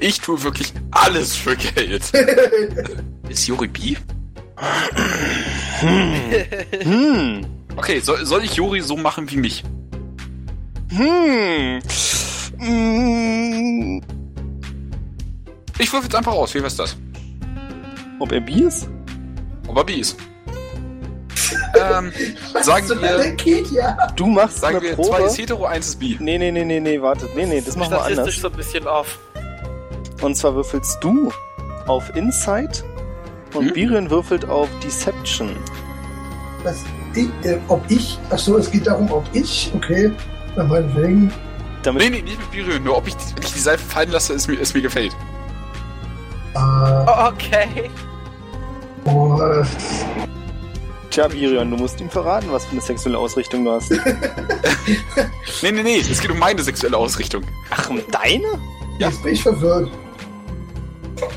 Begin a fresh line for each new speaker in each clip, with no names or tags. Ich tue wirklich alles für Geld. Ist Juri B?
Hm.
Okay, soll, soll ich Juri so machen wie mich?
Hm. Hm.
Ich würfe jetzt einfach aus. Wie wär's das?
Ob er Bier ist?
Ob er B ist. ähm, sagen wir,
geht ja.
Du machst
sagen
eine
wir zwei
Probe.
ist hetero, eins ist B.
Nee, nee, nee, nee, nee, wartet. Nee, nee, das machen wir
Statistisch
anders.
so ein bisschen auf.
Und zwar würfelst du auf Insight und
Hm?
Biren würfelt auf Deception.
Das, die, äh, ob ich, ach so, es geht darum, ob ich, okay, bei meinetwegen.
Damit
Nee, nee, nicht mit Bier rühren. Nur ob ich, wenn ich die Seife fallen lasse, es mir, es mir gefällt.
Äh,
Okay.
oh, äh,
Tja, Birion, du musst ihm verraten, was für eine sexuelle Ausrichtung du hast.
Nee, nee, nee. Es geht um meine sexuelle Ausrichtung.
Ach,
um
und deine?
Ja.
jetzt bin ich verwirrt.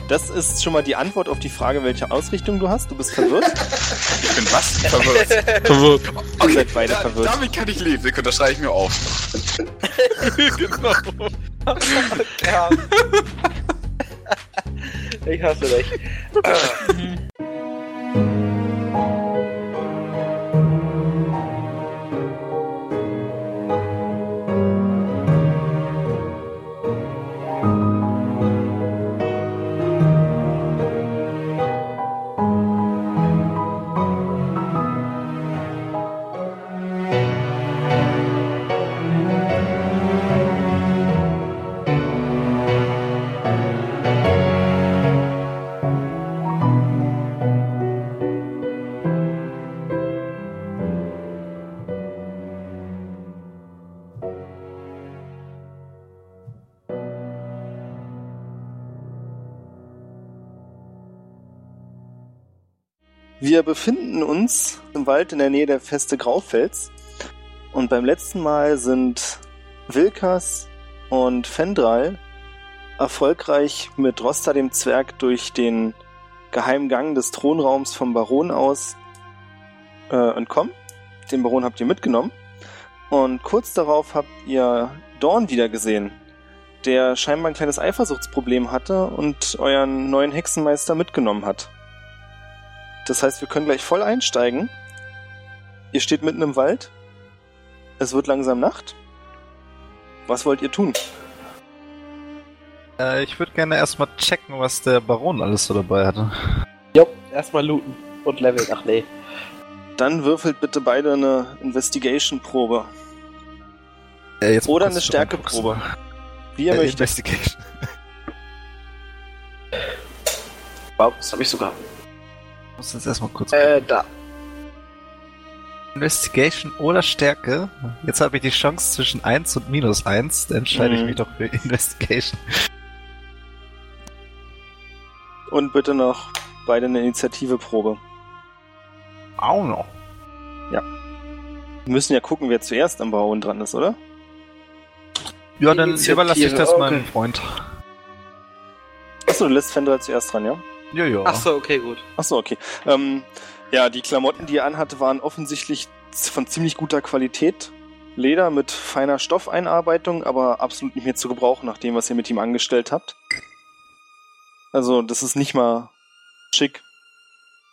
Das ist schon mal die Antwort auf die Frage, welche Ausrichtung du hast. Du bist verwirrt.
Ich bin was? Verwirrt.
Verwirrt.
Ihr seid beide verwirrt.
Damit kann ich leben. Sekunde, Das schreibe ich mir auf.
genau.
Ja. ich hasse dich.
Wir befinden uns im Wald in der Nähe der Feste Graufels. Und beim letzten Mal sind Wilkas und Fendral erfolgreich mit Rosta dem Zwerg durch den geheimen Gang des Thronraums vom Baron aus äh, entkommen. Den Baron habt ihr mitgenommen. Und kurz darauf habt ihr Dorn wieder gesehen, der scheinbar ein kleines Eifersuchtsproblem hatte und euren neuen Hexenmeister mitgenommen hat. Das heißt, wir können gleich voll einsteigen. Ihr steht mitten im Wald. Es wird langsam Nacht. Was wollt ihr tun?
Äh, ich würde gerne erstmal checken, was der Baron alles so dabei hatte.
Erstmal looten und leveln. Ach nee.
Dann würfelt bitte beide eine Investigation-Probe.
Äh, jetzt
Oder
kurz
eine Stärkeprobe. Wie ihr
Äh,
möchtet.
Investigation.
Wow, das habe ich sogar.
Ich muss jetzt erstmal kurz.
Äh, da.
Oh.
Investigation oder Stärke. Jetzt habe ich die Chance zwischen 1 und minus 1. Dann entscheide ich
Mhm.
mich doch für Investigation.
Und bitte noch beide eine Initiative-Probe.
Auch noch.
Wir müssen ja gucken, wer zuerst am Baron dran ist, oder?
Ja, dann
Initiative,
überlasse ich das
okay.
meinem Freund.
Achso, du lässt Fendral zuerst dran, ja?
Ja, ja.
Ach so, okay, gut.
Achso, okay. Ähm, ja, die Klamotten, die er anhatte, waren offensichtlich z- von ziemlich guter Qualität. Leder mit feiner Stoffeinarbeitung, aber absolut nicht mehr zu gebrauchen, nach dem, was ihr mit ihm angestellt habt. Also, das ist nicht mal schick.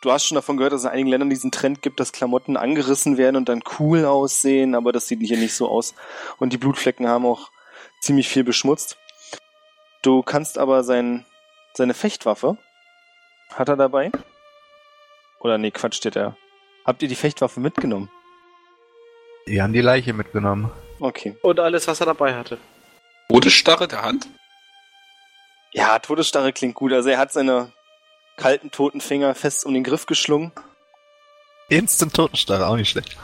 Du hast schon davon gehört, dass es in einigen Ländern diesen Trend gibt, dass Klamotten angerissen werden und dann cool aussehen, aber das sieht hier nicht so aus. Und die Blutflecken haben auch ziemlich viel beschmutzt. Du kannst aber sein, seine Fechtwaffe, hat er dabei? Oder nee, Quatsch, steht er. Habt ihr die Fechtwaffe mitgenommen?
Die haben die Leiche mitgenommen.
Okay.
Und alles, was er dabei hatte.
Rote Starre der Hand?
Ja, Todesstarre klingt gut. Also er hat seine kalten, toten Finger fest um den Griff geschlungen.
Instant Totenstarre, auch nicht schlecht.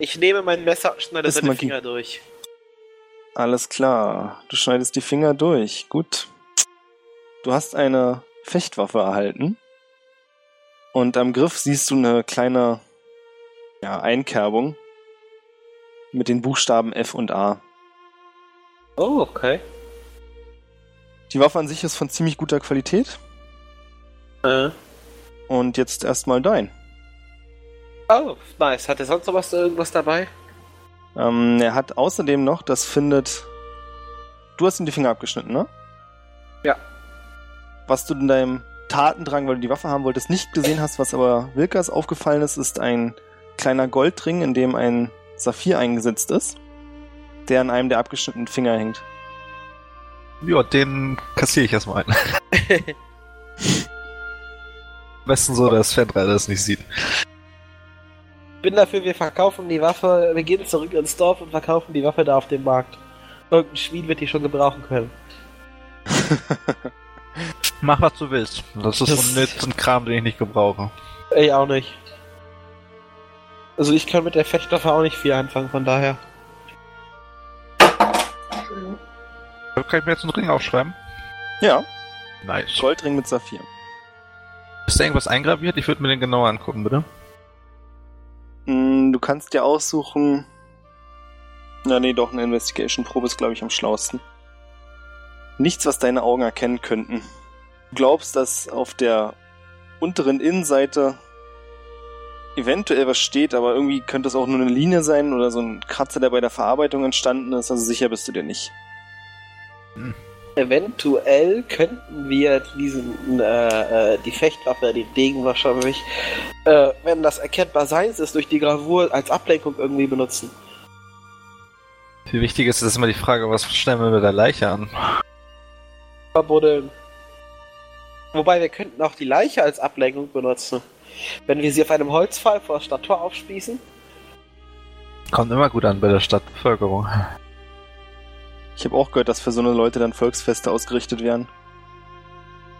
Ich nehme mein Messer und schneide
Ist
seine
Magie.
Finger durch.
Alles klar. Du schneidest die Finger durch. Gut. Du hast eine Fechtwaffe erhalten. Und am Griff siehst du eine kleine ja, Einkerbung mit den Buchstaben F und A.
Oh, okay.
Die Waffe an sich ist von ziemlich guter Qualität.
Äh.
Und jetzt erstmal dein.
Oh, nice. Hat er sonst noch was, äh, irgendwas dabei?
Ähm, er hat außerdem noch, das findet. Du hast ihm die Finger abgeschnitten, ne?
Ja.
Was du in deinem Tatendrang, weil du die Waffe haben wolltest, nicht gesehen hast, was aber Wilkas aufgefallen ist, ist ein kleiner Goldring, in dem ein Saphir eingesetzt ist, der an einem der abgeschnittenen Finger hängt.
Ja, den kassiere ich erstmal ein. Am besten so, dass Fendral das nicht sieht.
bin dafür, wir verkaufen die Waffe, wir gehen zurück ins Dorf und verkaufen die Waffe da auf dem Markt. Irgendein Schmied wird die schon gebrauchen können.
Mach, was du willst. Das ist
Das-
so nütz und Kram, den ich nicht gebrauche.
Ich auch nicht. Also ich kann mit der Fechtwaffe auch nicht viel anfangen, von daher.
Da Äh, Kann ich mir jetzt einen Ring aufschreiben?
Ja,
Nice.
Goldring mit Saphir.
Ist da irgendwas eingraviert? Ich würde mir den genauer angucken, bitte.
Mm, Du kannst dir aussuchen. Na nee, doch, eine Investigation-Probe ist, glaube ich, am schlausten. Nichts, was deine Augen erkennen könnten. Du glaubst, dass auf der unteren Innenseite eventuell was steht, aber irgendwie könnte es auch nur eine Linie sein oder so ein Kratzer, der bei der Verarbeitung entstanden ist. Also sicher bist du dir nicht.
Eventuell könnten wir diesen, äh, äh, die Fechtwaffe, den Degen wahrscheinlich, äh, wenn das erkennbar seins ist, durch die Gravur als Ablenkung irgendwie benutzen.
Viel wichtiger ist, ist immer die Frage, was stellen wir mit der Leiche an?
verbuddeln. Wobei wir könnten auch die Leiche als Ablenkung benutzen. Wenn wir sie auf einem Holzpfahl vor der Statue aufspießen.
Kommt immer gut an bei der Stadtbevölkerung.
Ich habe auch gehört, dass für so eine Leute dann Volksfeste ausgerichtet werden.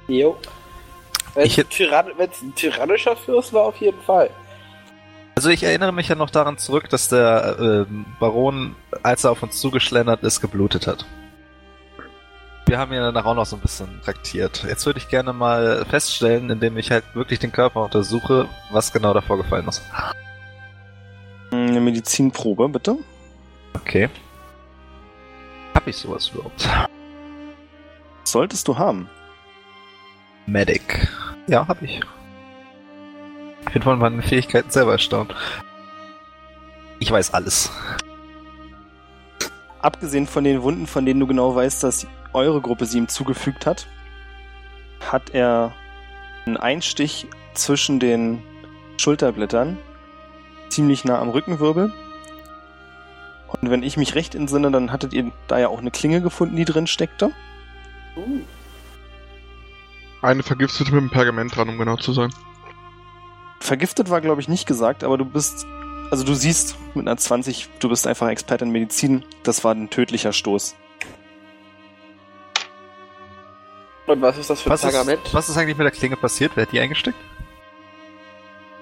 Jo. Wenn
Ich
es ein,
hätt-
Tyrann wenn's ein tyrannischer Fürst war, auf jeden Fall.
Also ich erinnere mich ja noch daran zurück, dass der ähm, Baron, als er auf uns zugeschlendert ist, geblutet hat. Wir haben ihn danach auch noch so ein bisschen traktiert. Jetzt würde ich gerne mal feststellen, indem ich halt wirklich den Körper untersuche, was genau da vorgefallen ist.
Mm, Eine Medizinprobe, bitte.
Okay. Hab ich sowas überhaupt?
Solltest du haben.
Medic. Ja, hab ich. Ich bin von meinen Fähigkeiten selber erstaunt. Ich weiß alles.
abgesehen von den Wunden, von denen du genau weißt, dass eure Gruppe sie ihm zugefügt hat, hat er einen Einstich zwischen den Schulterblättern, ziemlich nah am Rückenwirbel. Und wenn ich mich recht entsinne, dann hattet ihr da ja auch eine Klinge gefunden, die drin steckte.
Hm.
Eine vergiftete mit einem Pergament dran, um genau zu sein.
Vergiftet war, glaube ich, nicht gesagt, aber du bist, also du siehst mit einer 20, du bist einfach Experte in Medizin. Das war ein tödlicher Stoß.
Und was ist das für ein
Was
Pergament?
ist, was ist eigentlich mit der Klinge passiert? Wer hat die eingesteckt?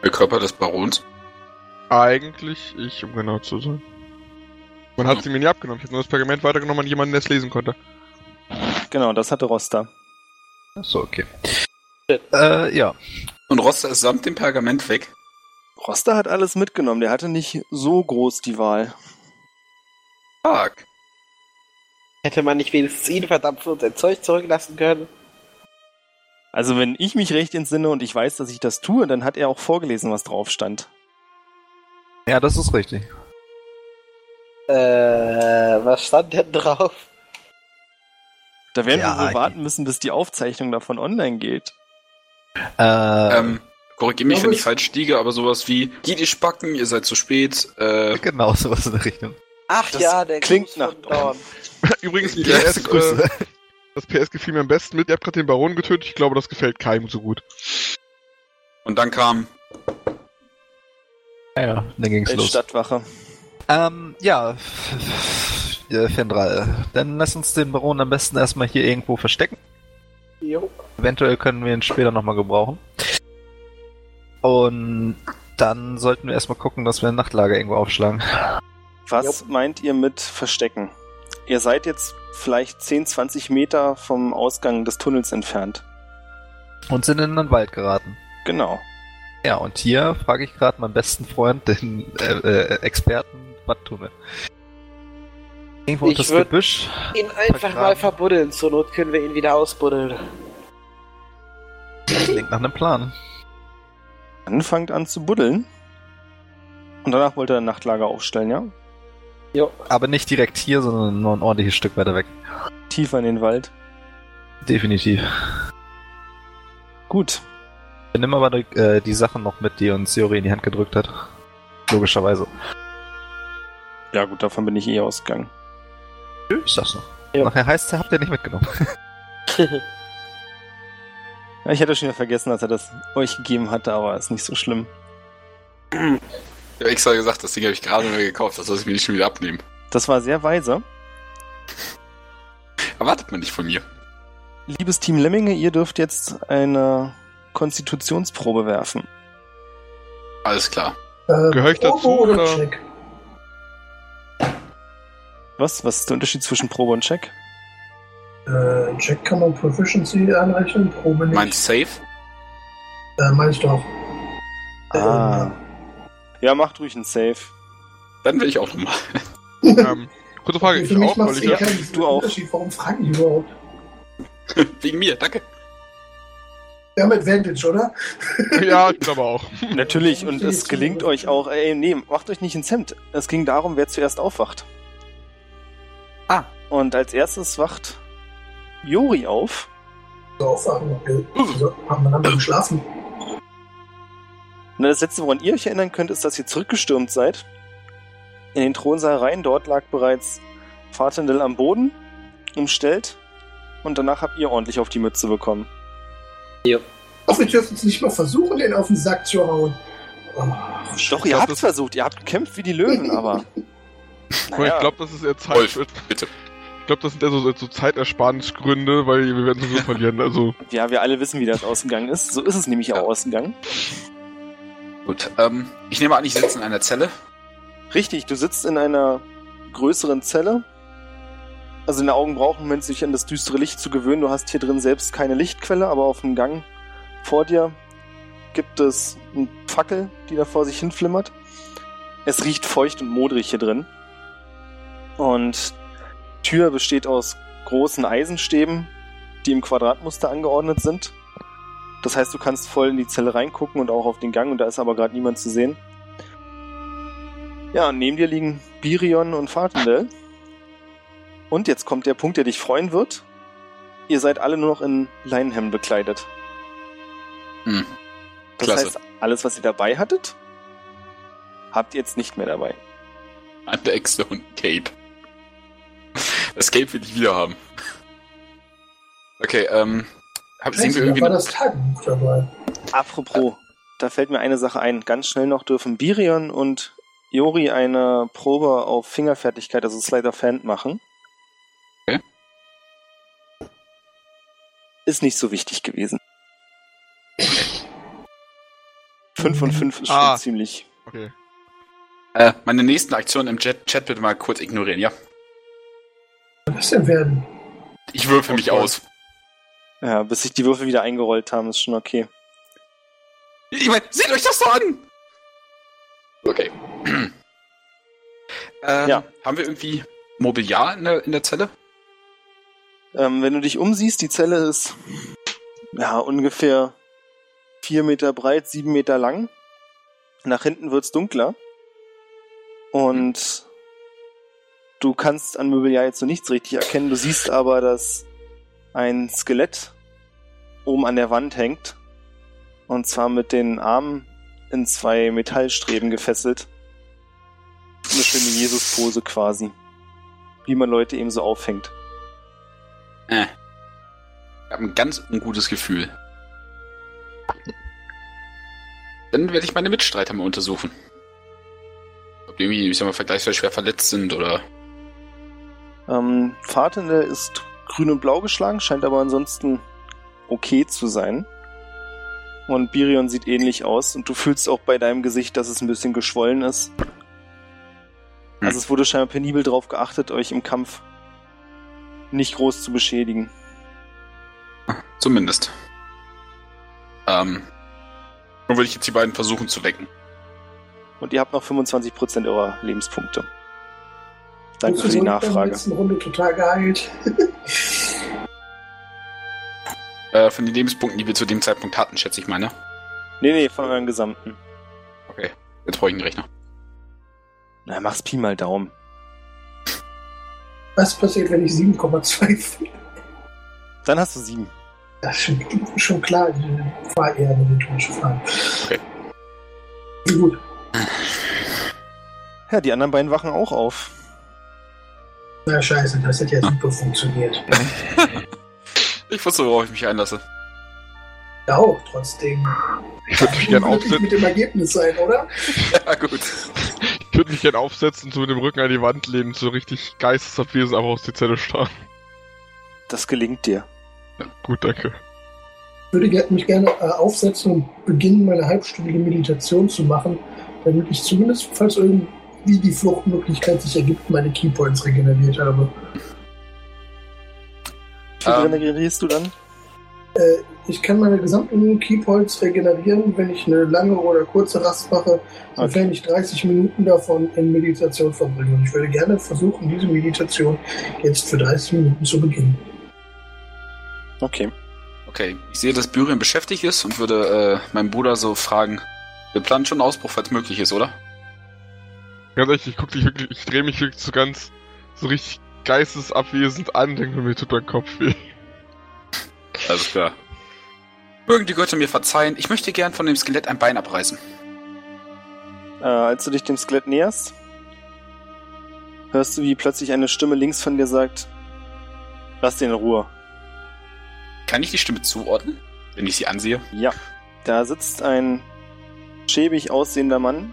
Der Körper des Barons.
Eigentlich ich, um genau zu sein. Man hat sie mir nie abgenommen. Ich habe nur das Pergament weitergenommen an jemanden, der es lesen konnte.
Genau, das hatte Rosta.
Achso, okay. Äh, ja.
Und Roster ist samt dem Pergament weg.
Rosta hat alles mitgenommen, der hatte nicht so groß die Wahl.
Fuck.
Hätte man nicht wenigstens ihn verdampfen und sein Zeug zurücklassen können?
Also wenn ich mich recht entsinne und ich weiß, dass ich das tue, dann hat er auch vorgelesen, was drauf stand.
Ja, das ist richtig.
Äh, was stand denn drauf?
Da werden
Ja,
wir wohl
ich-
warten müssen, bis die Aufzeichnung davon online geht.
Äh,
Ähm, korrigiere mich,
Aber
wenn ich
ich-
falsch liege, aber sowas wie, die, die spacken, ihr seid zu spät, äh,
genau, sowas in der Richtung.
Ach
Das
ja, der
klingt
Gruß
nach
von
Dorn.
Übrigens,
Ja,
PS,
Grüße.
äh, das PS gefiel mir am besten mit. Ihr habt gerade den Baron getötet. Ich glaube, das gefällt keinem so gut.
und dann kam,
Ja, ja, dann ging's
Als
los.
Stadtwache.
Ähm, ja, f- f- äh, Fendral, dann lass uns den Baron am besten erstmal hier irgendwo verstecken.
Jo.
Eventuell können wir ihn später nochmal gebrauchen. Und dann sollten wir erstmal gucken, dass wir ein Nachtlager irgendwo aufschlagen.
Was meint ihr mit Verstecken? Ihr seid jetzt vielleicht 10, 20 Meter vom Ausgang des Tunnels entfernt.
Und sind in den Wald geraten.
Genau.
Ja, und hier frage ich gerade meinen besten Freund, den äh, äh, Experten, was tun wir? Irgendwo
Ich
unter das
würd-
Gebüsch.
Ihn einfach
Vergraben.
mal verbuddeln, zur Not können wir ihn wieder ausbuddeln.
Klingt nach einem Plan.
Dann fangt an zu buddeln. Und danach wollt ihr ein Nachtlager aufstellen, ja?
Jo.
Aber nicht direkt hier, sondern nur ein ordentliches Stück weiter weg.
Tiefer in den Wald.
Definitiv.
Gut.
Wir nehmen aber die, äh, die Sachen noch mit, die uns Jori in die Hand gedrückt hat. Logischerweise.
Ja, gut, davon bin ich eh ausgegangen.
Ich sag's noch.
Hm? Ja.
Nachher heißt es, habt ihr nicht mitgenommen.
Ja, Ich hätte schon wieder vergessen, dass er das euch gegeben hatte, aber ist nicht so schlimm.
Ich habe extra gesagt, das Ding habe ich gerade neu gekauft, das soll ich mir nicht schon wieder abnehmen.
Das war sehr weise.
Erwartet man nicht von mir.
Liebes Team Lemminge, ihr dürft jetzt eine Konstitutionsprobe werfen.
Alles klar.
Äh,
Gehör ich dazu,
Probe oder
oder?
Check?
Was? Was ist der Unterschied zwischen Probe und Check?
Äh, Check kann man Proficiency anrechnen, Probe nicht.
Mein Safe?
Äh, mein ich doch. Ähm,
Ah. Ja, macht ruhig einen Save.
Dann will ich auch nochmal.
ähm, kurze Frage,
Für
ich
mich
auch,
macht
weil
es
ich
eh
ja.
keinen
Du auch.
Unterschied. Warum fragen die überhaupt?
Wegen mir, danke.
Wir haben Advantage, oder?
Ja, ich glaube auch.
Natürlich, und es gelingt euch auch. Ey, nee, macht euch nicht ins Hemd. Es ging darum, wer zuerst aufwacht.
Ah.
Und als erstes wacht Jori auf.
So aufwachen.
Hm.
Also, haben wir dann geschlafen.
Und das letzte, woran ihr euch erinnern könnt, ist, dass ihr zurückgestürmt seid. In den Thronsaal rein. Dort lag bereits Fatendel am Boden, umstellt. Und danach habt ihr ordentlich auf die Mütze bekommen.
Ach, wir dürfen es nicht mal versuchen, den auf den Sack zu hauen. Oh,
Doch, ihr
glaub,
habt's
das-
versucht. Ihr habt gekämpft wie die Löwen, aber.
Aber Ich glaube, das ist eher Zeit.
Wolf, bitte.
Ich glaube, das sind eher so, so Zeitersparnisgründe, weil wir werden sowieso verlieren. Also,
Ja, wir alle wissen, wie das ausgegangen ist. So ist es nämlich auch ausgegangen.
Gut, ähm, ich nehme an, ich sitze in einer Zelle.
Richtig, du sitzt in einer größeren Zelle. Also deine Augen brauchen einen Moment, sich an das düstere Licht zu gewöhnen. Du hast hier drin selbst keine Lichtquelle, aber auf dem Gang vor dir gibt es eine Fackel, die da vor sich hinflimmert. Es riecht feucht und modrig hier drin. Und die Tür besteht aus großen Eisenstäben, die im Quadratmuster angeordnet sind. Das heißt, du kannst voll in die Zelle reingucken und auch auf den Gang, und da ist aber gerade niemand zu sehen. Ja, und neben dir liegen Birion und Fatendel. Und jetzt kommt der Punkt, der dich freuen wird. Ihr seid alle nur noch in Leinenhemden bekleidet.
Hm.
Das
Klasse.
heißt, alles, was ihr dabei hattet, habt ihr jetzt nicht mehr dabei.
An der Echse und ein Cape. Das Cape will ich wieder haben. Okay, ähm, hab, sehen wir
scheiße, da
irgendwie
war
noch,
das Tagebuch dabei.
Apropos, da fällt mir eine Sache ein. Ganz schnell noch dürfen Birion und Jori eine Probe auf Fingerfertigkeit, also Slide of Hand, machen.
Okay.
Ist nicht so wichtig gewesen. Fünf und fünf ist schon
Ah.
ziemlich.
okay.
äh, meine nächsten Aktionen im Chat, Chat bitte mal kurz ignorieren, ja?
Was das denn werden?
Ich würfe mich
Okay.
aus.
Ja, bis sich die Würfel wieder eingerollt haben, ist schon okay.
Ich meine, seht euch das doch an! Okay. ähm,
Ja.
Haben wir irgendwie Mobiliar in der, in der Zelle?
Ähm, wenn du dich umsiehst, die Zelle ist ja ungefähr vier Meter breit, sieben Meter lang. Nach hinten wird's dunkler. Und du kannst an Möbeljahr jetzt so nichts richtig erkennen. Du siehst aber, dass ein Skelett oben an der Wand hängt. Und zwar mit den Armen in zwei Metallstreben gefesselt. Eine schöne Jesus-Pose quasi. Wie man Leute eben so aufhängt.
Äh. Ich habe ein ganz ungutes Gefühl. Dann werde ich meine Mitstreiter mal untersuchen. Ob die irgendwie, ich sag mal, vergleichsweise schwer verletzt sind oder.
Ähm, Fahrtende ist grün und blau geschlagen, scheint aber ansonsten okay zu sein. Und Birion sieht ähnlich aus und du fühlst auch bei deinem Gesicht, dass es ein bisschen geschwollen ist.
Hm.
Also es wurde scheinbar penibel drauf geachtet, euch im Kampf nicht groß zu beschädigen.
Zumindest. Ähm. Nun würde ich jetzt die beiden versuchen zu wecken.
Und ihr habt noch 25% eurer Lebenspunkte. Danke
Bist
für
du
die
wohl in der
Nachfrage.
letzten Runde total geheilt.
Äh, von den Lebenspunkten, die wir zu dem Zeitpunkt hatten, schätze ich mal, ne?
Nee, nee, von eurem gesamten.
Jetzt brauche ich einen Rechner.
Na, mach's Pi mal Daumen.
Was passiert, wenn ich 7,2
Dann hast du sieben.
Das ist schon, schon klar, die war eher eine rhetorische Frage.
Okay.
Gut,
Ja, die anderen beiden wachen auch auf.
na scheiße, das hätte ja super funktioniert.
Ich wusste, worauf ich mich einlasse.
Ja, auch trotzdem.
Ich würde mich gern
glücklich
aufsetzen.
mit dem Ergebnis sein, oder?
Ja, gut.
Ich würde mich gern aufsetzen, so mit dem Rücken an die Wand lehnen, so richtig geistesabwesend einfach aus die Zelle starren.
Das gelingt dir.
Gut, danke.
Ich würde ge- mich gerne äh, aufsetzen und beginnen, meine halbstündige Meditation zu machen, damit ich zumindest, falls irgendwie die Fluchtmöglichkeit sich ergibt, meine Keypoints regeneriert habe.
Wie viel
Ähm.
regenerierst du dann?
Äh, ich kann meine gesamten Keypoints regenerieren, wenn ich eine lange oder kurze Rast mache, sofern ich 30 Minuten davon in Meditation verbringe. Und ich würde gerne versuchen, diese Meditation jetzt für 30 Minuten zu beginnen.
Okay.
Okay, ich sehe, dass Büren beschäftigt ist und würde äh, meinen Bruder so fragen, wir planen schon einen Ausbruch, falls möglich ist, oder?
Ganz ehrlich, ich guck dich wirklich, ich drehe mich wirklich so ganz, so richtig geistesabwesend an, denke mir, mir tut mein Kopf weh.
Also klar. Mögen die Götter mir verzeihen, ich möchte gern von dem Skelett ein Bein abreißen.
Äh, als du dich dem Skelett näherst, hörst du, wie plötzlich eine Stimme links von dir sagt, lass den in Ruhe.
Kann ich die Stimme zuordnen, wenn ich sie ansehe?
Ja, da sitzt ein schäbig aussehender Mann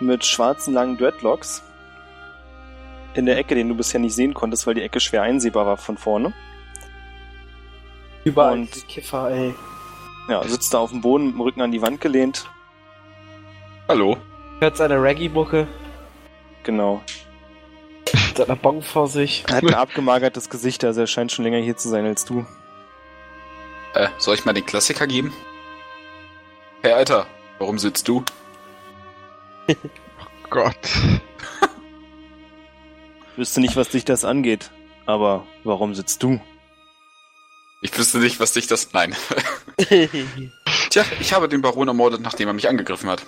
mit schwarzen langen Dreadlocks in der Ecke, den du bisher nicht sehen konntest, weil die Ecke schwer einsehbar war von vorne.
Überall
Und-
diese Kiffer, ey.
Ja, sitzt da auf dem Boden mit dem Rücken an die Wand gelehnt.
Hallo.
Hört seine Reggae-Mucke,
Genau.
mit seiner Bong vor sich.
Er hat ein abgemagertes Gesicht, also er scheint schon länger hier zu sein als du.
Äh, soll ich mal den Klassiker geben? Hey Alter, warum sitzt du?
Gott.
Wüsste nicht, was dich das angeht. Aber warum sitzt du?
Ich wüsste nicht, was dich das... Nein. Tja, ich habe den Baron ermordet, nachdem er mich angegriffen hat.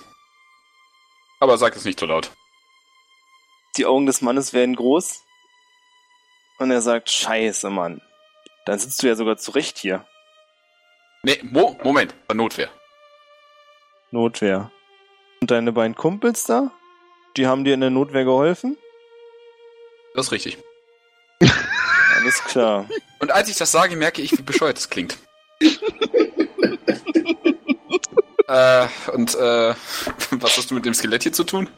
Aber sag es nicht so laut.
Die Augen des Mannes werden groß. Und er sagt, scheiße, Mann. Dann sitzt du ja sogar zurecht hier.
Nee, Mo Moment, war Notwehr.
Notwehr. Und deine beiden Kumpels da? Die haben dir in der Notwehr geholfen?
Das ist richtig.
Alles klar.
Und als ich das sage, merke ich, wie bescheuert es klingt. äh, und äh, was hast du mit dem Skelett hier zu tun?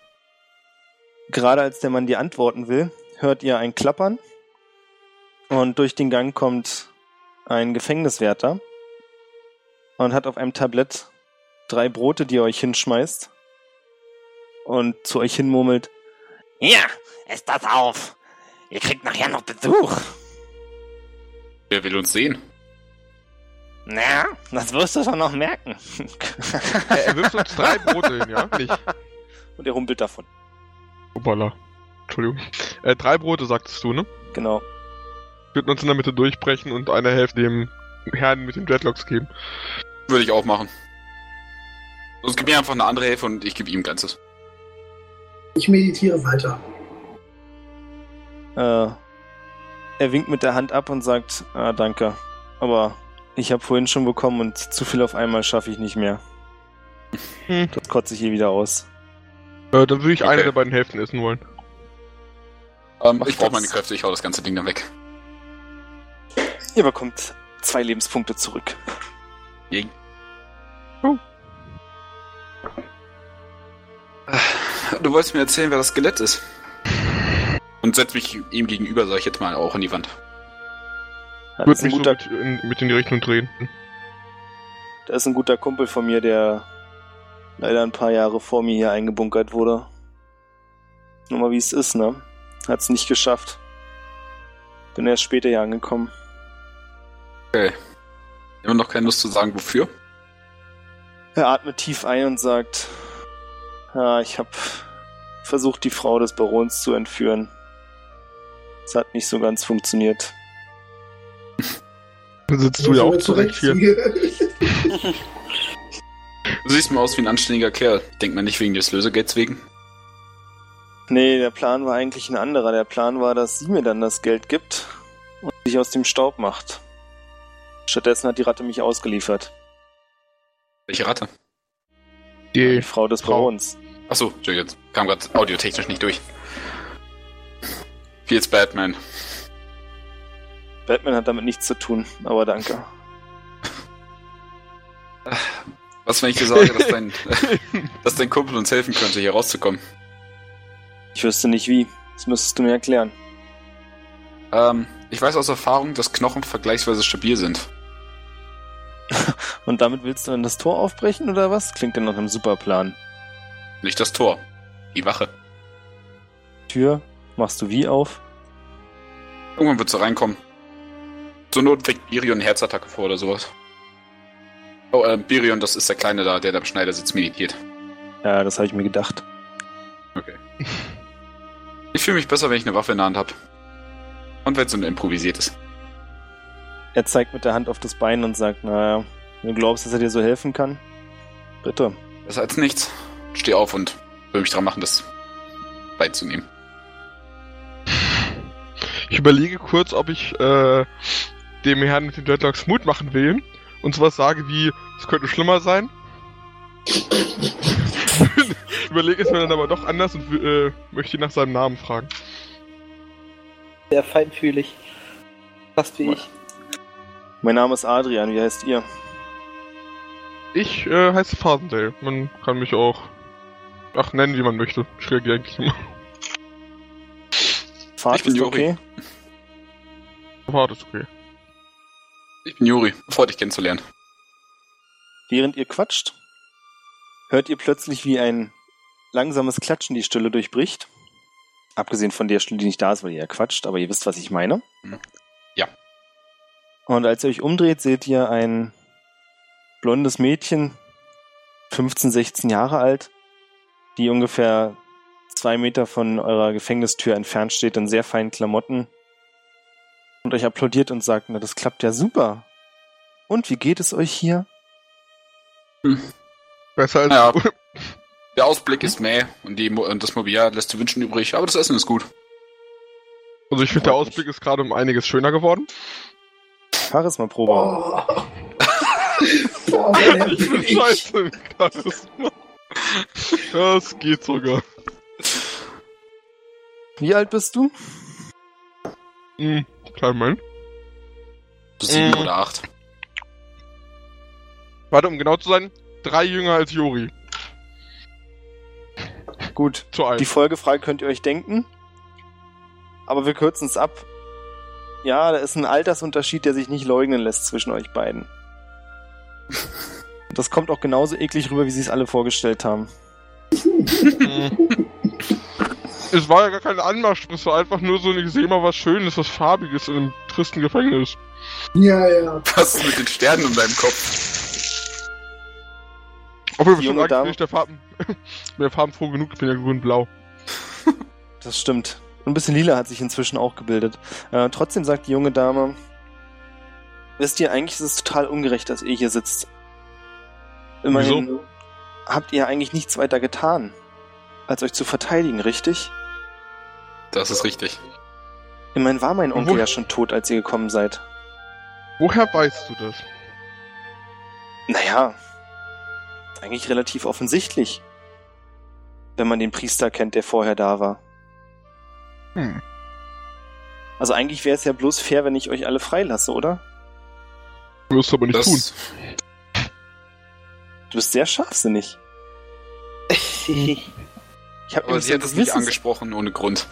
Gerade als der Mann dir antworten will, hört ihr ein Klappern. Und durch den Gang kommt ein Gefängniswärter und hat auf einem Tablett drei Brote, die er euch hinschmeißt und zu euch hinmurmelt.
Hier, esst das auf. Ihr kriegt nachher noch Besuch.
Wer will uns sehen?
Na, das wirst du schon noch merken.
Äh, Er, er wirft uns drei Brote hin, ja? Nicht.
Und er rumpelt davon.
Hoppala. Entschuldigung. Äh, drei Brote, sagtest du, ne?
Genau.
würden uns in der Mitte durchbrechen und eine Hälfte dem Herrn mit den Dreadlocks geben.
Würde ich auch machen. Sonst gib mir einfach eine andere Hilfe und ich gebe ihm Ganzes.
Ich meditiere weiter.
Äh, er winkt mit der Hand ab und sagt, ah, danke. Aber ich habe vorhin schon bekommen und zu viel auf einmal schaffe ich nicht mehr.
Hm.
Das kotze ich hier wieder aus.
Äh, dann würde ich
Okay.
eine der beiden Hälften essen wollen.
Ähm,
Mach
ich brauche
das.
meine Kräfte, ich hau das ganze Ding dann weg.
Ihr bekommt zwei Lebenspunkte zurück.
Du wolltest mir erzählen, wer das Skelett ist. Und setz mich ihm gegenüber, sag ich jetzt mal, auch in die Wand.
Das ist, ein
Würde mich so
guter,
mit, in, mit in die Richtung drehen.
das ist ein guter Kumpel von mir, der leider ein paar Jahre vor mir hier eingebunkert wurde. Nur mal wie es ist, ne? Hat's nicht geschafft. Bin erst später hier angekommen.
Immer noch keine Lust zu sagen, wofür.
Er atmet tief ein und sagt, ja, ich habe versucht, die Frau des Barons zu entführen. Es hat nicht so ganz funktioniert.
Dann sitzt du ja auch zurecht hier.
hier.
Du siehst mal aus wie ein anständiger Kerl. Denkt man nicht wegen des Lösegelds wegen?
Nee, der Plan war eigentlich ein anderer. Der Plan war, dass sie mir dann das Geld gibt und sich aus dem Staub macht. Stattdessen hat die Ratte mich ausgeliefert.
Welche Ratte?
Die
Die
Frau des
Frau.
Barons.
Achso, Entschuldigung, jetzt kam gerade audiotechnisch nicht durch. Wie jetzt Batman.
Batman hat damit nichts zu tun, aber danke.
Was, wenn ich dir sage, dass dein, dass dein Kumpel uns helfen könnte, hier rauszukommen?
Ich wüsste nicht wie. Das müsstest du mir erklären.
Ähm, ich weiß aus Erfahrung, dass Knochen vergleichsweise stabil sind.
Und damit willst du dann das Tor aufbrechen oder was? Klingt denn nach einem super Plan.
Nicht das Tor. Die Wache.
Tür machst du wie auf?
Irgendwann wird sie reinkommen. Zur Not kriegt Birion eine Herzattacke vor oder sowas. Oh, äh, Birion, das ist der Kleine da, der da im Schneidersitz meditiert.
Ja, das habe ich mir gedacht.
Ich fühle mich besser, wenn ich eine Waffe in der Hand habe. Und wenn es so eine improvisiert ist.
Er zeigt mit der Hand auf das Bein und sagt, naja, du glaubst, dass er dir so helfen kann? Bitte.
Besser als nichts. Steh auf und will mich dran machen, das beizunehmen.
Ich überlege kurz, ob ich äh, dem Herrn mit den Dreadlocks Mut machen will und sowas sage wie, es könnte schlimmer sein. überlege es mir dann aber doch anders und äh, möchte ihn nach seinem Namen fragen.
Sehr feinfühlig. Fast wie ich.
Mein Name ist Adrian, wie heißt ihr?
Ich äh, heiße Fasendale. Man kann mich auch ach nennen, wie man möchte. Ich reagiere eigentlich immer.
Fahrt
Ich bin
ist
Juri.
okay.
Aber das ist okay.
Ich bin Juri, freut dich kennenzulernen.
Während ihr quatscht, hört ihr plötzlich, wie ein langsames Klatschen die Stille durchbricht. Abgesehen von der Stille, die nicht da ist, weil ihr ja quatscht, aber ihr wisst, was ich meine.
Ja.
Und als ihr euch umdreht, seht ihr ein blondes Mädchen, 15, 16 Jahre alt, die ungefähr zwei Meter von eurer Gefängnistür entfernt steht, in sehr feinen Klamotten und euch applaudiert und sagt, na, das klappt ja super. Und wie geht es euch hier?
Besser als
Ja. Der Ausblick ist mäh und, die, Mo- und das Mobiliar lässt zu wünschen übrig, aber das Essen ist gut.
Also ich finde der Ausblick ist gerade um einiges schöner geworden.
Charisma-Probe.
Oh. Boah, mein Herz
Ich bin
ich.
scheiße im Charisma. Das geht sogar.
Wie alt bist du?
Hm, kleinen Moment.
So sieben
Mhm.
oder acht.
Warte, um genau zu sein, drei jünger als Jori.
Gut.
Zu
Die
alt.
Folgefrage könnt ihr euch denken. Aber wir kürzen es ab. Ja, da ist ein Altersunterschied, der sich nicht leugnen lässt zwischen euch beiden. Das kommt auch genauso eklig rüber, wie sie es alle vorgestellt haben.
es war ja gar kein Anmarsch, es war einfach nur so, ich sehe mal was Schönes, was Farbiges in einem tristen Gefängnis.
Ja, ja.
Was ist mit den Sternen um deinem Kopf?
Obwohl
Die
wir schon
junge
eigentlich
Dame-
nicht der Farben. mehr Farben froh genug, ich bin ja grün-blau.
Das stimmt. Ein bisschen lila hat sich inzwischen auch gebildet. Äh, trotzdem sagt die junge Dame, wisst ihr, eigentlich ist es total ungerecht, dass ihr hier sitzt. Immerhin habt ihr eigentlich nichts weiter getan, als euch zu verteidigen, richtig?
Das ist richtig.
Immerhin war mein Onkel
Wo-
ja schon tot, als ihr gekommen seid.
Woher weißt du das?
Naja, eigentlich relativ offensichtlich. Wenn man den Priester kennt, der vorher da war.
Hm.
Also eigentlich wäre es ja bloß fair, wenn ich euch alle freilasse, oder?
Wirst du aber nicht tun.
Das,
Du bist sehr scharfsinnig. Ich habe
aber
nämlich,
sie
so ein
hat das nicht
gewisses-
angesprochen ohne Grund.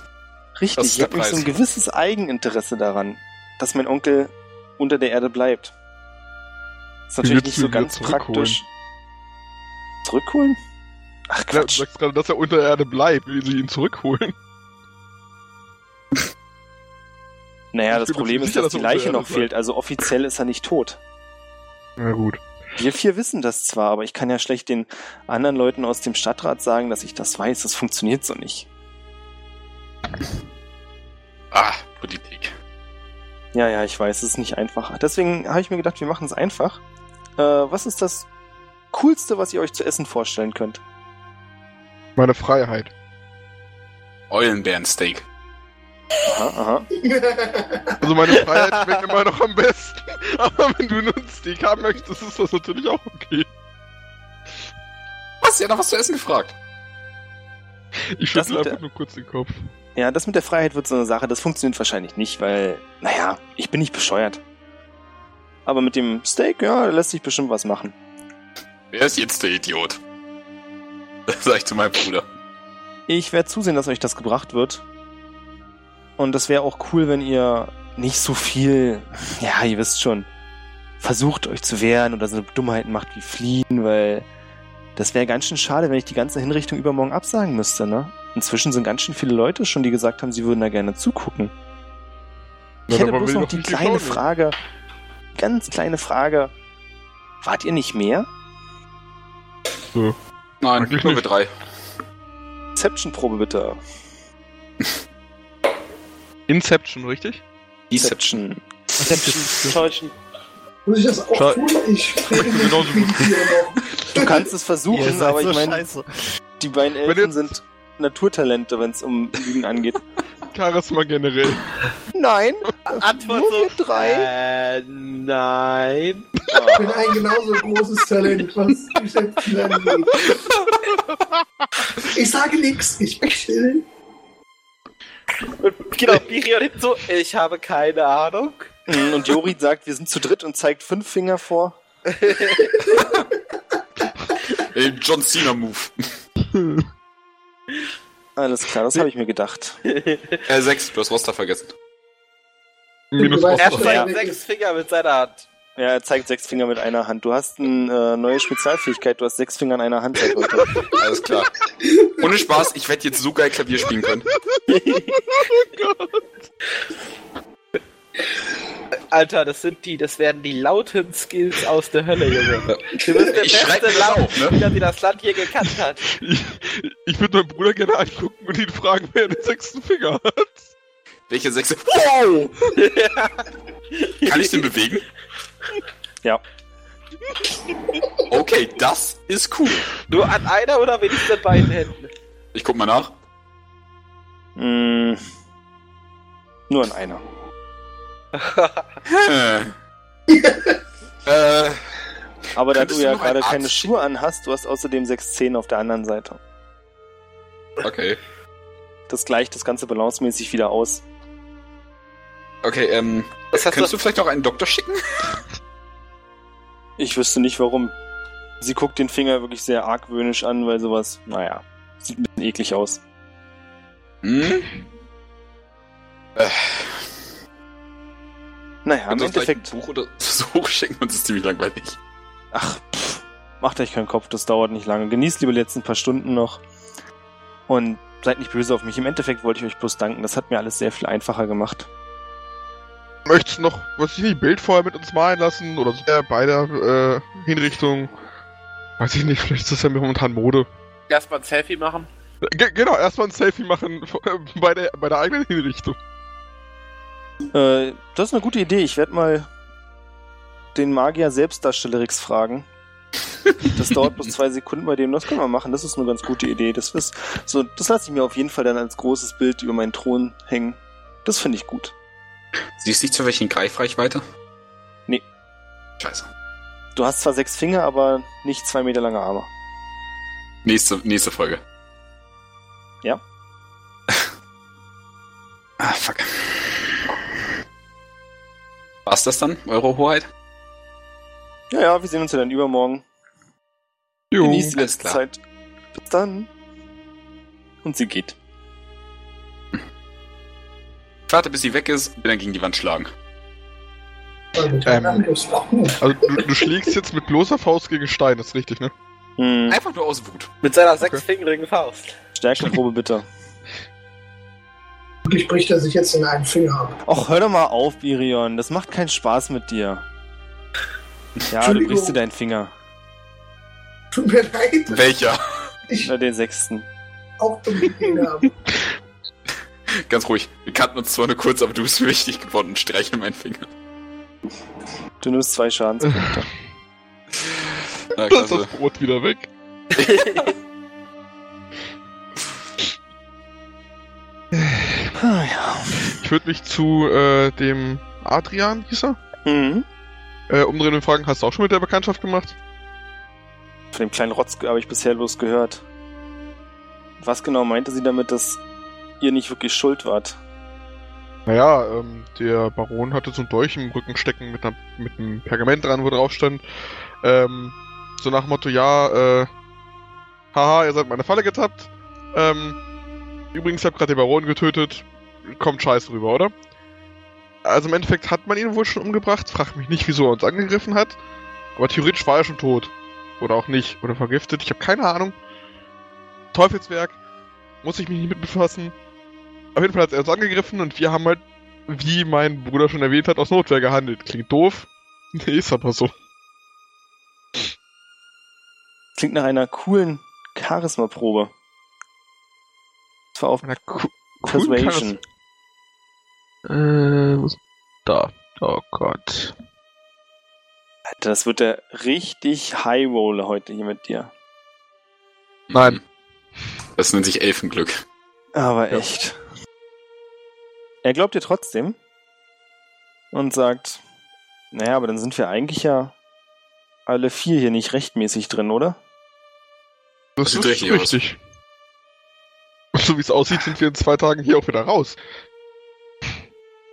richtig,
Das ist
ich hab
der
nämlich so ein
Preis.
gewisses Eigeninteresse daran, dass mein Onkel unter der Erde bleibt. Ist natürlich
willst
nicht
du
so
ihn wieder
ganz
zurückholen?
praktisch. Zurückholen? Ach
Ja, Du
Quatsch.
sagst gerade, dass er unter der Erde bleibt, will sie ihn zurückholen.
Naja,
Ich
das
bin mir
Problem ist,
sicher,
dass
dass
die
er unter der
Leiche
Erde
noch
bleibt.
fehlt. Also offiziell ist er nicht tot.
Na gut.
Wir vier wissen das zwar, aber ich kann ja schlecht den anderen Leuten aus dem Stadtrat sagen, dass ich das weiß. Das funktioniert so nicht.
Ah, Politik.
Ja, ja, ich weiß, es ist nicht einfach. Deswegen habe ich mir gedacht, wir machen es einfach. Äh, was ist das Coolste, was ihr euch zu essen vorstellen könnt?
Meine Freiheit.
Eulenbärensteak.
Aha, aha.
Also meine Freiheit schmeckt immer noch am besten. Aber wenn du einen Stick haben möchtest, ist das natürlich auch okay.
Was? Ja, noch was zu essen gefragt.
Ich
Das
schüttel
mit
einfach
der-
nur kurz den Kopf.
Ja, das mit der Freiheit wird so eine Sache. Das funktioniert wahrscheinlich nicht, weil, naja, ich bin nicht bescheuert. Aber mit dem Steak, ja, da lässt sich bestimmt was machen.
Wer ist jetzt der Idiot? Das sag ich zu meinem Bruder.
Ich werde zusehen, dass euch das gebracht wird. Und das wäre auch cool, wenn ihr nicht so viel, ja, ihr wisst schon, versucht euch zu wehren oder so Dummheiten macht wie fliehen, weil das wäre ganz schön schade, wenn ich die ganze Hinrichtung übermorgen absagen müsste, ne? Inzwischen sind ganz schön viele Leute schon, die gesagt haben, sie würden da gerne zugucken. Ich
Dann
hätte
aber
bloß
will
noch
doch
die
nicht
kleine
geschaut werden.
Frage, ganz kleine Frage. Wart ihr nicht mehr?
Nein,
Eigentlich
nur wir
nicht.
drei.
Deception-Probe bitte.
Inception, richtig?
Deception.
Täuschen.
Muss ich das auch
Schau-
tun? Ich rede nicht
Genauso gut.
mit Tieren noch.
Du kannst es versuchen, aber ich meine,
scheiße.
Die beiden
Wenn
Elfen
jetzt-
sind Naturtalente, wenn es um Lügen angeht.
Charisma generell.
Nein,
Antwort
nur
so.
wir drei.
Äh, nein.
Ich bin ein genauso großes Talent, was die Schätzen angeht. Ich sage nichts, ich bin still.
Und genau, Birion nimmt so, ich habe keine Ahnung.
Mm, Und Jori sagt, wir sind zu dritt und zeigt fünf Finger vor.
Im John Cena-Move.
Alles klar, das habe ich mir gedacht.
Äh, sechs, du hast Roster vergessen.
Minus
Du weißt,
Roster.
Er
dass
zeigt
weg
sechs
ist.
Finger mit seiner Hand.
Ja, er zeigt sechs Finger mit einer Hand. Du hast eine äh, neue Spezialfähigkeit, du hast sechs Finger in einer Hand. seit heute.
Alles klar. Ohne Spaß, ich werde jetzt so geil Klavier spielen können.
Alter, das sind die, das werden die lauten Skills aus der Hölle, Junge. Du bist der
Ich schreib
beste
das auf, ne?
Lautspieler, die das Land hier gekannt hat.
Ich, ich würde meinen Bruder gerne angucken und ihn fragen, wer den sechsten Finger hat.
Welche sechs? Wow! Kann ich den bewegen?
Ja.
Okay, das ist cool.
Nur an einer oder wenigstens an beiden Händen.
Ich guck mal nach.
Mm, nur in einer.
Äh. äh,
Aber da du
Könntest du
ja
noch
gerade
einen Arzt
keine
schicken?
Schuhe an hast, du hast außerdem sechs Zehen auf der anderen Seite.
okay.
Das gleicht das Ganze balancemäßig wieder aus.
Okay, ähm.
Das hast
Könntest
du
du vielleicht noch einen Doktor schicken?
Ich wüsste nicht warum. Sie guckt den Finger wirklich sehr argwöhnisch an, weil sowas, naja, sieht ein bisschen eklig aus.
Hm? Äh,
Naja, im
könntest du uns vielleicht
Endeffekt,
ein Buch oder so hochschicken? Uns ist ziemlich langweilig.
ach, pff, macht euch keinen Kopf, das dauert nicht lange. Genießt lieber die letzten paar Stunden noch und seid nicht böse auf mich. Im Endeffekt wollte ich euch bloß danken, das hat mir alles sehr viel einfacher gemacht.
Möchtest du noch, was ich nicht, ein Bild vorher mit uns malen lassen oder so äh, bei der äh, Hinrichtung? Weiß ich nicht, vielleicht ist das ja momentan Mode.
erstmal ein Selfie machen.
Ge- genau, erstmal ein Selfie machen vor- äh, bei der, bei der eigenen Hinrichtung.
Äh, das ist eine gute Idee, ich werde mal den Magier Selbstdarstellerix fragen. Das dauert bloß zwei Sekunden bei dem, das können wir machen, das ist eine ganz gute Idee. Das ist so, das lasse ich mir auf jeden Fall dann als großes Bild über meinen Thron hängen. Das finde ich gut.
Siehst du nicht, zu welchen Greifreichweite?
Nee.
Scheiße.
Du hast zwar sechs Finger, aber nicht zwei Meter lange Arme.
Nächste, nächste Folge.
Ja.
ah, fuck. War's das dann, eure Hoheit?
Ja, ja, wir sehen uns ja dann übermorgen.
Jo.
Genießt die
Oh, alles
letzte
klar.
Zeit. Bis dann. Und sie geht.
Ich warte, bis sie weg ist und bin dann gegen die Wand schlagen.
Ähm.
Angriffspunkt.
Also du, du schlägst jetzt mit bloßer Faust gegen Stein, ist richtig, ne?
Hm,
Einfach nur aus Wut.
Mit seiner sechsfingerigen Faust.
Stärkenprobe bitte.
Wirklich bricht er sich jetzt in einen Finger ab.
Och, hör doch mal auf, Irion. Das macht keinen Spaß mit dir. Ja, du
Entschuldigung.
brichst dir deinen Finger.
Tut mir leid,
Welcher?
ich
Na, den sechsten.
auch dumme Finger ab.
Ganz ruhig. Wir kannten uns zwar nur kurz, aber du bist mir wichtig geworden. Streichel meinen Finger.
Du nimmst zwei Schaden.
Na,
Da ist
klasse.
das Brot wieder weg.
Ah, ja.
würde mich zu äh, dem Adrian, hieß er,
Mhm.
äh, umdrehen und fragen, hast du auch schon mit der Bekanntschaft gemacht?
Von dem kleinen Rotz habe ich bisher bloß gehört. Was genau meinte sie damit, dass ihr nicht wirklich schuld wart?
Naja, ähm, der Baron hatte so ein Dolch im Rücken stecken mit, einer, mit einem Pergament dran, wo drauf stand, ähm, so nach dem Motto, ja, äh, haha, ihr seid in meine Falle getappt. Ähm, übrigens, ich hab gerade den Baron getötet. Kommt scheiß rüber, oder? Also im Endeffekt hat man ihn wohl schon umgebracht. Frag mich nicht, wieso er uns angegriffen hat. Aber theoretisch war er schon tot. Oder auch nicht. Oder vergiftet. Ich habe keine Ahnung. Teufelswerk. Muss ich mich nicht mit befassen. Auf jeden Fall hat er uns angegriffen und wir haben halt, wie mein Bruder schon erwähnt hat, aus Notwehr gehandelt. Klingt doof. Nee, ist aber so.
Klingt nach einer coolen Charisma-Probe. Das war auf
Na, cool,
Persuasion.
Äh, wo ist- da. Oh Gott.
Alter, das wird der richtig High Roller heute hier mit dir.
Nein. Das nennt sich Elfenglück.
Aber echt. Er glaubt dir trotzdem und sagt, naja, aber dann sind wir eigentlich ja alle vier hier nicht rechtmäßig drin, oder?
Das
Sieht
ist
richtig
richtig. Und so wie es aussieht, sind wir in zwei Tagen hier auch wieder raus.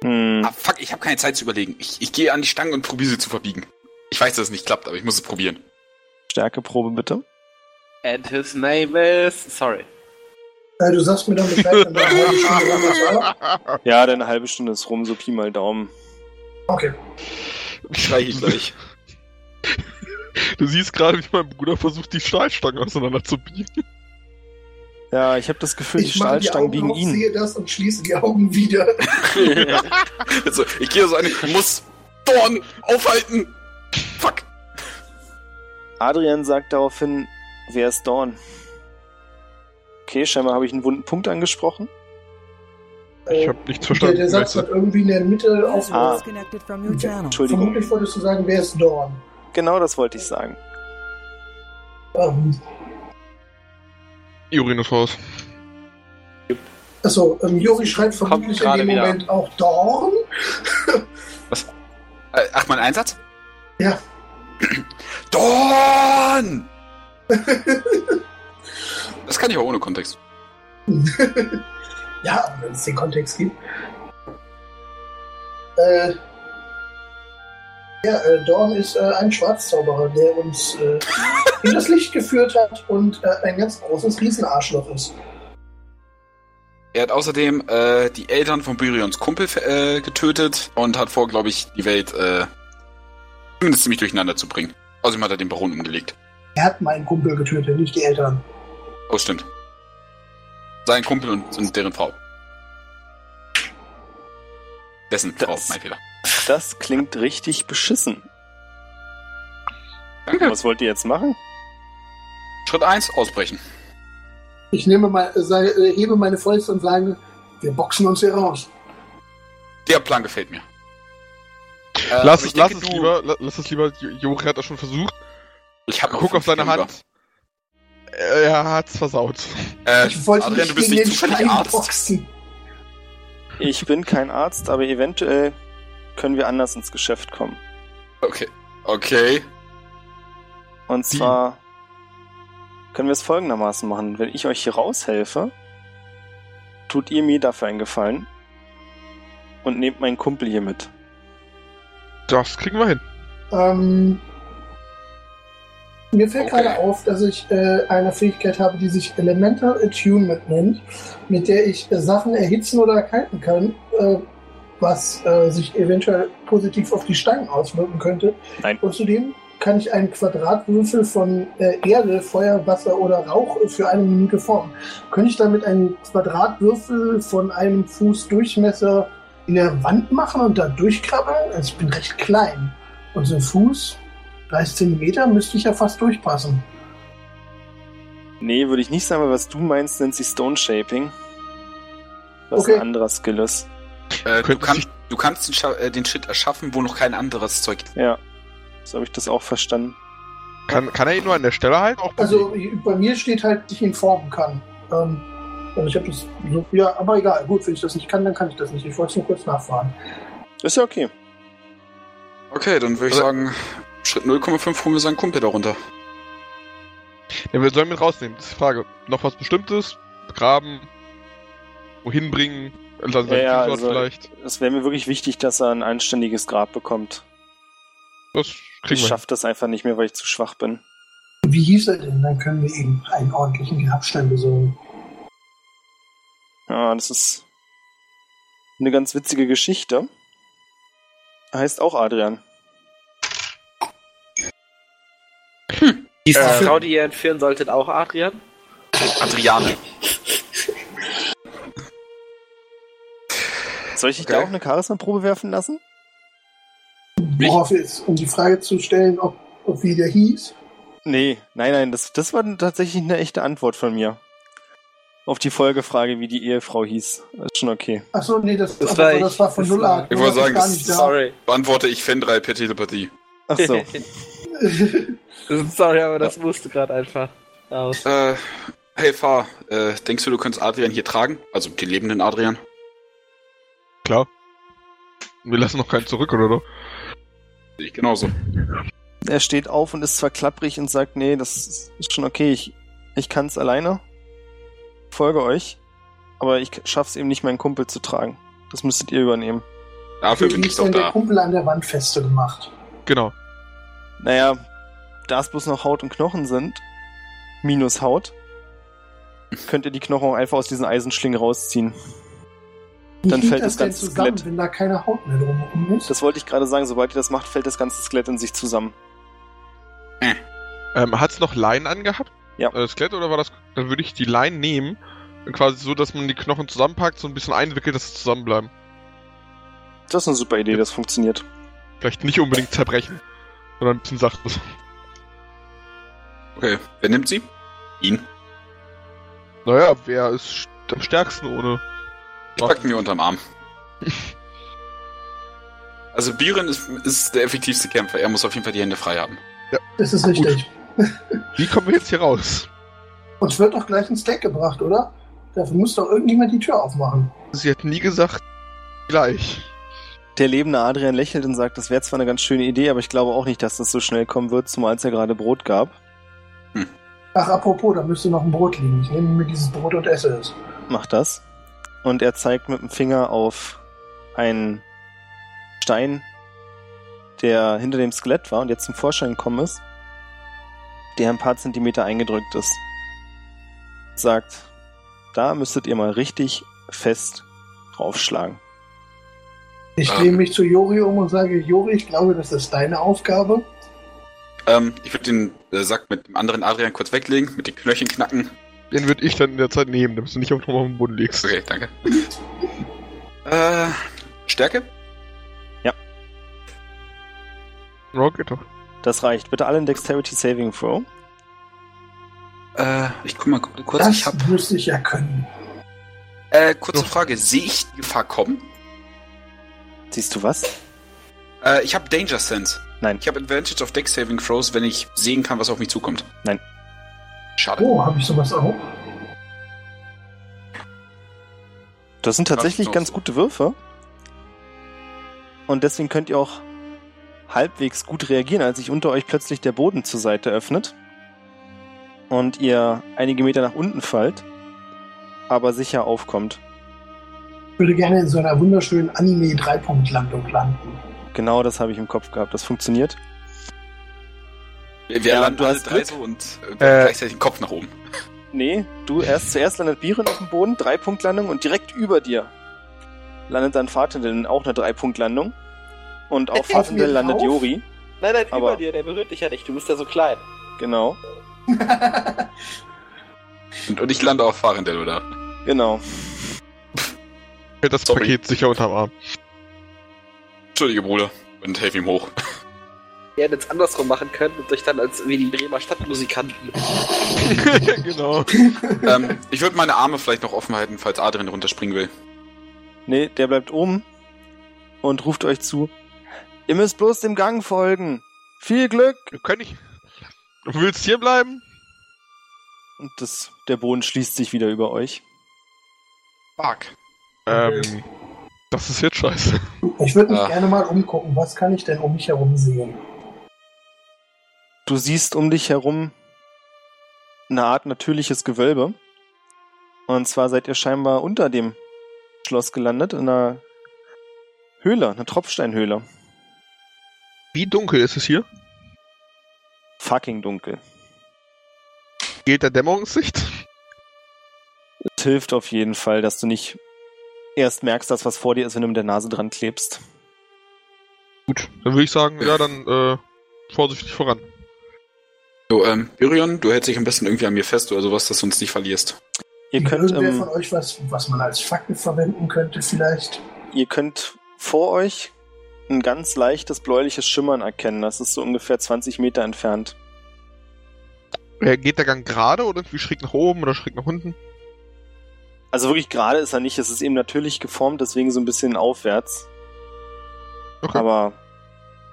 Hm. Mhm.
Ah, fuck, ich habe keine Zeit zu überlegen. Ich, ich gehe an die Stange und probiere sie zu verbiegen. Ich weiß, dass es nicht klappt, aber ich muss es probieren.
Stärkeprobe bitte.
And his name is. Sorry.
Äh, du sagst mir dann Bescheid, wenn du eine halbe Stunde lang was war.
Ja, deine halbe Stunde ist rum, so Pi mal Daumen.
Okay.
Schrei ich gleich.
Du siehst gerade, wie mein Bruder versucht, die Stahlstangen auseinanderzubiegen.
Ja, ich habe das Gefühl, die
Ich mache die
Stahlstangen
Augen
gegen
auf,
ihn.
sehe das und schließe die Augen wieder.
also, ich gehe so eine, muss Dorn aufhalten. Fuck.
Adrian sagt daraufhin, wer ist Dawn? Okay, scheinbar habe ich einen wunden Punkt angesprochen.
Ich
Äh,
habe nichts
der,
verstanden.
der Satz hat
weißt
irgendwie in der Mitte auf.
Ah.
disconnected from your channel.
Entschuldigung.
Vermutlich wolltest du sagen, wer ist Dorn?
Genau das wollte ich sagen.
Ähm,
du? Urinus raus.
achso, ähm, Juri schreibt
Kommt
vermutlich in
gerade
dem
wieder.
Moment auch Dorn.
Äh, ach, mein Einsatz?
Ja.
Dorn! das kann ich auch ohne Kontext.
Ja, wenn es den Kontext gibt. Äh, ja, äh, Dorn ist äh, ein Schwarzzauberer, der uns äh, in das Licht geführt hat und äh, ein ganz großes Riesenarschloch ist.
Er hat außerdem äh, die Eltern von Byrions Kumpel äh, getötet und hat vor, glaube ich, die Welt äh, zumindest ziemlich durcheinander zu bringen. Außerdem hat er den Baron umgelegt.
Er hat meinen Kumpel getötet, nicht die Eltern.
Oh, stimmt. Sein Kumpel und, und deren Frau. Dessen Frau,
Das-
mein Fehler.
Das klingt richtig beschissen.
Danke.
Was wollt ihr jetzt machen?
Schritt 1, ausbrechen.
Ich nehme mal, sei, äh, hebe meine Fäuste und sage, wir boxen uns hier raus.
Der Plan gefällt mir. Äh,
Lass,
aber ich
es, lass,
denke,
es
du-
lieber, la- lass es lieber. Jo- Jori hat das schon versucht.
Ich hab noch
Guck auf
fünf
seine
Minuten
Hand. Er hat's versaut.
über. Äh,
Ich wollte
Adrian, du
mich
bist
gegen
nicht
den
zufällig
Stein
Arzt.
boxen.
Ich bin kein Arzt, aber eventuell können wir anders ins Geschäft kommen.
Okay. Okay.
Und
Wie?
zwar können wir es folgendermaßen machen. Wenn ich euch hier raushelfe, tut ihr mir dafür einen Gefallen und nehmt meinen Kumpel hier mit.
Das kriegen wir hin.
Ähm, mir fällt
Okay.
gerade auf, dass ich äh, eine Fähigkeit habe, die sich Elemental Attunement nennt, mit der ich äh, Sachen erhitzen oder erkalten kann, äh, was äh, sich eventuell positiv auf die Stangen auswirken könnte.
Nein.
Und zudem kann ich einen Quadratwürfel von äh, Erde, Feuer, Wasser oder Rauch äh, für eine Minute formen. Könnte ich damit einen Quadratwürfel von einem Fuß Durchmesser in der Wand machen und da durchkrabbeln? Also ich bin recht klein. Und so ein Also Fuß, 13 Meter, müsste ich ja fast durchpassen.
Nee, würde ich nicht sagen, weil was du meinst, nennt sich Stone Shaping. Was
Okay.
ein anderer Skill ist.
Äh, du,
Könntest
kannst, du kannst den, Scha- äh, den Shit erschaffen, wo noch kein anderes Zeug.
Ja. So habe ich das auch verstanden.
Kann, kann er ihn nur an der Stelle halten? Auch
Also bei mir steht halt, dass ich ihn formen kann. Ähm, Also ich habe das so, ja, aber egal. Gut, wenn ich das nicht kann, dann kann ich das nicht. Ich wollte es nur kurz nachfahren.
Ist ja okay.
Okay, dann würde ich
Also-
sagen, Schritt 0,5 holen wir seinen Kumpel darunter.
Ja, wir sollen mit rausnehmen, das ist die Frage. Noch was Bestimmtes? Begraben? Wohin bringen? Also sein
Ja, ja,
Stichwort
also-
vielleicht.
Es wäre mir wirklich wichtig, dass er ein anständiges Grab bekommt.
Das kriegen
ich
wir. hin.
schaffe das einfach nicht mehr, weil ich zu schwach bin.
Wie hieß er denn? Dann können wir ihm einen ordentlichen Grabstein besorgen.
Ja, das ist eine ganz witzige Geschichte. Er heißt auch Adrian.
Hieß die
Ähm.
Frau, Äh, die ihr entführen solltet, auch Adrian?
Adriane.
Soll ich dich da
Okay.
auch eine Charisma-Probe werfen lassen?
Worauf jetzt, um die Frage zu stellen, ob, ob wie der hieß.
Nee, nein, nein, das, das war tatsächlich eine echte Antwort von mir. Auf die Folgefrage, wie die Ehefrau hieß. Ist schon okay.
Achso, nee, das,
Das
aber
war
das,
ich.
war von
Das war-
08.
Ich wollte sagen,
gar
das-
nicht da.
Sorry.
Beantworte ich Fendrei per Telepathie.
Ach so.
Sorry, aber das musste gerade einfach aus.
Äh, hey Fahr, äh, denkst du, du könntest Adrian hier tragen? Also den lebenden Adrian?
Klar. Wir lassen noch keinen zurück, oder doch?
Sehe Ich genauso.
Er steht auf und ist zwar klapprig und sagt, nee, das ist schon okay, ich, ich kann's alleine. Folge euch. Aber ich schaff's eben nicht, meinen Kumpel zu tragen. Das müsstet ihr übernehmen.
Dafür bin ich
ist
doch
denn der
da.
Kumpel an der Wand feste gemacht?
Genau.
Naja, da es bloß noch Haut und Knochen sind, minus Haut, könnt ihr die Knochen auch einfach aus diesen Eisenschlingen rausziehen.
Wie
Dann
hielt
fällt das
denn
ganze
zusammen,
Skelett.
wenn da keine Haut mehr drumherum ist.
Das wollte ich gerade sagen, sobald ihr das macht, fällt das ganze Skelett in sich zusammen.
Ähm, hat's noch Leinen angehabt?
Ja.
Äh, Skelett oder war das? Dann würde ich die Leinen nehmen. und Quasi so, dass man die Knochen zusammenpackt, so ein bisschen einwickelt, dass sie zusammenbleiben.
Das ist eine super Idee, das funktioniert.
Vielleicht nicht unbedingt zerbrechen, sondern ein bisschen sacht.
Okay, wer nimmt sie? Ihn.
Naja, wer ist st- am stärksten ohne?
Ich pack ihn mir unterm Arm. Also Biren ist, ist der effektivste Kämpfer. Er muss auf jeden Fall die Hände frei haben.
Das ist richtig.
Wie kommen wir jetzt hier raus?
Uns wird doch gleich ein Stack gebracht, oder? Dafür muss doch irgendjemand die Tür aufmachen.
Sie hat nie gesagt, gleich.
Der lebende Adrian lächelt und sagt, das wäre zwar eine ganz schöne Idee, aber ich glaube auch nicht, dass das so schnell kommen wird, zumal es ja gerade Brot gab.
Ach, apropos, da müsste noch ein Brot liegen. Ich nehme mir dieses Brot und esse es.
Mach das. Und er zeigt mit dem Finger auf einen Stein, der hinter dem Skelett war und jetzt zum Vorschein gekommen ist, der ein paar Zentimeter eingedrückt ist. Sagt, da müsstet ihr mal richtig fest draufschlagen.
Ich
Ah.
drehe mich zu Jori um und sage, Jori, ich glaube, das ist deine Aufgabe.
Ähm, ich würde den äh, Sack mit dem anderen Adrian kurz weglegen, mit den Knöcheln knacken.
Den würde ich dann in der Zeit nehmen, damit du nicht auch nochmal auf den Boden liegst.
Okay, danke. äh, Stärke?
Rocket doch.
Das reicht. Bitte alle einen Dexterity Saving Throw.
Äh, ich guck mal gu- kurz.
Das
Ich hab,
müsste ich ja können.
äh, kurze Frage. Sehe ich die Gefahr kommen?
Siehst du was?
Äh, ich habe Danger Sense.
Nein.
Ich habe Advantage of Deck Saving Throws, wenn ich sehen kann, was auf mich zukommt.
Nein.
Schade.
Oh, habe ich sowas auch?
Das sind tatsächlich
doch
ganz
so.
gute Würfe. Und deswegen könnt ihr auch halbwegs gut reagieren, als sich unter euch plötzlich der Boden zur Seite öffnet. Und ihr einige Meter nach unten fallt, aber sicher aufkommt.
Ich würde gerne in so einer wunderschönen Anime-Dreipunktlandung landen.
Genau das habe ich im Kopf gehabt. Das funktioniert.
Wir wir
Ja,
landen
du
alle
hast
drei
Glück.
so und äh,
Äh.
gleichzeitig den Kopf nach oben.
Nee, du erst zuerst landet Biren auf dem Boden, Dreipunktlandung und direkt über dir landet dann Fatendel auch eine Dreipunktlandung. Und auf
Auf mir
Fatendel landet
drauf?
Jori.
Nein, nein,
Aber-
über dir, der berührt dich ja nicht, du bist ja so klein.
Genau,
Und, und ich lande auf Farendel, oder?
genau.
Hält das
Sorry.
Paket sicher unterm Arm.
Entschuldige, Bruder. Und helfe ihm hoch.
Ihr hättet es andersrum machen können und euch dann als wie die Bremer Stadtmusikanten.
genau.
ähm, ich würde meine Arme vielleicht noch offen halten, falls Adrian runterspringen will.
Nee, der bleibt oben und ruft euch zu. Ihr müsst bloß dem Gang folgen. Viel Glück!
Wir können nicht. Du willst hier bleiben?
Und das, der Boden schließt sich wieder über euch.
Fuck. Ähm, das ist jetzt scheiße.
Ich würde mich
Ah.
gerne mal umgucken, was kann ich denn um mich herum sehen?
Du siehst um dich herum eine Art natürliches Gewölbe. Und zwar seid ihr scheinbar unter dem Schloss gelandet, in einer Höhle, einer Tropfsteinhöhle.
Wie dunkel ist es hier?
Fucking dunkel.
Geht der Dämmerungssicht?
Es hilft auf jeden Fall, dass du nicht erst merkst, dass was vor dir ist, wenn du mit der Nase dran klebst.
Gut, dann würde ich sagen, ja, dann äh, vorsichtig voran.
So, ähm, Birion, du hältst dich am besten irgendwie an mir fest oder sowas, dass du uns nicht verlierst.
Ihr könnt,
Irgendwer
ähm,
von euch was, was man als Fackel verwenden könnte vielleicht?
ihr könnt vor euch ein ganz leichtes bläuliches Schimmern erkennen. Das ist so ungefähr 20 Meter entfernt.
Äh, geht der Gang gerade oder irgendwie schräg nach oben oder schräg nach unten?
Also wirklich gerade ist er nicht. Es ist eben natürlich geformt, deswegen so ein bisschen aufwärts.
Okay.
Aber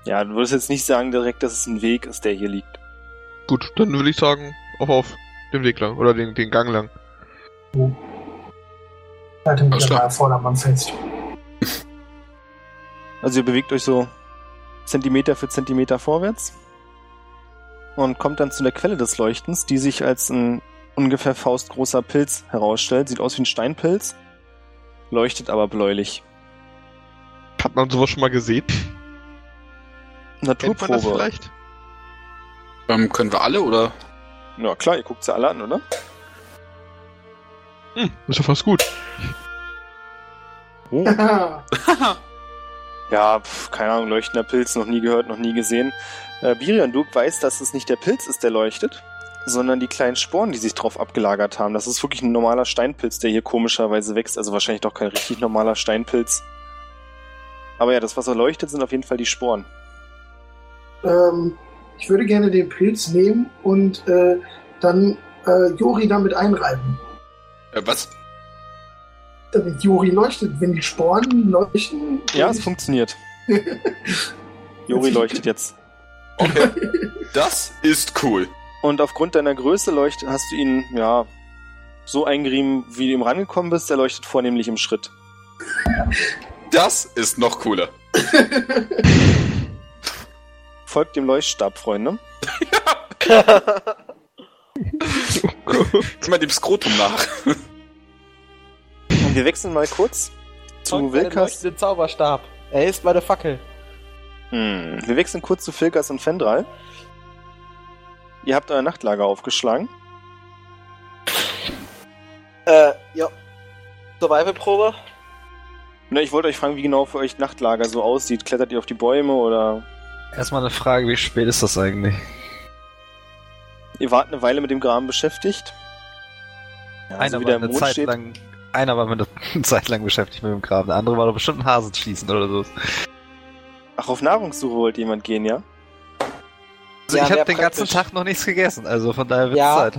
ja, du würdest jetzt nicht sagen direkt, dass es ein Weg ist, der hier liegt.
Gut, dann würde ich sagen, auf auf den Weg lang oder den, den Gang lang.
Halte mich
Alles
da
klar.
mal Vordermann fest.
Also ihr bewegt euch so Zentimeter für Zentimeter vorwärts und kommt dann zu der Quelle des Leuchtens, die sich als ein ungefähr faustgroßer Pilz herausstellt. Sieht aus wie ein Steinpilz, leuchtet aber bläulich.
Hat man sowas schon mal gesehen? Kennt man das
Naturprobe.
vielleicht?
Ähm, können wir alle oder?
Na klar, ihr guckt sie alle an, oder?
Hm, ist ja fast gut.
Haha.
Ja, pf, keine Ahnung, leuchtender Pilz, noch nie gehört, noch nie gesehen. Äh, Birion, du weißt, dass es nicht der Pilz ist, der leuchtet, sondern die kleinen Sporen, die sich drauf abgelagert haben. Das ist wirklich ein normaler Steinpilz, der hier komischerweise wächst. Also wahrscheinlich doch kein richtig normaler Steinpilz. Aber ja, das, was er leuchtet, sind auf jeden Fall die Sporen.
ähm, ich würde gerne den Pilz nehmen und äh, dann äh, Jori damit einreiben.
Äh, was?
Damit Jori leuchtet. Wenn die Sporen leuchten.
Ja, es funktioniert. Jori leuchtet jetzt.
Das ist cool.
Und aufgrund deiner Größe leuchtet, hast du ihn, ja, so eingerieben, wie du ihm rangekommen bist. Er leuchtet vornehmlich im Schritt.
Das ist noch cooler.
Folgt dem Leuchtstab, Freunde.
Immer dem Skrotum nach.
Und wir wechseln mal kurz zu
Folgt
Wilkas.
einem leuchtenden Zauberstab. Er ist meine Fackel.
Hm. Wir wechseln kurz zu Filkas und Fendral. Ihr habt euer Nachtlager aufgeschlagen.
Äh, ja. Survival-Probe?
Na, ich wollte euch fragen, wie genau für euch Nachtlager so aussieht. Klettert ihr auf die Bäume oder
Erstmal eine Frage, wie spät ist das eigentlich?
ihr wart eine Weile mit dem Graben beschäftigt? Ja,
Also
einer war eine Zeit lang. Einer war mit eine Zeit lang beschäftigt mit dem Graben, der andere war doch bestimmt ein Hasen schießen oder so.
Ach, auf Nahrungssuche wollte jemand gehen, ja?
Also
Ja,
ich
wär
habe den ganzen
praktisch.
Tag noch nichts gegessen, also von daher wird
Ja.
Zeit.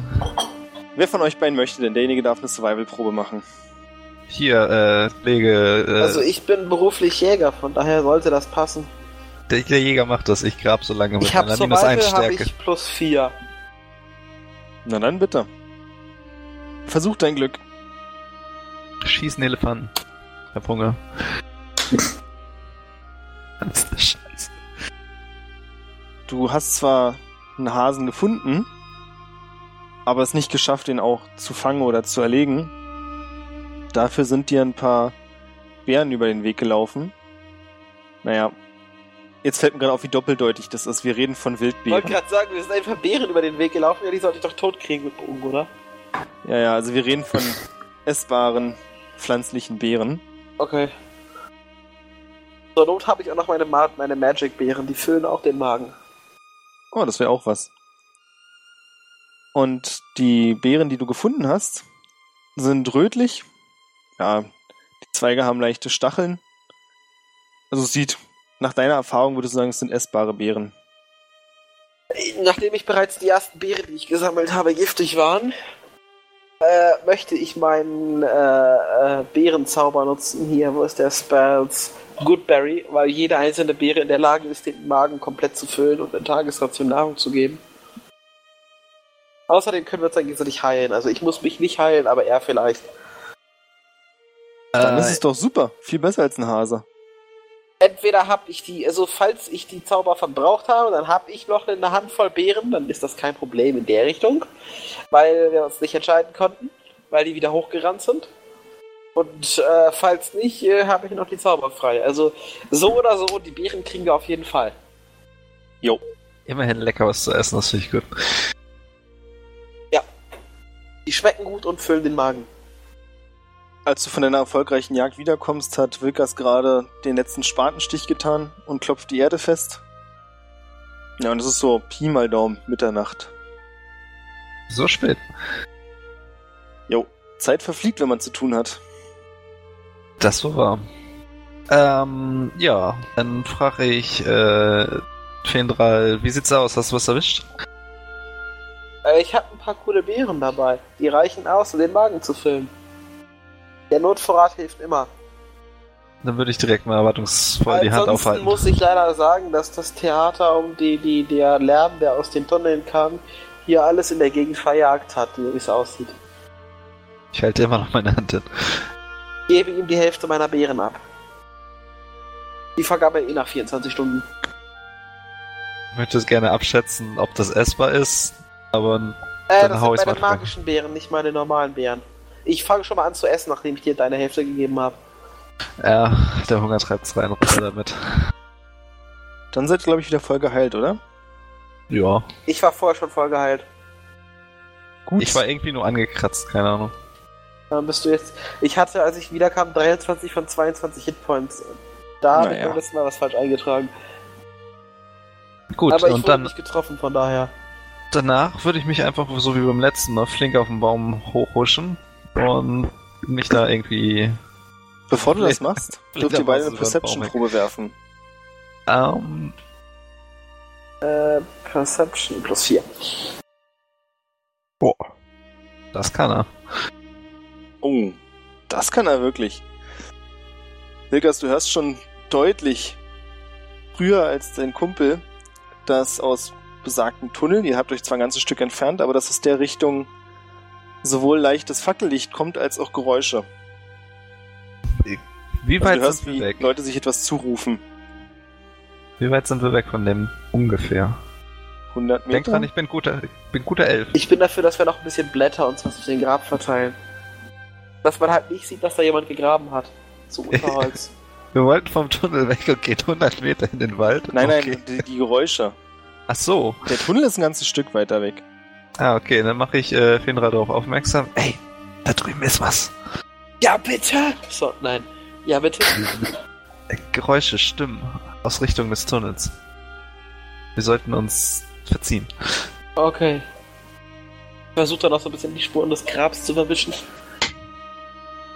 Wer von euch beiden möchte denn? Derjenige darf eine Survival-Probe machen.
Hier, äh, lege, äh,
Also ich bin beruflich Jäger, von daher sollte das passen.
der, der Jäger macht das, ich grab so lange mit
Ich habe
meiner minus 1
Survival hab
Stärke.
ich plus 4.
Na dann bitte. Versuch dein Glück.
Schießen Elefanten. Ich hab Hunger. das ist der Scheiß.
Du hast zwar einen Hasen gefunden, aber es nicht geschafft, ihn auch zu fangen oder zu erlegen. Dafür sind dir ein paar Bären über den Weg gelaufen. Naja, jetzt fällt mir gerade auf, wie doppeldeutig das ist. Wir reden von
Ich wollte
Wildbären.
gerade sagen, wir sind einfach Bären über den Weg gelaufen, ja, die sollte ich doch tot kriegen mit Bogen, oder?
Ja, ja, also wir reden von essbaren pflanzlichen Beeren.
Okay. Zur Not habe ich auch noch meine, Ma meine Magic-Bären, die füllen auch den Magen.
Oh, das wäre auch was. Und die Beeren, die du gefunden hast, sind rötlich. Ja, die Zweige haben leichte Stacheln. Also es sieht, nach deiner Erfahrung würdest du sagen, es sind essbare Beeren.
Nachdem ich bereits die ersten Beeren, die ich gesammelt habe, giftig waren, äh, möchte ich meinen äh, äh, Beerenzauber nutzen. Hier, wo ist der Spells? Goodberry, weil jede einzelne Beere in der Lage ist, den Magen komplett zu füllen und eine Tagesration Nahrung zu geben. Außerdem können wir uns dann gegenseitig heilen. Also ich muss mich nicht heilen, aber er vielleicht.
Dann
Äh,
ist es doch super. Viel besser als ein Hase.
Entweder habe ich die, also falls ich die Zauber verbraucht habe, dann habe ich noch eine Handvoll Beeren, dann ist das kein Problem in der Richtung, weil wir uns nicht entscheiden konnten, weil die wieder hochgerannt sind. Und äh, falls nicht, äh, habe ich noch die Zauber frei. Also so oder so, die Beeren kriegen wir auf jeden Fall.
Immerhin lecker was zu essen, das finde ich gut.
Die schmecken gut und füllen den Magen.
Als du von deiner erfolgreichen Jagd wiederkommst, hat Wilkas gerade den letzten Spatenstich getan und klopft die Erde fest. Ja, und es ist so Pi mal Daumen, Mitternacht.
So spät.
Jo, Zeit verfliegt, wenn man zu tun hat.
Das war wahr. Ähm, ja, dann frage ich, äh, Fendral, wie sieht's aus? Hast du was erwischt?
Äh, ich habe ein paar coole Beeren dabei. Die reichen aus, um den Magen zu füllen. Der Notvorrat hilft immer.
Dann würde ich direkt mal erwartungsvoll die Hand
Ansonsten
aufhalten.
muss ich leider sagen, dass das Theater um die, die, der Lärm, der aus den Tunneln kam, hier alles in der Gegend verjagt hat, wie es aussieht.
Ich halte immer noch meine Hand hin.
Ich gebe ihm die Hälfte meiner Beeren ab. Die Vergabe eh nach 24 Stunden.
Ich möchte es gerne abschätzen, ob das essbar ist, aber
Äh,
Dann
das
hau
sind
ich's
meine
mal dran.
magischen Beeren, nicht meine normalen Beeren. Ich fange schon mal an zu essen, nachdem ich dir deine Hälfte gegeben habe.
ja, der Hunger treibt's rein runter damit.
Dann seid ihr, glaube ich, wieder voll geheilt, oder?
Ja.
Ich war vorher schon voll geheilt.
Gut.
Ich war irgendwie nur angekratzt, keine Ahnung.
Dann bist du jetzt. Ich hatte, als ich wiederkam, 23 von 22 Hitpoints. Da habe ich
Naja.
beim letzten Mal was falsch eingetragen.
Gut,
Aber ich
und
wurde
dann
nicht getroffen, von daher.
danach würde ich mich einfach so wie beim letzten Mal flink auf den Baum hochhuschen und mich da irgendwie.
Bevor du das machst, dürft ihr beide
Blittermaus
eine
über den Baum
Perception-Probe werfen.
Ähm,
Äh, Perception plus 4.
Boah.
das kann er.
Oh, das kann er wirklich. Wilkas, du hörst schon deutlich früher als dein Kumpel, dass aus besagten Tunneln, ihr habt euch zwar ein ganzes Stück entfernt, aber dass aus der Richtung sowohl leichtes Fackellicht kommt, als auch Geräusche.
Wie
Also du
weit
hörst,
sind wir
wie
weg?
Leute sich etwas zurufen.
Wie weit sind wir weg von dem ungefähr?
100
Denk dran,
Meter?
ich bin guter, ich bin guter Elf.
Ich bin dafür, dass wir noch ein bisschen Blätter und was auf den Grab verteilen. Dass man halt nicht sieht, dass da jemand gegraben hat. So Unterholz.
Wir wollten vom Tunnel weg und gehen 100 Meter in den Wald.
Nein, nein,
Okay.
die, die Geräusche.
Ach so.
Der Tunnel ist ein ganzes Stück weiter weg.
Ah, okay, dann mache ich äh, Finra darauf aufmerksam. Ey, da drüben ist was.
ja, bitte! So, nein. Ja, bitte.
Äh, Geräusche, Stimmen aus Richtung des Tunnels. Wir sollten uns verziehen.
Okay. Versucht dann auch so ein bisschen die Spuren des Grabs zu verwischen.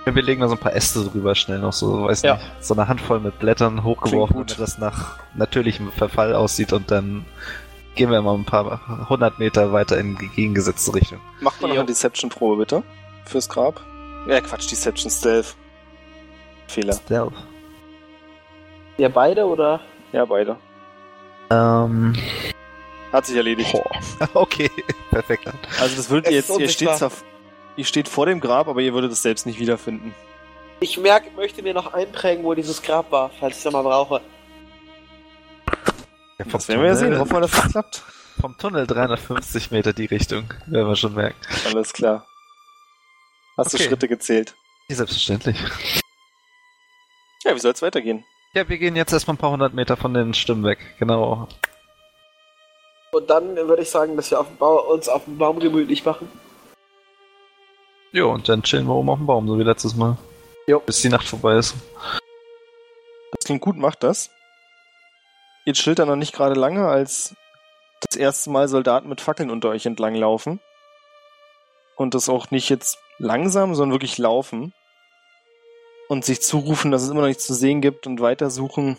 Wir legen da so ein paar Äste drüber schnell noch so, weiß
Ja.
nicht, so eine Handvoll mit Blättern hochgeworfen,
Klingt gut.
damit das nach natürlichem Verfall aussieht und dann gehen wir mal ein paar hundert Meter weiter in die gegengesetzte Richtung.
Macht mal noch
Jo.
eine Deception-Probe, bitte. Fürs Grab. Ja, Quatsch, Deception Stealth. Fehler.
Stealth.
Ihr beide oder?
Ja, beide.
Ähm,
Hat sich erledigt.
okay, perfekt.
Also das würdet
Es
ihr
ist
jetzt, ihr steht,
unsichtbar.
zwar, ihr steht vor dem Grab, aber ihr würdet es selbst nicht wiederfinden.
Ich merke, möchte mir noch einprägen, wo dieses Grab war, falls ich es nochmal brauche.
Ja, vom
Das werden wir ja sehen.
Tunnel-
Hoffen wir, dass das klappt.
Vom Tunnel 350 Meter die Richtung, werden wir schon merken.
Alles klar. Hast du
Okay.
Schritte gezählt?
Ja, Selbstverständlich.
Ja, wie soll es weitergehen?
Ja, wir gehen jetzt erstmal ein paar hundert Meter von den Stimmen weg. Genau.
Und dann würde ich sagen, dass wir auf dem Bau, uns auf dem Baum gemütlich machen.
Jo, und dann chillen wir oben auf dem Baum, so wie letztes Mal.
Jo.
Bis die Nacht vorbei ist.
Das klingt gut, macht das. Ihr chillt da noch nicht gerade lange, als das erste Mal Soldaten mit Fackeln unter euch entlanglaufen. Und das auch nicht jetzt langsam, sondern wirklich laufen. Und sich zurufen, dass es immer noch nichts zu sehen gibt und weitersuchen.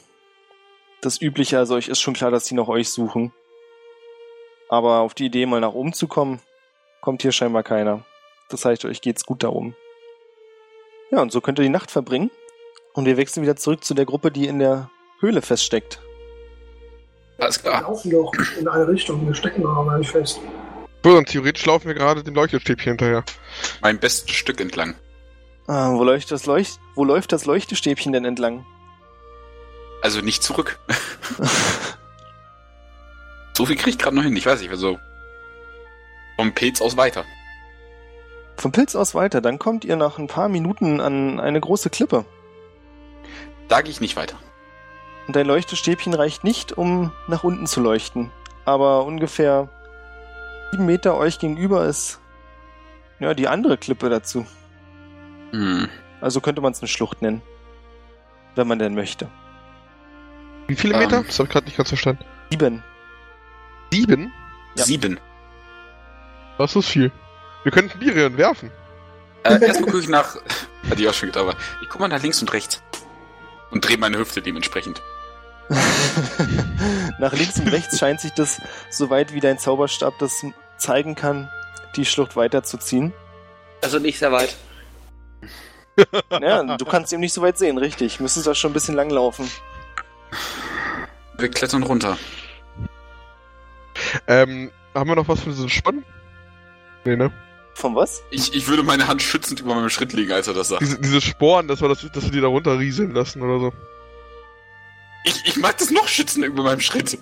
Das Übliche, also euch ist schon klar, dass die nach euch suchen. Aber auf die Idee, mal nach oben zu kommen, kommt hier scheinbar keiner. Das heißt, euch geht's gut da oben. Ja, und so könnt ihr die Nacht verbringen. Und wir wechseln wieder zurück zu der Gruppe, die in der Höhle feststeckt.
Alles
Wir
klar.
laufen doch in eine Richtung, wir stecken doch noch gar nicht fest.
So, dann theoretisch laufen wir gerade dem Leuchtstäbchen hinterher.
Mein bestes Stück entlang.
Ah, wo, läuft das Leucht wo läuft das Leuchtestäbchen denn entlang?
Also nicht zurück. so viel krieg ich gerade noch hin, ich weiß nicht, also. Vom Pilz aus weiter.
Vom Pilz aus weiter, dann kommt ihr nach ein paar Minuten an eine große Klippe.
Da gehe ich nicht weiter.
Und dein Leuchtestäbchen reicht nicht, um nach unten zu leuchten. Aber ungefähr sieben Meter euch gegenüber ist ja die andere Klippe dazu.
Hm.
Also könnte man es eine Schlucht nennen. Wenn man denn möchte.
Wie viele
Ähm.
Meter? Das habe ich gerade nicht ganz verstanden.
Sieben.
Sieben?
Ja.
Sieben.
Das ist viel. Wir könnten Birion werfen.
Äh, erstmal gucke ich nach. Hatte ich auch schon gedacht, aber ich gucke mal nach links und rechts. Und drehe meine Hüfte dementsprechend.
Nach links und rechts scheint sich das, soweit wie dein Zauberstab das zeigen kann, die Schlucht weiterzuziehen.
Also nicht sehr weit.
Ja, du kannst eben nicht so weit sehen, richtig. Müsstest da schon ein bisschen lang laufen.
Wir klettern runter.
Ähm, haben wir noch was für diesen Spann? Nee, ne?
Von was?
Ich, ich würde meine Hand schützend über meinem Schritt legen, als er das sagt.
Diese, diese Sporen, dass wir, das, dass wir die da runter rieseln lassen oder so.
Ich, ich mag das noch schützend über meinem Schritt.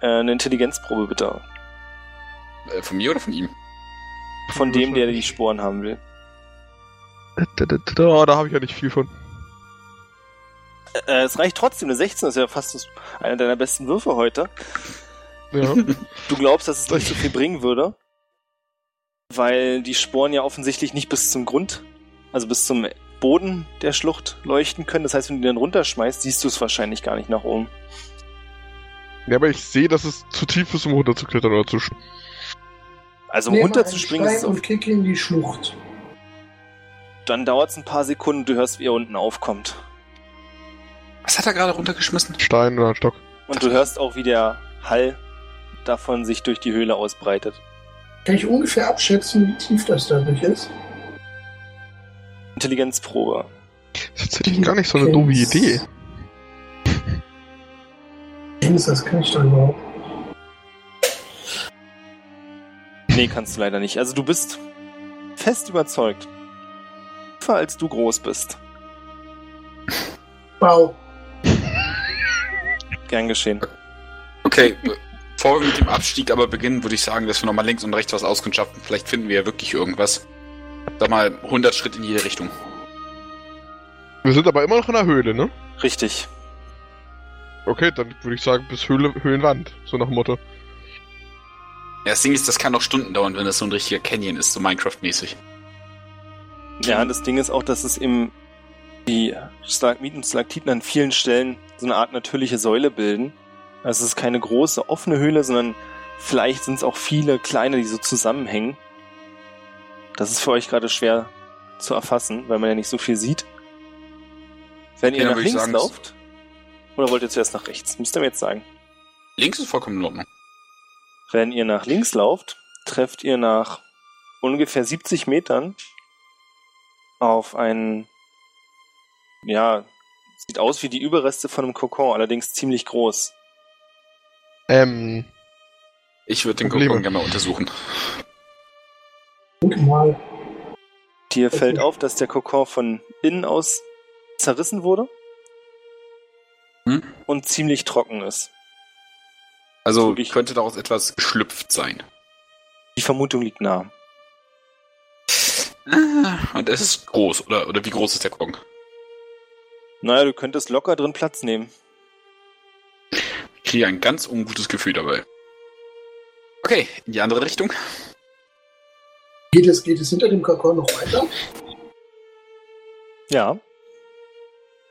Äh, eine Intelligenzprobe bitte.
Äh, von mir oder von ihm?
Von dem, der die Sporen haben will.
Da, da, da, da, da habe ich ja nicht viel von.
Äh, es reicht trotzdem, eine 16 ist ja fast das- einer deiner besten Würfe heute.
Ja.
Du glaubst, dass es nicht so viel bringen würde, weil die Sporen ja offensichtlich nicht bis zum Grund, also bis zum Boden der Schlucht leuchten können. Das heißt, wenn du die dann runterschmeißt, siehst du es wahrscheinlich gar nicht nach oben.
ja, aber ich sehe, dass es zu tief ist, um runterzuklettern oder zu sch-
Also um
Nehme
runterzuspringen,
einen
ist es
Stein
auf,
und kick in die Schlucht.
dann dauert es ein paar Sekunden, du hörst, wie er unten aufkommt.
Was hat er gerade runtergeschmissen?
Stein oder einen Stock.
Und du hörst auch, wie der Hall davon sich durch die Höhle ausbreitet.
Kann ich ungefähr abschätzen, wie tief das dadurch ist?
Intelligenzprobe.
Das ist tatsächlich gar nicht so eine doofe
Kennst-
Idee.
Kennst, das kann ich doch überhaupt.
Nee, kannst du leider nicht. Also du bist fest überzeugt. Tiefer als du groß bist.
Wow.
Gern geschehen.
Okay, be- bevor wir mit dem Abstieg aber beginnen, würde ich sagen, dass wir nochmal links und rechts was auskundschaften. Vielleicht finden wir ja wirklich irgendwas. Sag mal, 100 Schritt in jede Richtung.
Wir sind aber immer noch in der Höhle, ne?
Richtig.
Okay, dann würde ich sagen, bis Höhle, Höhlenwand. So nach dem Motto.
Ja, das Ding ist, das kann auch Stunden dauern, wenn das so ein richtiger Canyon ist, so Minecraft-mäßig.
Ja, das Ding ist auch, dass es im die Stalagmiten und Stalaktiten an vielen Stellen so eine Art natürliche Säule bilden. Also es ist keine große offene Höhle, sondern vielleicht sind es auch viele kleine, die so zusammenhängen. Das ist für euch gerade schwer zu erfassen, weil man ja nicht so viel sieht. Wenn ihr
Ja,
nach
würde ich
links
sagen, es-
lauft, oder wollt ihr zuerst nach rechts? Müsst ihr mir jetzt sagen.
Links ist vollkommen in Ordnung.
Wenn ihr nach links lauft, trefft ihr nach ungefähr 70 Metern auf einen, ja, sieht aus wie die Überreste von einem Kokon, allerdings ziemlich groß.
Ähm,
Ich würde den
Probleme.
Kokon gerne mal untersuchen.
Gut mal.
Dir fällt auf, dass der Kokon von innen aus zerrissen wurde
Hm?
und ziemlich trocken ist.
Also
Wirklich.
könnte daraus etwas geschlüpft sein.
Die Vermutung liegt nah.
Und es ist groß, oder, oder wie groß ist der Kokon?
Naja, du könntest locker drin Platz nehmen.
Ich kriege ein ganz ungutes Gefühl dabei. Okay, in die andere Richtung.
Geht es, geht es hinter dem Kakao noch weiter?
Ja.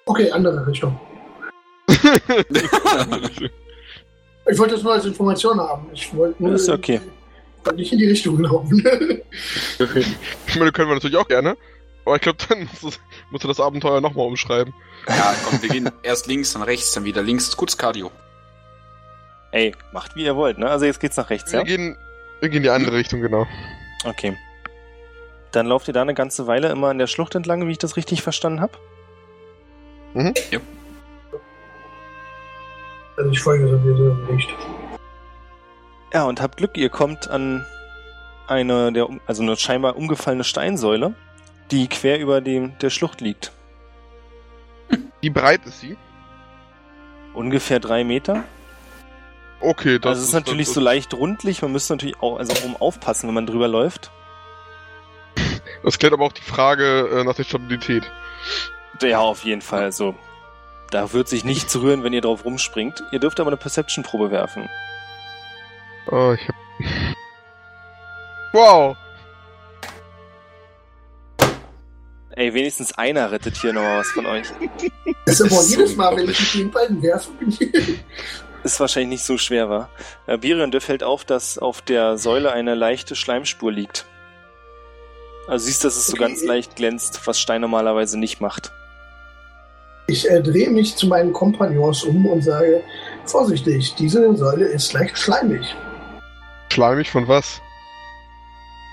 Okay, andere Richtung. Ich wollte das nur als Information haben. Ich wollte nur
Ist okay.
Ich wollte nicht in die Richtung laufen.
ich meine, können wir natürlich auch gerne. Aber ich glaube, dann musst du, musst du das Abenteuer nochmal umschreiben.
Ja, komm, wir gehen erst links, dann rechts, dann wieder links. Ist gutes Cardio.
Ey, macht wie ihr wollt, ne? Also jetzt geht's nach rechts,
Wir
ja?
gehen, wir gehen die andere Richtung, genau.
Okay. Dann lauft ihr da eine ganze Weile immer an der Schlucht entlang, wie ich das richtig verstanden habe.
Also ich folge sowieso nicht.
Ja, und habt Glück, ihr kommt an eine der, um- also eine scheinbar umgefallene Steinsäule die quer über dem, der Schlucht liegt.
Wie breit ist sie?
Ungefähr drei Meter.
Okay, das
also es ist natürlich so leicht rundlich, man müsste natürlich auch also oben aufpassen, wenn man drüber läuft.
Das klärt aber auch die Frage äh, nach der Stabilität.
Ja, auf jeden Fall. Also, da wird sich nichts rühren, wenn ihr drauf rumspringt. Ihr dürft aber eine Perception-Probe werfen.
Oh, ich hab... Wow!
Ey, wenigstens einer rettet hier nochmal was von euch.
Das ist aber jedes Mal, wenn ich mit den beiden werfe, bin ich.
Ist wahrscheinlich nicht so schwer, war. Äh, Birion, dir fällt auf, dass auf der Säule eine leichte Schleimspur liegt. Also siehst, dass es so
Okay.
ganz leicht glänzt, was Stein normalerweise nicht macht.
Ich äh, drehe mich zu meinen Kompagnons um und sage: Vorsichtig, diese Säule ist leicht schleimig.
Schleimig von was?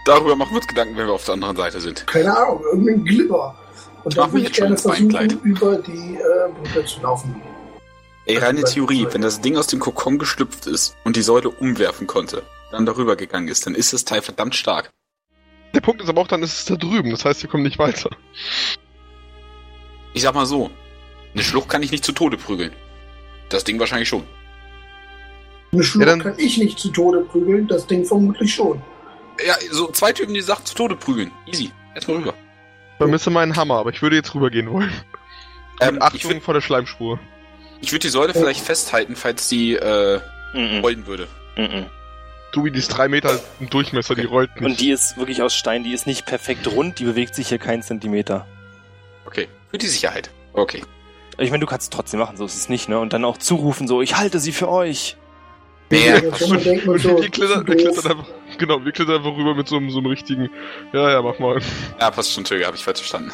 Darüber machen wir uns Gedanken, wenn wir auf der anderen Seite sind.
Keine Ahnung, irgendein Glibber. Und
Mach
dann
mir
würde ich
jetzt schon
gerne
ein
versuchen,
Beinkleid.
über die äh, Brücke zu laufen.
Ey, reine Theorie, wenn das Ding aus dem Kokon geschlüpft ist und die Säule umwerfen konnte, dann darüber gegangen ist, dann ist das Teil verdammt stark.
Der Punkt ist aber auch, dann ist es da drüben. Das heißt, wir kommen nicht weiter.
Ich sag mal so, eine Schlucht kann ich nicht zu Tode prügeln. Das Ding wahrscheinlich schon.
Eine Schlucht
Ja, dann-
kann ich nicht zu Tode prügeln, das Ding vermutlich schon.
Ja, so zwei Typen, die Sachen zu Tode prügeln. Easy. Erstmal rüber.
Ich vermisse meinen Hammer, aber ich würde jetzt rübergehen wollen.
Ähm,
Mit
ich
Achtung
würde
vor der Schleimspur.
ich würd die Säule vielleicht festhalten, falls die äh,
Mhm.
rollen würde.
Mhm.
Du wie die ist drei Meter im Durchmesser, die rollt nicht.
Und die ist wirklich aus Stein, die ist nicht perfekt rund, die bewegt sich hier keinen Zentimeter.
Okay. Für die Sicherheit. Okay.
Ich meine, du kannst es trotzdem machen, so ist es nicht, ne? Und dann auch zurufen, so, ich halte sie für euch.
Ja,
Da kann Also, man denken,
Und
so,
wir klettern, wir
doof.
klettern einfach, genau, wir klettern einfach rüber mit so einem, so einem richtigen, ja, ja, mach mal.
Ja, passt schon, Töger, habe ich falsch verstanden.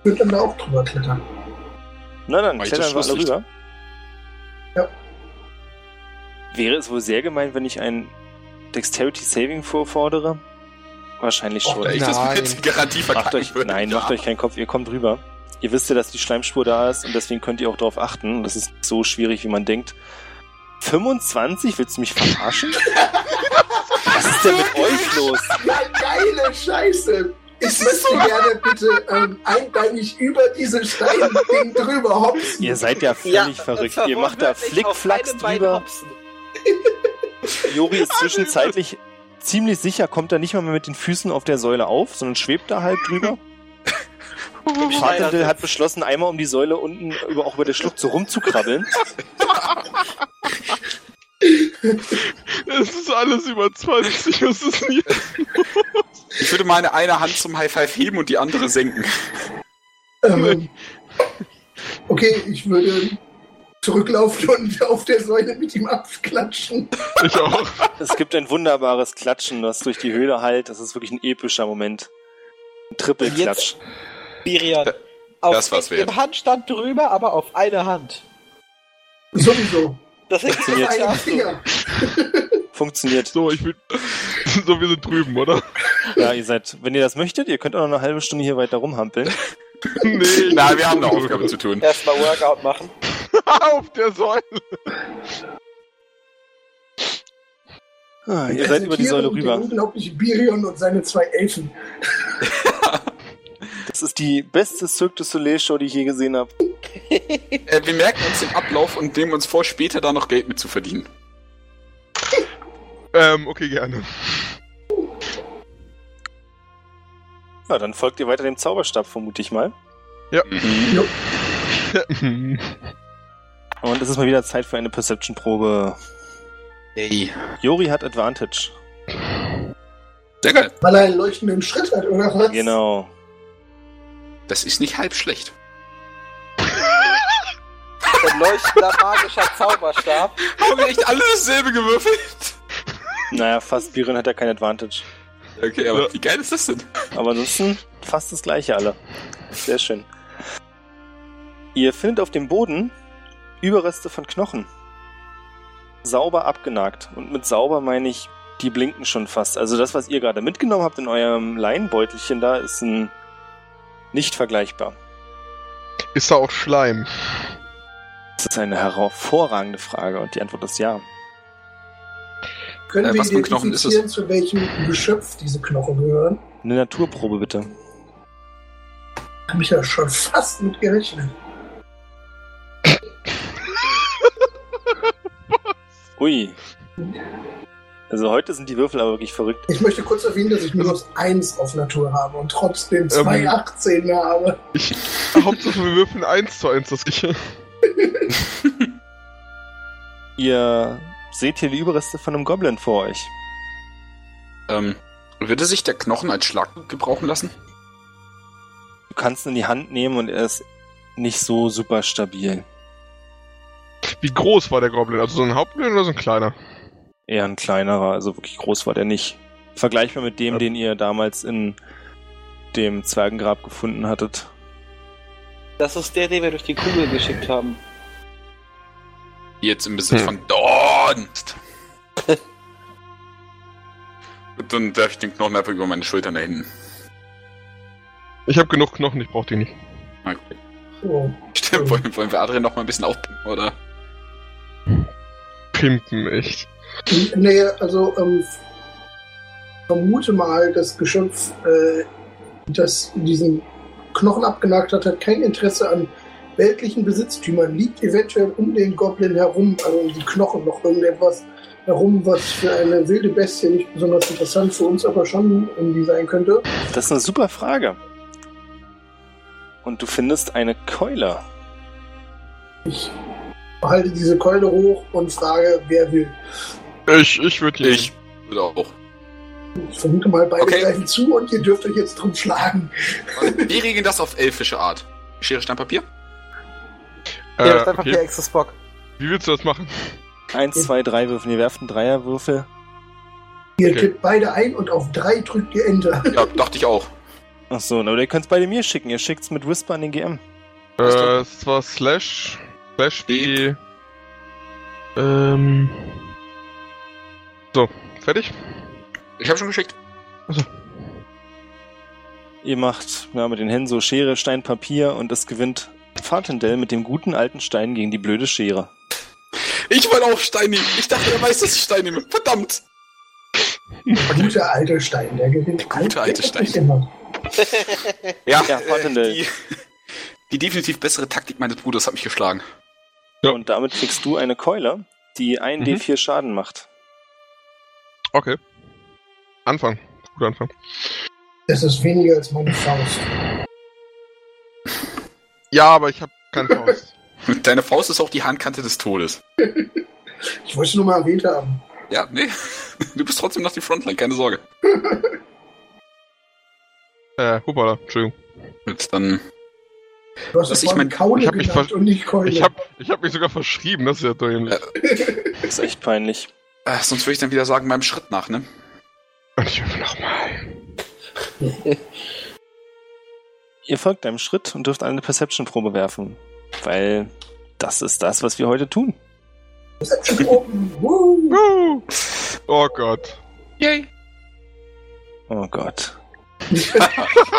Ich würde dann da auch drüber klettern.
Na dann,
Mach ich
klettern
das
wir alle
Schlusslicht?
rüber.
Ja.
Wäre es wohl sehr gemein, wenn ich ein Dexterity Saving vorfordere? Wahrscheinlich
Oh,
schon.
da ich das
Nein.
mit jetzt Garantie
macht
verkacken
euch,
würde.
nein,
ja.
macht euch keinen Kopf, ihr kommt rüber. Ihr wisst ja, dass die Schleimspur da ist und deswegen könnt ihr auch darauf achten. Das ist nicht so schwierig, wie man denkt. 25? Willst du mich verarschen? Was ist denn mit euch los?
Ja, geile Scheiße. Ich müsste gerne bitte ähm, einbeinig über diese Steinding drüber hopsen.
Ihr seid ja völlig verrückt. Ihr macht da Flickflacks drüber. Jori ist zwischenzeitlich ziemlich sicher, kommt da nicht mal mehr mit den Füßen auf der Säule auf, sondern schwebt da halb drüber. Partendil hat beschlossen, einmal um die Säule unten über, auch über der Schlucht so rumzukrabbeln.
Es ist alles über 20, was ist denn hier?
Ich würde meine eine Hand zum High Five heben und die andere senken.
Ähm, okay, ich würde zurücklaufen und auf der Säule mit ihm abklatschen.
Ich auch.
Es gibt ein wunderbares Klatschen, das durch die Höhle halt. Das ist wirklich ein epischer Moment. Ein Triple-Klatsch.
Birion.
Das
Auf
war's wert.
Im Handstand drüber, aber auf eine Hand.
Sowieso.
Das hängt
Jetzt.
ja
Einen
ab.
Finger.
Funktioniert.
So, ich will, so, wir sind drüben, oder?
Ja, ihr seid, wenn ihr das möchtet, ihr könnt auch noch eine halbe Stunde hier weiter rumhampeln.
Nee.
Na, wir haben eine Aufgabe zu tun.
Erstmal Workout machen.
Auf der Säule.
Ah, ihr seid über die Säule rüber.
Präsentieren Den unglaublichen Birion und seine zwei Elfen.
Das ist die beste Cirque du Soleil Show, die ich je gesehen habe.
Äh, wir merken uns den Ablauf und nehmen uns vor, später da noch Geld mit zu verdienen.
Ähm, okay, gerne.
Ja, dann folgt ihr weiter dem Zauberstab, vermute ich mal. Und es ist mal wieder Zeit für eine Perception-Probe.
Ey.
Jori hat Advantage.
Sehr geil.
Weil er einen leuchtenden Schritt hat, oder was?
Genau.
Das ist nicht halb schlecht.
Ein leuchtender magischer Zauberstab.
Haben wir echt alle dasselbe gewürfelt?
Naja, fast Birin hat ja kein Advantage.
Okay, aber
Ja.
wie geil ist das denn?
Aber ansonsten fast das gleiche alle. Sehr schön. Ihr findet auf dem Boden Überreste von Knochen. Sauber abgenagt. Und mit sauber meine ich, die blinken schon fast. Also das, was ihr gerade mitgenommen habt in eurem Leinbeutelchen da, ist ein nicht vergleichbar.
Ist da auch Schleim?
Das ist eine hervorragende Frage und die Antwort ist ja.
Können
Äh,
wir
was für ein Knochen ist es?
identifizieren, zu welchem Geschöpf diese Knochen gehören?
Eine Naturprobe bitte.
Hab ich ja schon fast mit gerechnet.
Ui. Also heute sind die Würfel aber wirklich verrückt.
Ich möchte kurz erwähnen, dass ich minus 1 auf Natur habe und trotzdem zwei
Ähm.
18er habe.
Hauptsache, wir würfeln 1 zu 1 das Gleiche.
Ihr seht hier die Überreste von einem Goblin vor euch.
Ähm, würde sich der Knochen als Schlag gebrauchen lassen?
Du kannst ihn in die Hand nehmen und er ist nicht so super stabil.
Wie groß war der Goblin? Also so ein Hauptgoblin oder so ein kleiner?
Eher ein kleinerer, also wirklich groß war der nicht. Vergleichbar mit dem,
Ja.
den ihr damals in dem Zwergengrab gefunden hattet.
Das ist der, den wir durch die Kugel geschickt haben.
Die jetzt im Besitz
Hm.
von Dorn ist. Und dann darf ich den Knochen einfach über meine Schultern da hinten.
Ich habe genug Knochen, ich brauche die nicht.
Na gut.
So.
Stimmt, wollen, wollen wir Adrian noch mal ein bisschen aufpimpen, oder?
Pimpen, echt.
Nee, also ähm, vermute mal, das Geschöpf, äh, das diesen Knochen abgenagt hat, hat kein Interesse an weltlichen Besitztümern, liegt eventuell um den Goblin herum, also um die Knochen noch irgendetwas herum, was für eine wilde Bestie nicht besonders interessant für uns, aber schon irgendwie sein könnte.
Das ist eine super Frage. Und du findest eine Keule.
Ich halte diese Keule hoch und frage, wer will.
Ich, ich würde die
Ich. Oder auch.
Ich vermute mal, beide
Okay.
greifen zu und ihr dürft euch jetzt drum schlagen.
Wir regeln das auf elfische Art. Schere, Stein, Papier?
nehmen.
der
Äh,
ist einfach
okay.
der extra Spock.
Wie willst du das machen?
Eins, zwei, drei Würfel. Ihr werft einen Dreierwürfel.
Ihr
Okay.
tippt beide ein und auf drei drückt ihr Enter.
Ja, dachte ich auch.
Ach so, aber ihr könnt es beide mir schicken. Ihr schickt es mit Whisper an den GM.
Äh, es war Slash. Slash wie. Ähm. So, fertig? Also,
Ich habe schon geschickt.
Achso.
Ihr macht ja, mit den Händen so Schere, Stein, Papier und es gewinnt Fartendell mit dem guten alten Stein gegen die blöde Schere.
Ich wollte auch Stein nehmen. Ich dachte, er weiß, dass ich Stein nehme. Verdammt.
Guter alter Stein, der gewinnt.
Guter alte
Der gewinnt
Stein.
Immer.
Ja, Fartendell.
die, die definitiv bessere Taktik meines Bruders hat mich geschlagen.
Ja.
Und damit kriegst du eine Keule, die 1d4 Schaden macht.
Okay. Anfang. Guter Anfang.
Das ist weniger als meine Faust.
Ja, aber ich habe keine Faust.
Deine Faust ist auch die Handkante des Todes.
Ich wollte es nur mal erwähnt haben.
Ja, nee. Du bist trotzdem noch die Frontline, keine Sorge.
äh, hoppala, Entschuldigung.
Jetzt dann.
Du hast
Das
es
ich mein-
vorhin Kaule
ich hab mich
genannt
ver-
und nicht Keule.
Ich hab, ich hab mich sogar verschrieben, das ist ja dämlich.
Ist echt peinlich.
Äh, sonst würde ich dann wieder sagen, meinem Schritt nach, ne?
Und ich will nochmal.
Ihr folgt einem Schritt und dürft eine Perception-Probe werfen. Weil das ist das, was wir heute tun.
Oben. Woo.
Woo! Oh Gott.
Yay.
Oh Gott.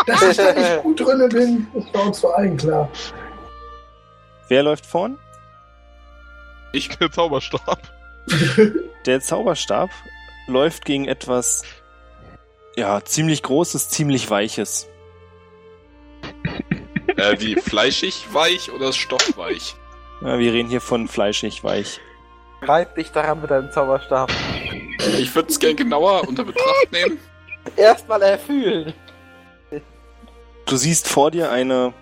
Dass ich da nicht gut drinne bin, ist bei uns vor allen klar.
Wer läuft vorn?
Ich der Zauberstab.
Der Zauberstab läuft gegen etwas, ja, ziemlich Großes, ziemlich Weiches.
Äh, wie fleischig, weich oder stoffweich?
Ja, wir reden hier von fleischig weich.
Reib dich daran mit deinem Zauberstab.
Ich würde es gern genauer unter Betracht nehmen.
Erstmal erfühlen.
Du siehst vor dir eine,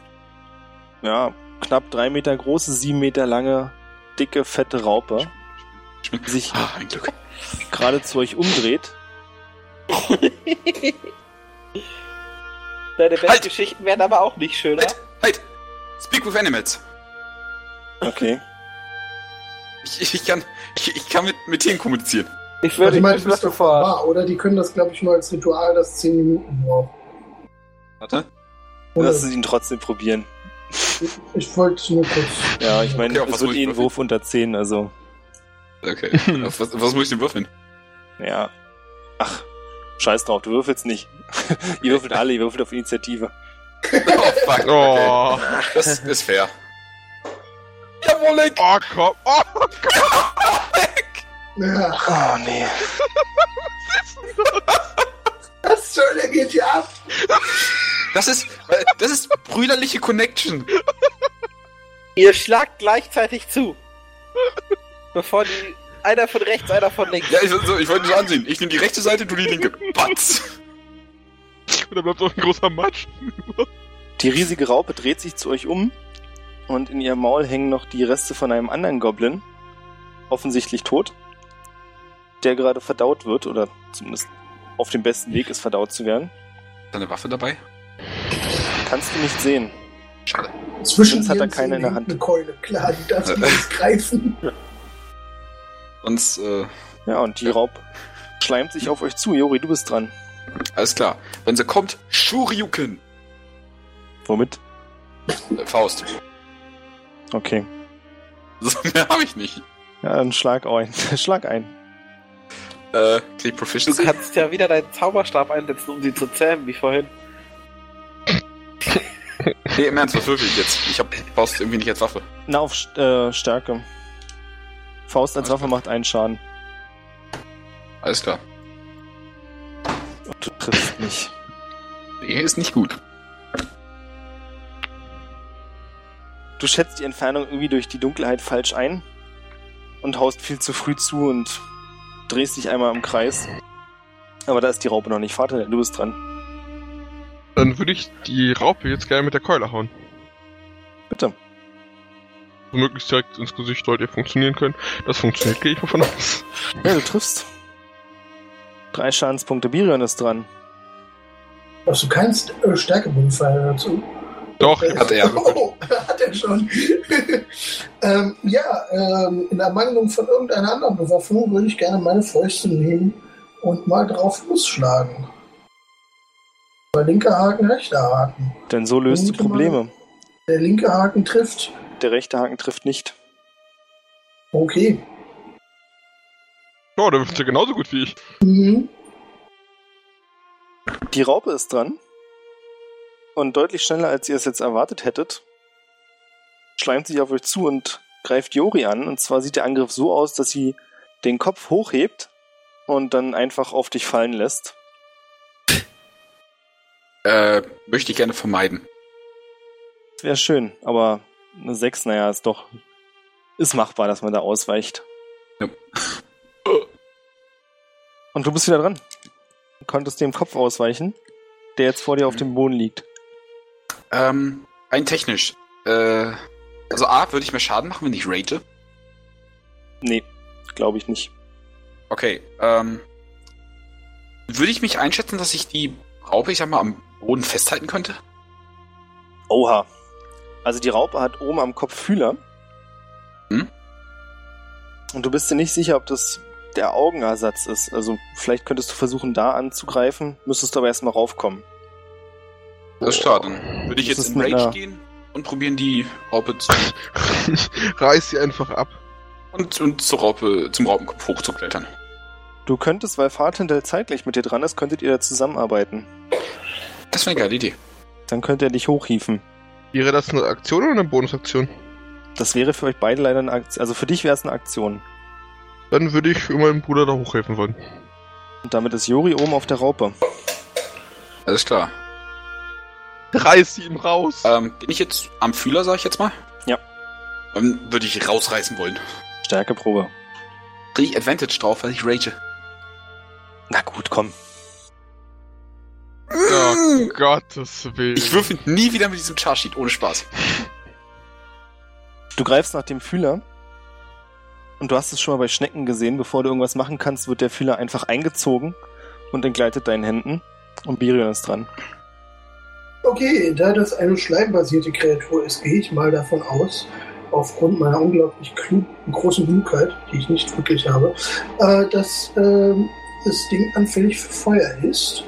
ja, knapp drei Meter große, sieben Meter lange, dicke, fette Raupe, die sich
Ah, ein Glück.
gerade zu euch umdreht.
Deine Bestgeschichten werden aber auch nicht schöner.
Halt! Speak with Animals.
Okay.
Ich, ich- ich kann, ich, ich kann mit, mit Tieren kommunizieren.
Ich
Also
würde
ich meine,
nicht
das ist
wissen,
doch
vor.
wahr, Ah, oder? Die können das, glaube ich, nur als Ritual, das 10 Minuten braucht.
Warte.
Oder
Lass es ihn trotzdem probieren.
ich wollte es nur kurz.
Ja, ich meine,
Okay, auf
es
was
wird
muss
eh
ich
ein Wurf unter 10, also,
Okay. Auf was, was muss ich denn würfeln?
ja. Ach, scheiß drauf, du würfelst nicht. ihr würfelt alle, ihr würfelt auf Initiative.
Oh, fuck. Okay.
Oh,
Das ist fair. Jawohl,
oh komm. Oh,
Ja,
Oh nee.
was soll der geht hier ab?
Das ist, äh, das ist brüderliche Connection.
Ihr schlagt gleichzeitig zu. Bevor die. Einer von rechts, einer von links.
Ja, ich, so, ich wollte so ansehen. Ich nehme die rechte Seite, du die linke. Patz.
Und da bleibt auch ein großer Matsch.
Die riesige Raupe dreht sich zu euch um und in ihrem Maul hängen noch die Reste von einem anderen Goblin, offensichtlich tot, der gerade verdaut wird oder zumindest auf dem besten Weg ist, verdaut zu werden.
Ist da eine Waffe dabei?
Kannst du nicht sehen.
Schade.
Zwischen
Sonst hat er
ihren
keine in der
Zähnen
Hand.
Eine Keule, klar, die darfst du nicht greifen.
Sonst, äh,
Ja, und die Raupe schleimt sich auf euch zu. Jori, du bist dran.
alles klar. Wenn sie kommt, Shuriken.
Womit?
Äh, Faust.
Okay.
So mehr habe ich nicht.
Ja, dann schlag ein. schlag ein.
Äh, Click
Du
Proficiency.
kannst ja wieder deinen Zauberstab einsetzen, um sie zu zähmen, wie vorhin.
Nee, im Ernst, was würfel ich jetzt? Ich hab Faust irgendwie nicht als Waffe.
Na, auf St- äh, Stärke. Faust als Waffe macht einen Schaden.
Alles klar.
Und du triffst nicht.
Nee, ist nicht gut.
Du schätzt die Entfernung irgendwie durch die Dunkelheit falsch ein und haust viel zu früh zu und drehst dich einmal im Kreis. Aber da ist die Raupe noch nicht. Vater, du bist dran.
Dann würde ich die Raupe jetzt gerne mit der Keule hauen.
Bitte.
Möglichst direkt ins Gesicht sollte ihr funktionieren können. Das funktioniert, gehe ich mal von aus.
Ja, du triffst. Drei Schadenspunkte. Birion ist dran.
Hast du keinen St- äh, Stärkebonfall dazu?
Doch,
Hat er.
Oh, hat er schon. ähm, ja, ähm, in Ermangelung von irgendeiner anderen Bewaffnung würde ich gerne meine Fäuste nehmen und mal drauf losschlagen. Weil linker Haken, rechter Haken.
Denn so löst du
Gute Mann.
Probleme.
Der linke Haken trifft.
Der rechte Haken trifft nicht.
Okay.
ja, der wirft ja genauso gut wie ich.
Mhm.
Die Raupe ist dran. Und deutlich schneller, als ihr es jetzt erwartet hättet, schleimt sich auf euch zu und greift Jori an. Und zwar sieht der Angriff so aus, dass sie den Kopf hochhebt und dann einfach auf dich fallen lässt.
Äh, möchte ich gerne vermeiden.
Das wäre schön, aber eine 6, naja, ist doch. Ist machbar, dass man da ausweicht.
Ja.
Und du bist wieder dran. Du konntest dem Kopf ausweichen, der jetzt vor dir auf dem Boden liegt.
Ähm, rein technisch. Äh, also A, würde ich mir Schaden machen, wenn ich rate?
Nee, glaube ich nicht.
Okay, ähm. Würde ich mich einschätzen, dass ich die Raupe, ich sag mal, am Boden festhalten könnte?
Oha. Also die Raupe hat oben am Kopf Fühler.
Hm?
Und du bist dir nicht sicher, ob das der Augenersatz ist. Also vielleicht könntest du versuchen, da anzugreifen, müsstest du aber erstmal raufkommen.
Das ist klar, dann würde ich
Oh.
jetzt
Das ist
in
mit
Rage
einer-
gehen und probieren, die Raupe zu.
Reiß sie einfach ab.
und, und zur Raupe, zum Raupenkopf hochzuklettern.
Du könntest, weil Fahrtendell zeitgleich mit dir dran ist, könntet ihr da zusammenarbeiten.
Das wäre eine geile Idee.
Dann könnte er dich hochhieven.
Wäre das eine Aktion oder eine Bonusaktion?
Das wäre für euch beide leider eine Aktion. Also für dich wäre es eine Aktion.
Dann würde ich für meinen Bruder da hochhelfen wollen.
Und damit ist Jori oben auf der Raupe.
Alles klar.
Reiß ihn raus!
Ähm, bin ich jetzt am Fühler, sag ich jetzt mal?
Ja.
Dann würde ich rausreißen wollen.
Stärkeprobe.
Krieg ich Advantage drauf, weil ich rage.
Na gut, komm.
Oh, Gottes Willen.
Ich würfel nie wieder mit diesem Charsheet, ohne Spaß.
Du greifst nach dem Fühler. Und du hast es schon mal bei Schnecken gesehen. Bevor du irgendwas machen kannst, wird der Fühler einfach eingezogen und entgleitet deinen Händen. Und Birion ist dran.
Okay, da das eine schleimbasierte Kreatur ist, gehe ich mal davon aus, aufgrund meiner unglaublich klug, großen Klugheit, die ich nicht wirklich habe, äh, dass ähm, das Ding anfällig für Feuer ist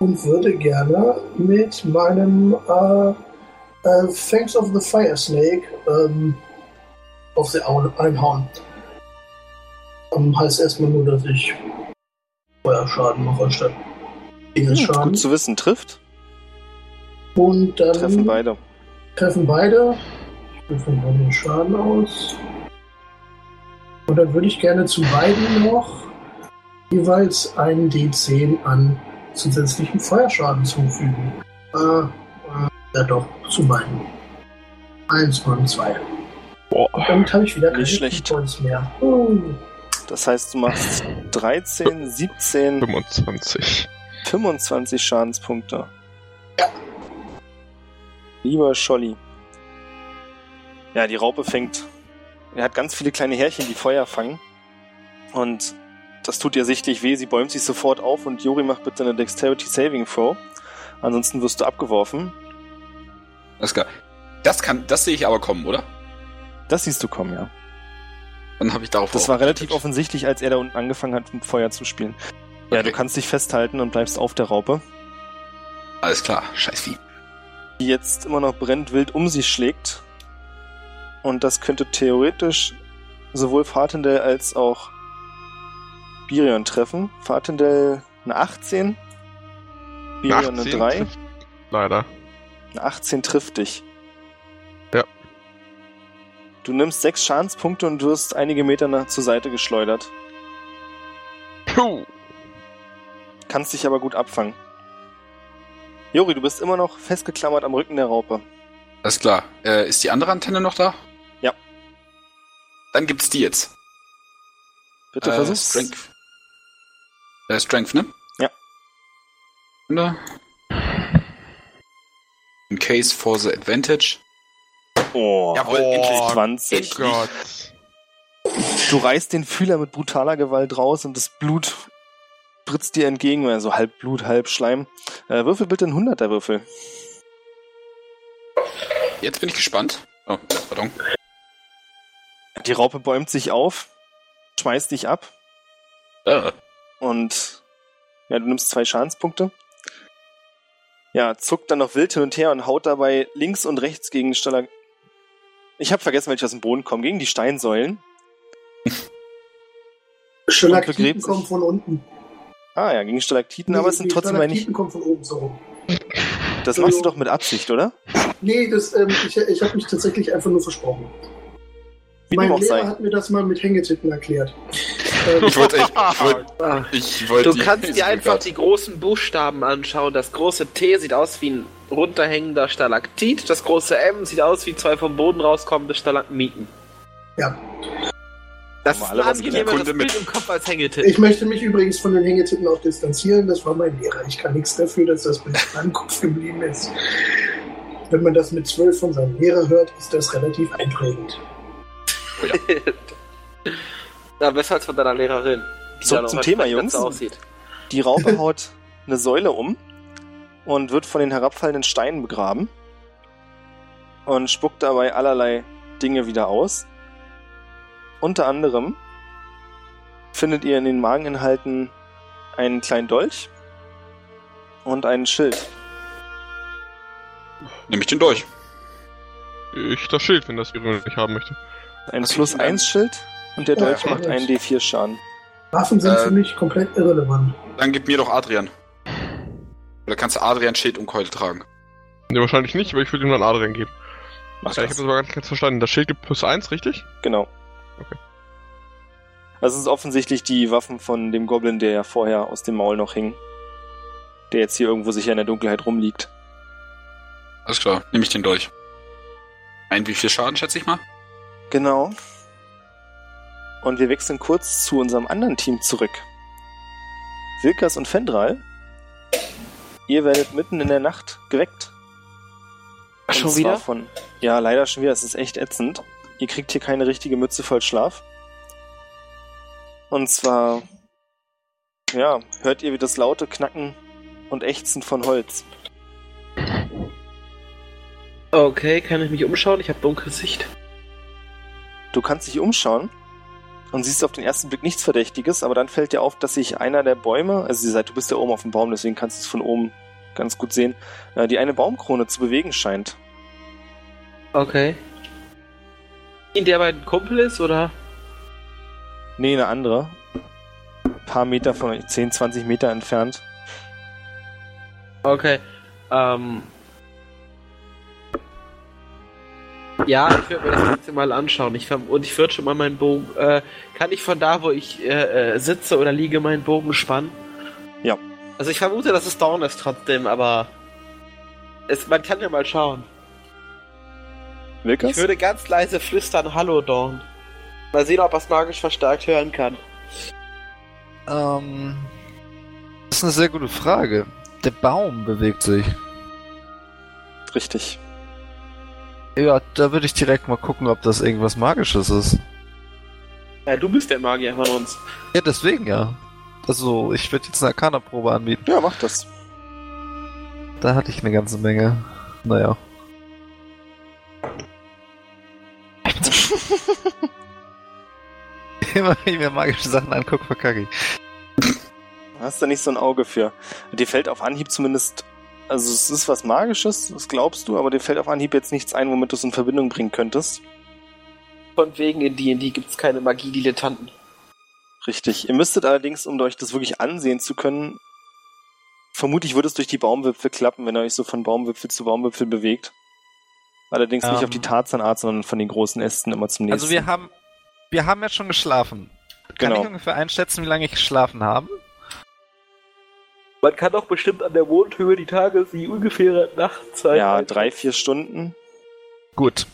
und würde gerne mit meinem äh, äh, Fangs of the Fire Snake ähm, auf sie au- einhauen. Ähm, heißt erstmal nur, dass ich Feuerschaden mache anstatt
Hm,
Dingesschaden.
gut zu wissen. Trifft?
und dann
Treffen beide.
Treffen beide. Ich würfel mal den Schaden aus. Und dann würde ich gerne zu beiden noch jeweils einen D10 an zusätzlichem Feuerschaden zufügen. Äh, äh, ja doch, zu beiden. Eins von zwei. Und damit habe ich wieder keine
Nicht schlecht.
Points mehr. Oh,
Das heißt, du machst 13, 17,
25.
25 Schadenspunkte.
Ja.
Lieber Scholli. Ja, die Raupe fängt. Er hat ganz viele kleine Härchen, die Feuer fangen. Und das tut ihr sichtlich weh. Sie bäumt sich sofort auf und Jori macht bitte eine Dexterity Saving Throw. Ansonsten wirst du abgeworfen.
Alles klar. Das kann, das sehe ich aber kommen, oder?
Das siehst du kommen, ja.
Dann habe ich darauf
Das
auch-
war relativ offensichtlich, als er da unten angefangen hat, mit Feuer zu spielen. Ja,
Okay.
du kannst dich festhalten und bleibst auf der Raupe.
Alles klar, scheiß Vieh.
die jetzt immer noch brennt, wild um sich schlägt. Und das könnte theoretisch sowohl Fartendell als auch Birion treffen. Fartendell eine 18, Birion eine 3.
trifft- Leider.
Eine 18 trifft dich.
Ja.
Du nimmst sechs Schadenspunkte und wirst einige Meter nach, zur Seite geschleudert.
Puh. oh
Kannst dich aber gut abfangen. Jori, du bist immer noch festgeklammert am Rücken der Raupe.
Alles klar. Äh, ist die andere Antenne noch da?
Ja.
Dann gibt's die jetzt.
Bitte
äh,
versuch's.
Strength. Äh, Strength, ne?
Ja.
Wunder. In case for the advantage.
Oh,
Jawohl,
endlich.
20.
Gott.
Du reißt den Fühler mit brutaler Gewalt raus und das Blut spritzt dir entgegen, also halb Blut, halb Schleim. Äh, würfel bitte einen 100er Würfel.
Jetzt bin ich gespannt. Oh, pardon.
Die Raupe bäumt sich auf, schmeißt dich ab
Äh,
und ja, du nimmst zwei Schadenspunkte. Ja, zuckt dann noch wild hin und her und haut dabei links und rechts gegen die Stalag... Ich habe vergessen, welche aus dem Boden kommen, gegen die Steinsäulen.
Stalaktiten
begräbt sich.
kommen von unten.
Ah ja, gegen Stalaktiten, aber es sind
Die
trotzdem eigentlich...
Stalaktiten kommen von oben so rum.
Das machst du doch mit Absicht, oder?
Nee, das, ähm, ich, ich habe mich tatsächlich einfach nur versprochen.
Wie
mein
dem auch
Lehrer
sei.
hat mir das mal mit Hängetitten erklärt. Ähm,
ich wollte echt. Ich wollte.
Ah.
Ich wollte
Du kannst dir einfach
die.
die großen Buchstaben anschauen. Das große T sieht aus wie ein runterhängender Stalaktit. Das große M sieht aus wie zwei vom Boden rauskommende Stalagmiten.
Ja.
Das ist
Haben
ein
wir alle was
angenehmeres
gelernt.
Bild
Kunde mit-
im Kopf als Hängetipp.
ich möchte mich übrigens von den Hängetitten auch distanzieren. Das war mein Lehrer. Ich kann nichts dafür, dass das Bild in meinem Kopf geblieben ist. Wenn man das mit zwölf von seinem Lehrer hört, ist das relativ einprägend.
Na, besser als von deiner Lehrerin. die
Zurück
dann auch
zum Thema,
entsprechend dazu
Jungs.
Aussieht.
Die Raupe haut eine Säule um und wird von den herabfallenden Steinen begraben und spuckt dabei allerlei Dinge wieder aus. Unter anderem findet ihr in den Mageninhalten einen kleinen Dolch und ein Schild.
Nehme ich den durch.
Ich das Schild, wenn das Birion nicht haben möchte.
Ein
Was ist
Plus
denn da?
1 Schild und der
Ja,
Dolch
ja,
macht
ja.
einen D4 Schaden.
Waffen sind
Äh.
für mich komplett irrelevant.
Dann gib mir doch Adrian. Oder kannst du Adrian Schild und Keule tragen?
Ne, wahrscheinlich nicht, aber ich würde ihm dann Adrian geben.
Macht
Ja, ich habe das aber gar nicht ganz verstanden. Das Schild gibt plus 1, richtig?
Genau.
Okay.
Das ist offensichtlich die Waffen von dem Goblin, der ja vorher aus dem Maul noch hing. Der jetzt hier irgendwo sicher in der Dunkelheit rumliegt.
Alles klar, nehme ich den durch. Ein wie viel Schaden, schätze ich mal?
Genau. Und wir wechseln kurz zu unserem anderen Team zurück. Wilkas und Fendral. Ihr werdet mitten in der Nacht geweckt. Und
Schon
zwar
wieder?
Von, ja, leider schon wieder. Es ist echt ätzend. Ihr kriegt hier keine richtige Mütze voll Schlaf. Und zwar, ja, hört ihr wie das laute Knacken und Ächzen von Holz.
Okay, kann ich mich umschauen? Ich habe dunkles Sicht.
Du kannst dich umschauen und siehst auf den ersten Blick nichts Verdächtiges, aber dann fällt dir auf, dass sich einer der Bäume, also ihr seid, du bist ja oben auf dem Baum, deswegen kannst du es von oben ganz gut sehen, äh, die eine Baumkrone zu bewegen scheint.
Okay. In der mein Kumpel ist, oder?
Nee, eine andere. Ein paar Meter von euch, 10, 20 Meter entfernt.
Okay. Ähm. Ja, ich werde mir das Ganze mal anschauen. Ich verm- und ich würde schon mal meinen Bogen. Äh, kann ich von da, wo ich äh, äh, sitze oder liege, meinen Bogen spannen?
Ja.
Also ich vermute, dass es Dawn ist trotzdem, aber es, man kann ja mal schauen. Ich
Wilkas?
würde ganz leise flüstern, Hallo Dawn. Mal sehen, ob er es magisch verstärkt hören kann.
Ähm, das ist eine sehr gute Frage. Der Baum bewegt sich.
Richtig.
Ja, da würde ich direkt mal gucken, ob das irgendwas Magisches ist.
Ja, Äh, du bist der Magier von uns.
Ja, deswegen ja. Also, ich würde jetzt eine Arcana-Probe anbieten.
Ja, mach das.
Da hatte ich eine ganze Menge. Naja. Immer wenn ich mir magische Sachen angucke, verkacke ich.
Hast da nicht so ein Auge für. Dir fällt auf Anhieb zumindest, also es ist was Magisches, das glaubst du, aber dir fällt auf Anhieb jetzt nichts ein, womit du es in Verbindung bringen könntest.
Von wegen in D&D gibt's keine Magie-Dilettanten.
Richtig. Ihr müsstet allerdings, um euch das wirklich ansehen zu können, vermutlich würde es durch die Baumwipfel klappen, wenn ihr euch so von Baumwipfel zu Baumwipfel bewegt. Allerdings nicht
Ähm.
auf die Tarzanart, sondern von den großen Ästen immer zum nächsten.
Also, wir haben, wir haben jetzt schon geschlafen. Kann
Genau.
ich ungefähr einschätzen, wie lange ich geschlafen habe?
Man kann doch bestimmt an der Mondhöhe die Tages-, die ungefähre Nachtzeit.
ja, drei, vier Stunden.
Gut.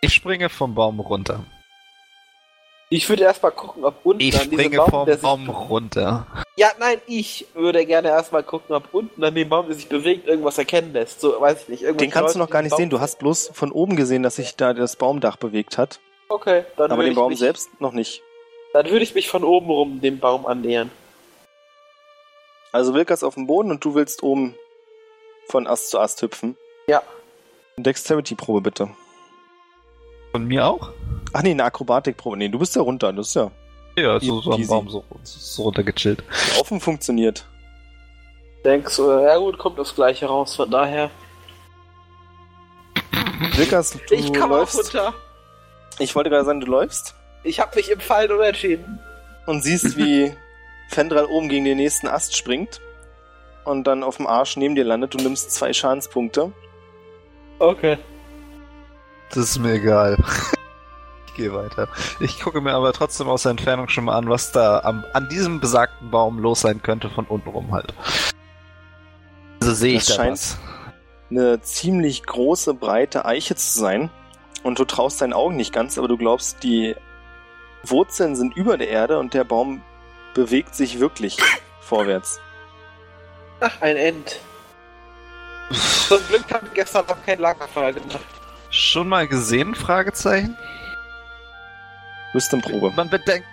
Ich springe vom Baum runter.
Ich würde erstmal gucken, ob unten
Ich
an diesem
springe
Baum,
vom
der sich-
Baum runter.
Ja, nein, ich würde gerne erstmal gucken, ob unten an dem Baum, der sich bewegt, irgendwas erkennen lässt. So, weiß ich nicht. irgendwas
Den kannst
läuft
du noch
in
gar
diesem
nicht
Baum.
sehen. Du hast bloß von oben gesehen, dass sich da das Baumdach bewegt hat.
Okay, dann
Aber
würde
den
ich
Baum
mich,
selbst noch nicht.
Dann würde ich mich von oben rum dem Baum annähern.
Also Wilkas auf dem Boden und du willst oben von Ast zu Ast hüpfen.
Ja.
Dexterity-Probe bitte.
Von mir auch?
Ach nee, eine Akrobatik-Probe. Nee, du bist ja runter. Das ist ja
Ja,
so- so am Baum
so, runtergechillt.
offen funktioniert.
Denkst du, ja gut, kommt das gleiche raus, von daher.
Wilkas, du
ich komme auch
läufst.
runter.
Ich wollte gerade sagen, du läufst
Ich habe mich im Fallen unentschieden.
und siehst, wie Fendral oben gegen den nächsten Ast springt und dann auf dem Arsch neben dir landet. Du nimmst zwei Schadenspunkte.
Okay.
Das ist mir egal. Ich gehe weiter. Ich gucke mir aber trotzdem aus der Entfernung schon mal an, was da am, an diesem besagten Baum los sein könnte, von unten rum halt. Also sehe ich
Das
da
scheint-
was.
Eine ziemlich große, breite Eiche zu sein. Und du traust deinen Augen nicht ganz, aber du glaubst, die Wurzeln sind über der Erde und der Baum bewegt sich wirklich vorwärts.
Ach, ein End. Zum Glück haben wir gestern noch keinen Lagerfeuer gemacht.
Schon mal gesehen? Fragezeichen.
Wisdom-Probe.
Man bedenkt.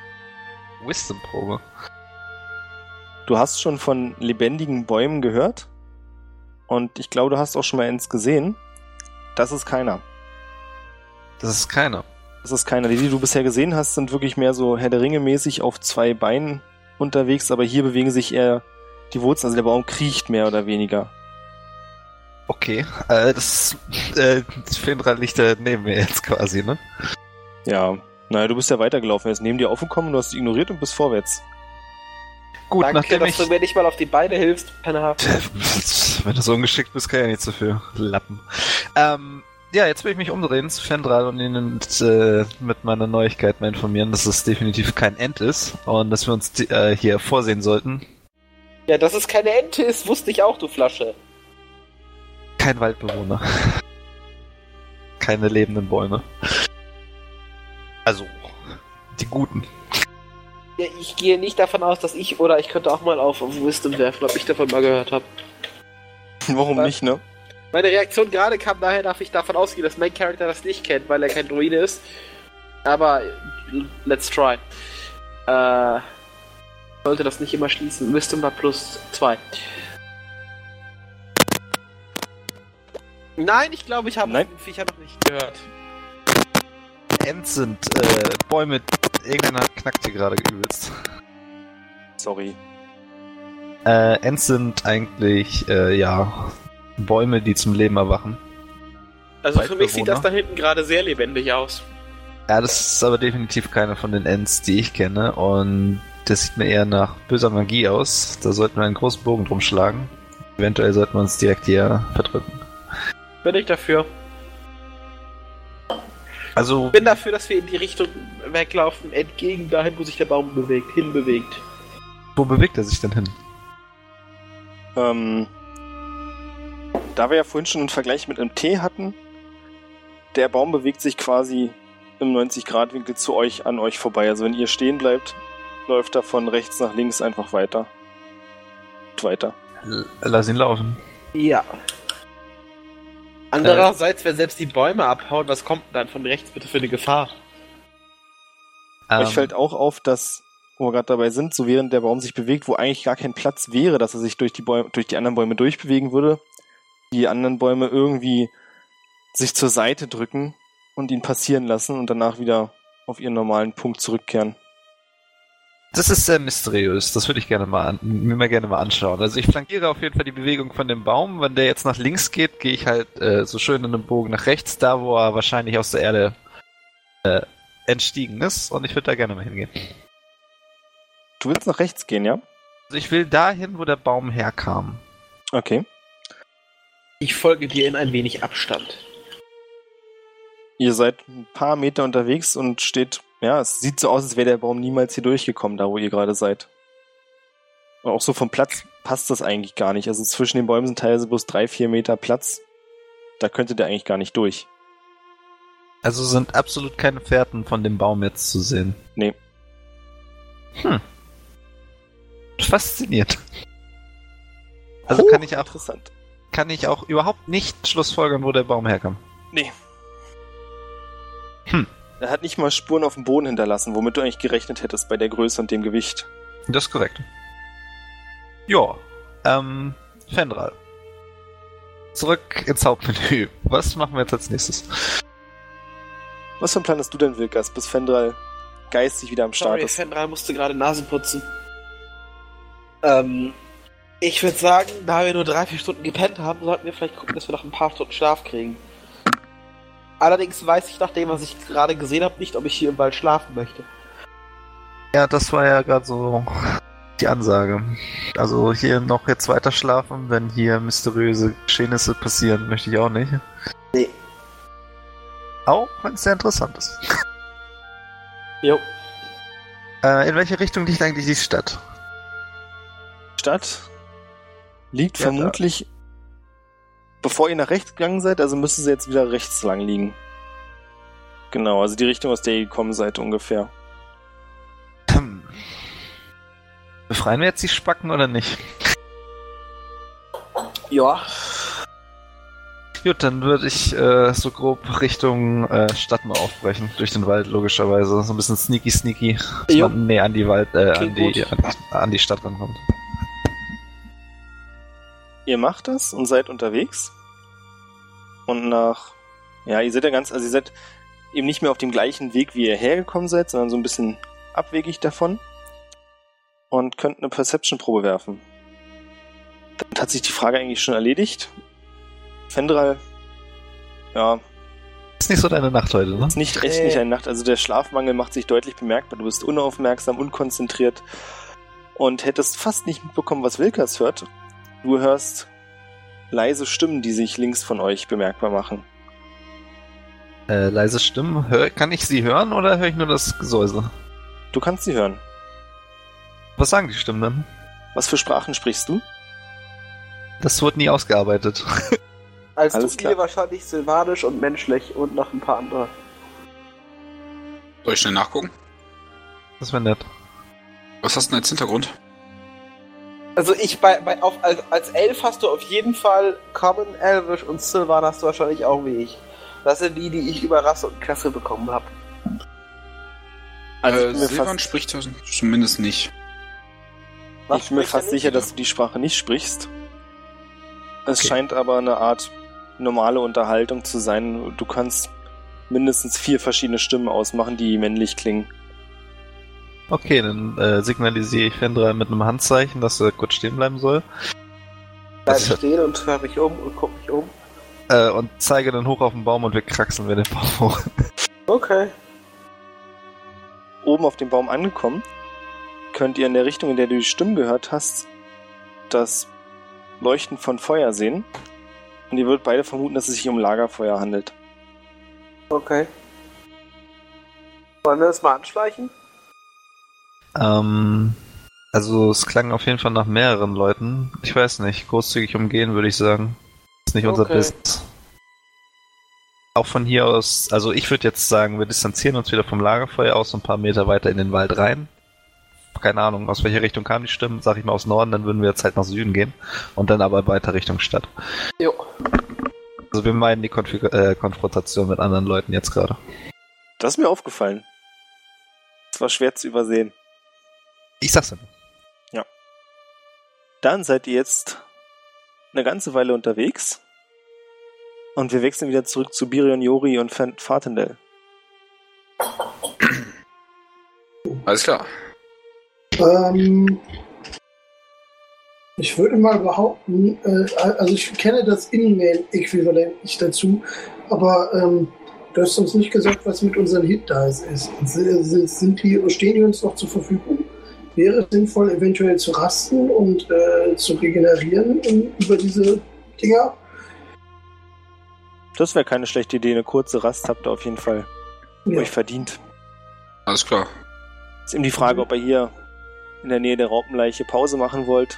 Wisdom-Probe.
Du hast schon von lebendigen Bäumen gehört. Und ich glaube, du hast auch schon mal eins gesehen. Das ist keiner.
Das ist keiner.
Das ist keiner. Die, die du bisher gesehen hast, sind wirklich mehr so Herr der Ringe mäßig auf zwei Beinen unterwegs, aber hier bewegen sich eher die Wurzeln. Also der Baum kriecht mehr oder weniger.
Okay. Äh, das äh, Fendrad liegt da neben mir jetzt quasi, ne?
Ja. Naja, du bist ja weitergelaufen. Er ist neben dir aufgekommen, du hast sie ignoriert und bist vorwärts.
Gut,
Danke,
nachdem
dass
ich.
du mir nicht mal auf die Beine hilfst, Penner.
Äh, Wenn du so ungeschickt bist, kann ich ja nichts dafür. Lappen. Ähm, ja, jetzt will ich mich umdrehen zu Fendral und ihn äh, mit meiner Neuigkeit mal informieren, dass es definitiv kein End ist und dass wir uns die- äh, hier vorsehen sollten.
Ja, dass es keine Ente ist, wusste ich auch, du Flasche.
Kein Waldbewohner. Keine lebenden Bäume. Also, die guten.
Ja, ich gehe nicht davon aus, dass ich, oder ich könnte auch mal auf Wisdom werfen, ob ich davon mal gehört habe.
Warum
Was?
nicht, ne?
Meine Reaktion gerade kam daher, dass ich davon ausgehe, dass mein Charakter das nicht kennt, weil er kein Druide ist. Aber äh, let's try. Äh, sollte das nicht immer schließen. Wisdom war plus zwei. Nein, ich glaube, ich habe
Nein.
den Viecher noch nicht gehört.
Ends sind äh, Bäume. Irgendeiner knackt hier gerade übelst.
Sorry.
Äh, Ents sind eigentlich, äh, ja, Bäume, die zum Leben erwachen.
Also für mich sieht
Waldbewohner?
das da hinten gerade sehr lebendig aus.
Ja, das ist aber definitiv keine von den Ents, die ich kenne. Und das sieht mir eher nach böser Magie aus. Da sollten wir einen großen Bogen drum schlagen. Eventuell sollten wir uns direkt hier verdrücken.
Bin ich dafür.
Also,
Ich bin dafür, dass wir in die Richtung weglaufen, entgegen dahin, wo sich der Baum bewegt, hinbewegt.
wo bewegt er sich denn hin?
Ähm, da wir ja vorhin schon einen Vergleich mit einem T hatten, der Baum bewegt sich quasi im 90-Grad-Winkel zu euch, an euch vorbei. Also wenn ihr stehen bleibt, läuft er von rechts nach links einfach weiter. Und Weiter.
L- Lass ihn laufen.
Ja. Andererseits, wenn selbst die Bäume abhauen, was kommt denn dann von rechts bitte für eine Gefahr?
Ähm,
Euch fällt auch auf, dass, wo wir gerade dabei sind, so während der Baum sich bewegt, wo eigentlich gar kein Platz wäre, dass er sich durch die, Bäume, durch die anderen Bäume durchbewegen würde, die anderen Bäume irgendwie sich zur Seite drücken und ihn passieren lassen und danach wieder auf ihren normalen Punkt zurückkehren.
Das ist sehr mysteriös. Das würde ich gerne mal an, mir mal gerne mal anschauen. Also ich flankiere auf jeden Fall die Bewegung von dem Baum. Wenn der jetzt nach links geht, gehe ich halt äh, so schön in einem Bogen nach rechts, da wo er wahrscheinlich aus der Erde äh, entstiegen ist. Und ich würde da gerne mal hingehen.
Du willst nach rechts gehen, ja?
Also ich will dahin, wo der Baum herkam.
Okay.
Ich folge dir in ein wenig Abstand.
Ihr seid ein paar Meter unterwegs und steht, ja, es sieht so aus, als wäre der Baum niemals hier durchgekommen, da wo ihr gerade seid. Und auch so vom Platz passt das eigentlich gar nicht. Also zwischen den Bäumen sind teilweise bloß drei, vier Meter Platz. Da könnte der eigentlich gar nicht durch.
Also sind absolut keine Fährten von dem Baum jetzt zu sehen.
Nee.
Hm. Faszinierend. Also kann ich auch
Interessant.
kann ich auch überhaupt nicht schlussfolgern, wo der Baum herkam.
Er hat nicht mal Spuren auf dem Boden hinterlassen, womit du eigentlich gerechnet hättest bei der Größe und dem Gewicht.
Das ist korrekt. Ja, ähm, Fendral. Zurück ins Hauptmenü. Was machen wir jetzt als nächstes?
Was für ein Plan hast du denn, Wilkas, bis Fendral geistig wieder am Start
Sorry,
ist?
Fenral musste gerade Nasen putzen. Ähm, ich würde sagen, da wir nur drei, vier Stunden gepennt haben, sollten wir vielleicht gucken, dass wir noch ein paar Stunden Schlaf kriegen. Allerdings weiß ich nach dem, was ich gerade gesehen habe, nicht, ob ich hier im Wald schlafen möchte.
Ja, das war ja gerade so die Ansage. Also hier noch jetzt weiter schlafen, wenn hier mysteriöse Geschehnisse passieren, möchte ich auch nicht.
Nee.
Auch wenn es sehr interessant ist.
Jo.
Äh, in welche Richtung liegt eigentlich die Stadt?
Stadt liegt
Ja, da.
vermutlich, bevor ihr nach rechts gegangen seid, also müsste sie jetzt wieder rechts lang liegen. Genau, also die Richtung, aus der ihr gekommen seid ungefähr.
Hm. Befreien wir jetzt die Spacken oder nicht?
Ja.
Gut, dann würde ich äh, so grob Richtung äh, Stadt mal aufbrechen. Durch den Wald logischerweise. So ein bisschen sneaky sneaky. dass
Jo.
man näher an die Wald, äh, an,
Klingt
die, an, an die Stadt rankommt.
Ihr macht das und seid unterwegs. Und nach, ja, ihr seid ja ganz, also ihr seid eben nicht mehr auf dem gleichen Weg, wie ihr hergekommen seid, sondern so ein bisschen abwegig davon. Und könnt eine Perception-Probe werfen. Damit hat sich die Frage eigentlich schon erledigt. Fendral, ja,
Ist nicht so deine Nacht heute, ne?
Ist nicht recht,
Nee.
nicht eine Nacht. Also der Schlafmangel macht sich deutlich bemerkbar. Du bist unaufmerksam, unkonzentriert und hättest fast nicht mitbekommen, was Wilkas hört. Du hörst leise Stimmen, die sich links von euch bemerkbar machen.
Äh, leise Stimmen. Hör, kann ich sie hören oder höre ich nur das Gesäusel?
Du kannst sie hören.
Was sagen die Stimmen denn?
Was für Sprachen sprichst du?
Das wurde nie ausgearbeitet.
Als
Alles
du
klar.
mir wahrscheinlich Silvanisch und Menschlich und noch ein paar andere.
Soll ich schnell nachgucken?
Das wäre nett.
Was hast du denn als Hintergrund?
Also ich bei, bei auf, als, als Elf hast du auf jeden Fall Common, Elvish und Sylvan hast du wahrscheinlich auch wie ich. Das sind die, die ich über Rasse und Klasse bekommen habe.
Also
äh,
ich bin mir
Silvan
fast,
spricht das zumindest nicht.
ich bin mir fast sicher, dass du die Sprache nicht sprichst. Es scheint aber eine Art normale Unterhaltung zu sein. Du kannst mindestens vier verschiedene Stimmen ausmachen, die männlich klingen.
Okay, dann äh, signalisiere ich Fendra mit einem Handzeichen, dass er kurz stehen bleiben soll.
Bleib
Das-
stehen und höre mich um und guck mich um.
Äh, und zeige dann hoch auf den Baum und wir kraxeln wir den Baum hoch.
Okay.
oben auf dem Baum angekommen, könnt ihr in der Richtung, in der du die Stimmen gehört hast, das Leuchten von Feuer sehen. Und ihr würdet beide vermuten, dass es sich um Lagerfeuer handelt.
Okay. Wollen wir das mal anschleichen?
Ähm, also es klang auf jeden Fall nach mehreren Leuten. Ich weiß nicht, großzügig umgehen würde ich sagen. Ist nicht unser
Okay.
Business. Auch von hier aus, also ich würde jetzt sagen, wir distanzieren uns wieder vom Lagerfeuer aus ein paar Meter weiter in den Wald rein. Keine Ahnung, aus welcher Richtung kamen die Stimmen, sag ich mal aus Norden, dann würden wir jetzt halt nach Süden gehen und dann aber weiter Richtung Stadt.
Jo.
Also wir meinen die Konfigu- äh, Konfrontation mit anderen Leuten jetzt gerade.
Das ist mir aufgefallen. Das war schwer zu übersehen.
Ich sag's ja.
Dann seid ihr jetzt eine ganze Weile unterwegs. Und wir wechseln wieder zurück zu Birion, Jori und Fan- Fartendell.
Alles klar.
Ähm, ich würde mal behaupten, äh, also ich kenne das Innenmail-Äquivalent nicht dazu, aber ähm, du hast uns nicht gesagt, was mit unseren Hit-Dice ist. Sind, sind die, stehen die uns noch zur Verfügung? Wäre es sinnvoll, eventuell zu rasten und äh, zu regenerieren in, über diese Dinger?
Das wäre keine schlechte Idee. Eine kurze Rast habt ihr auf jeden Fall
Ja.
euch verdient.
Alles klar.
Ist eben die Frage, ob ihr hier in der Nähe der Raupenleiche Pause machen wollt.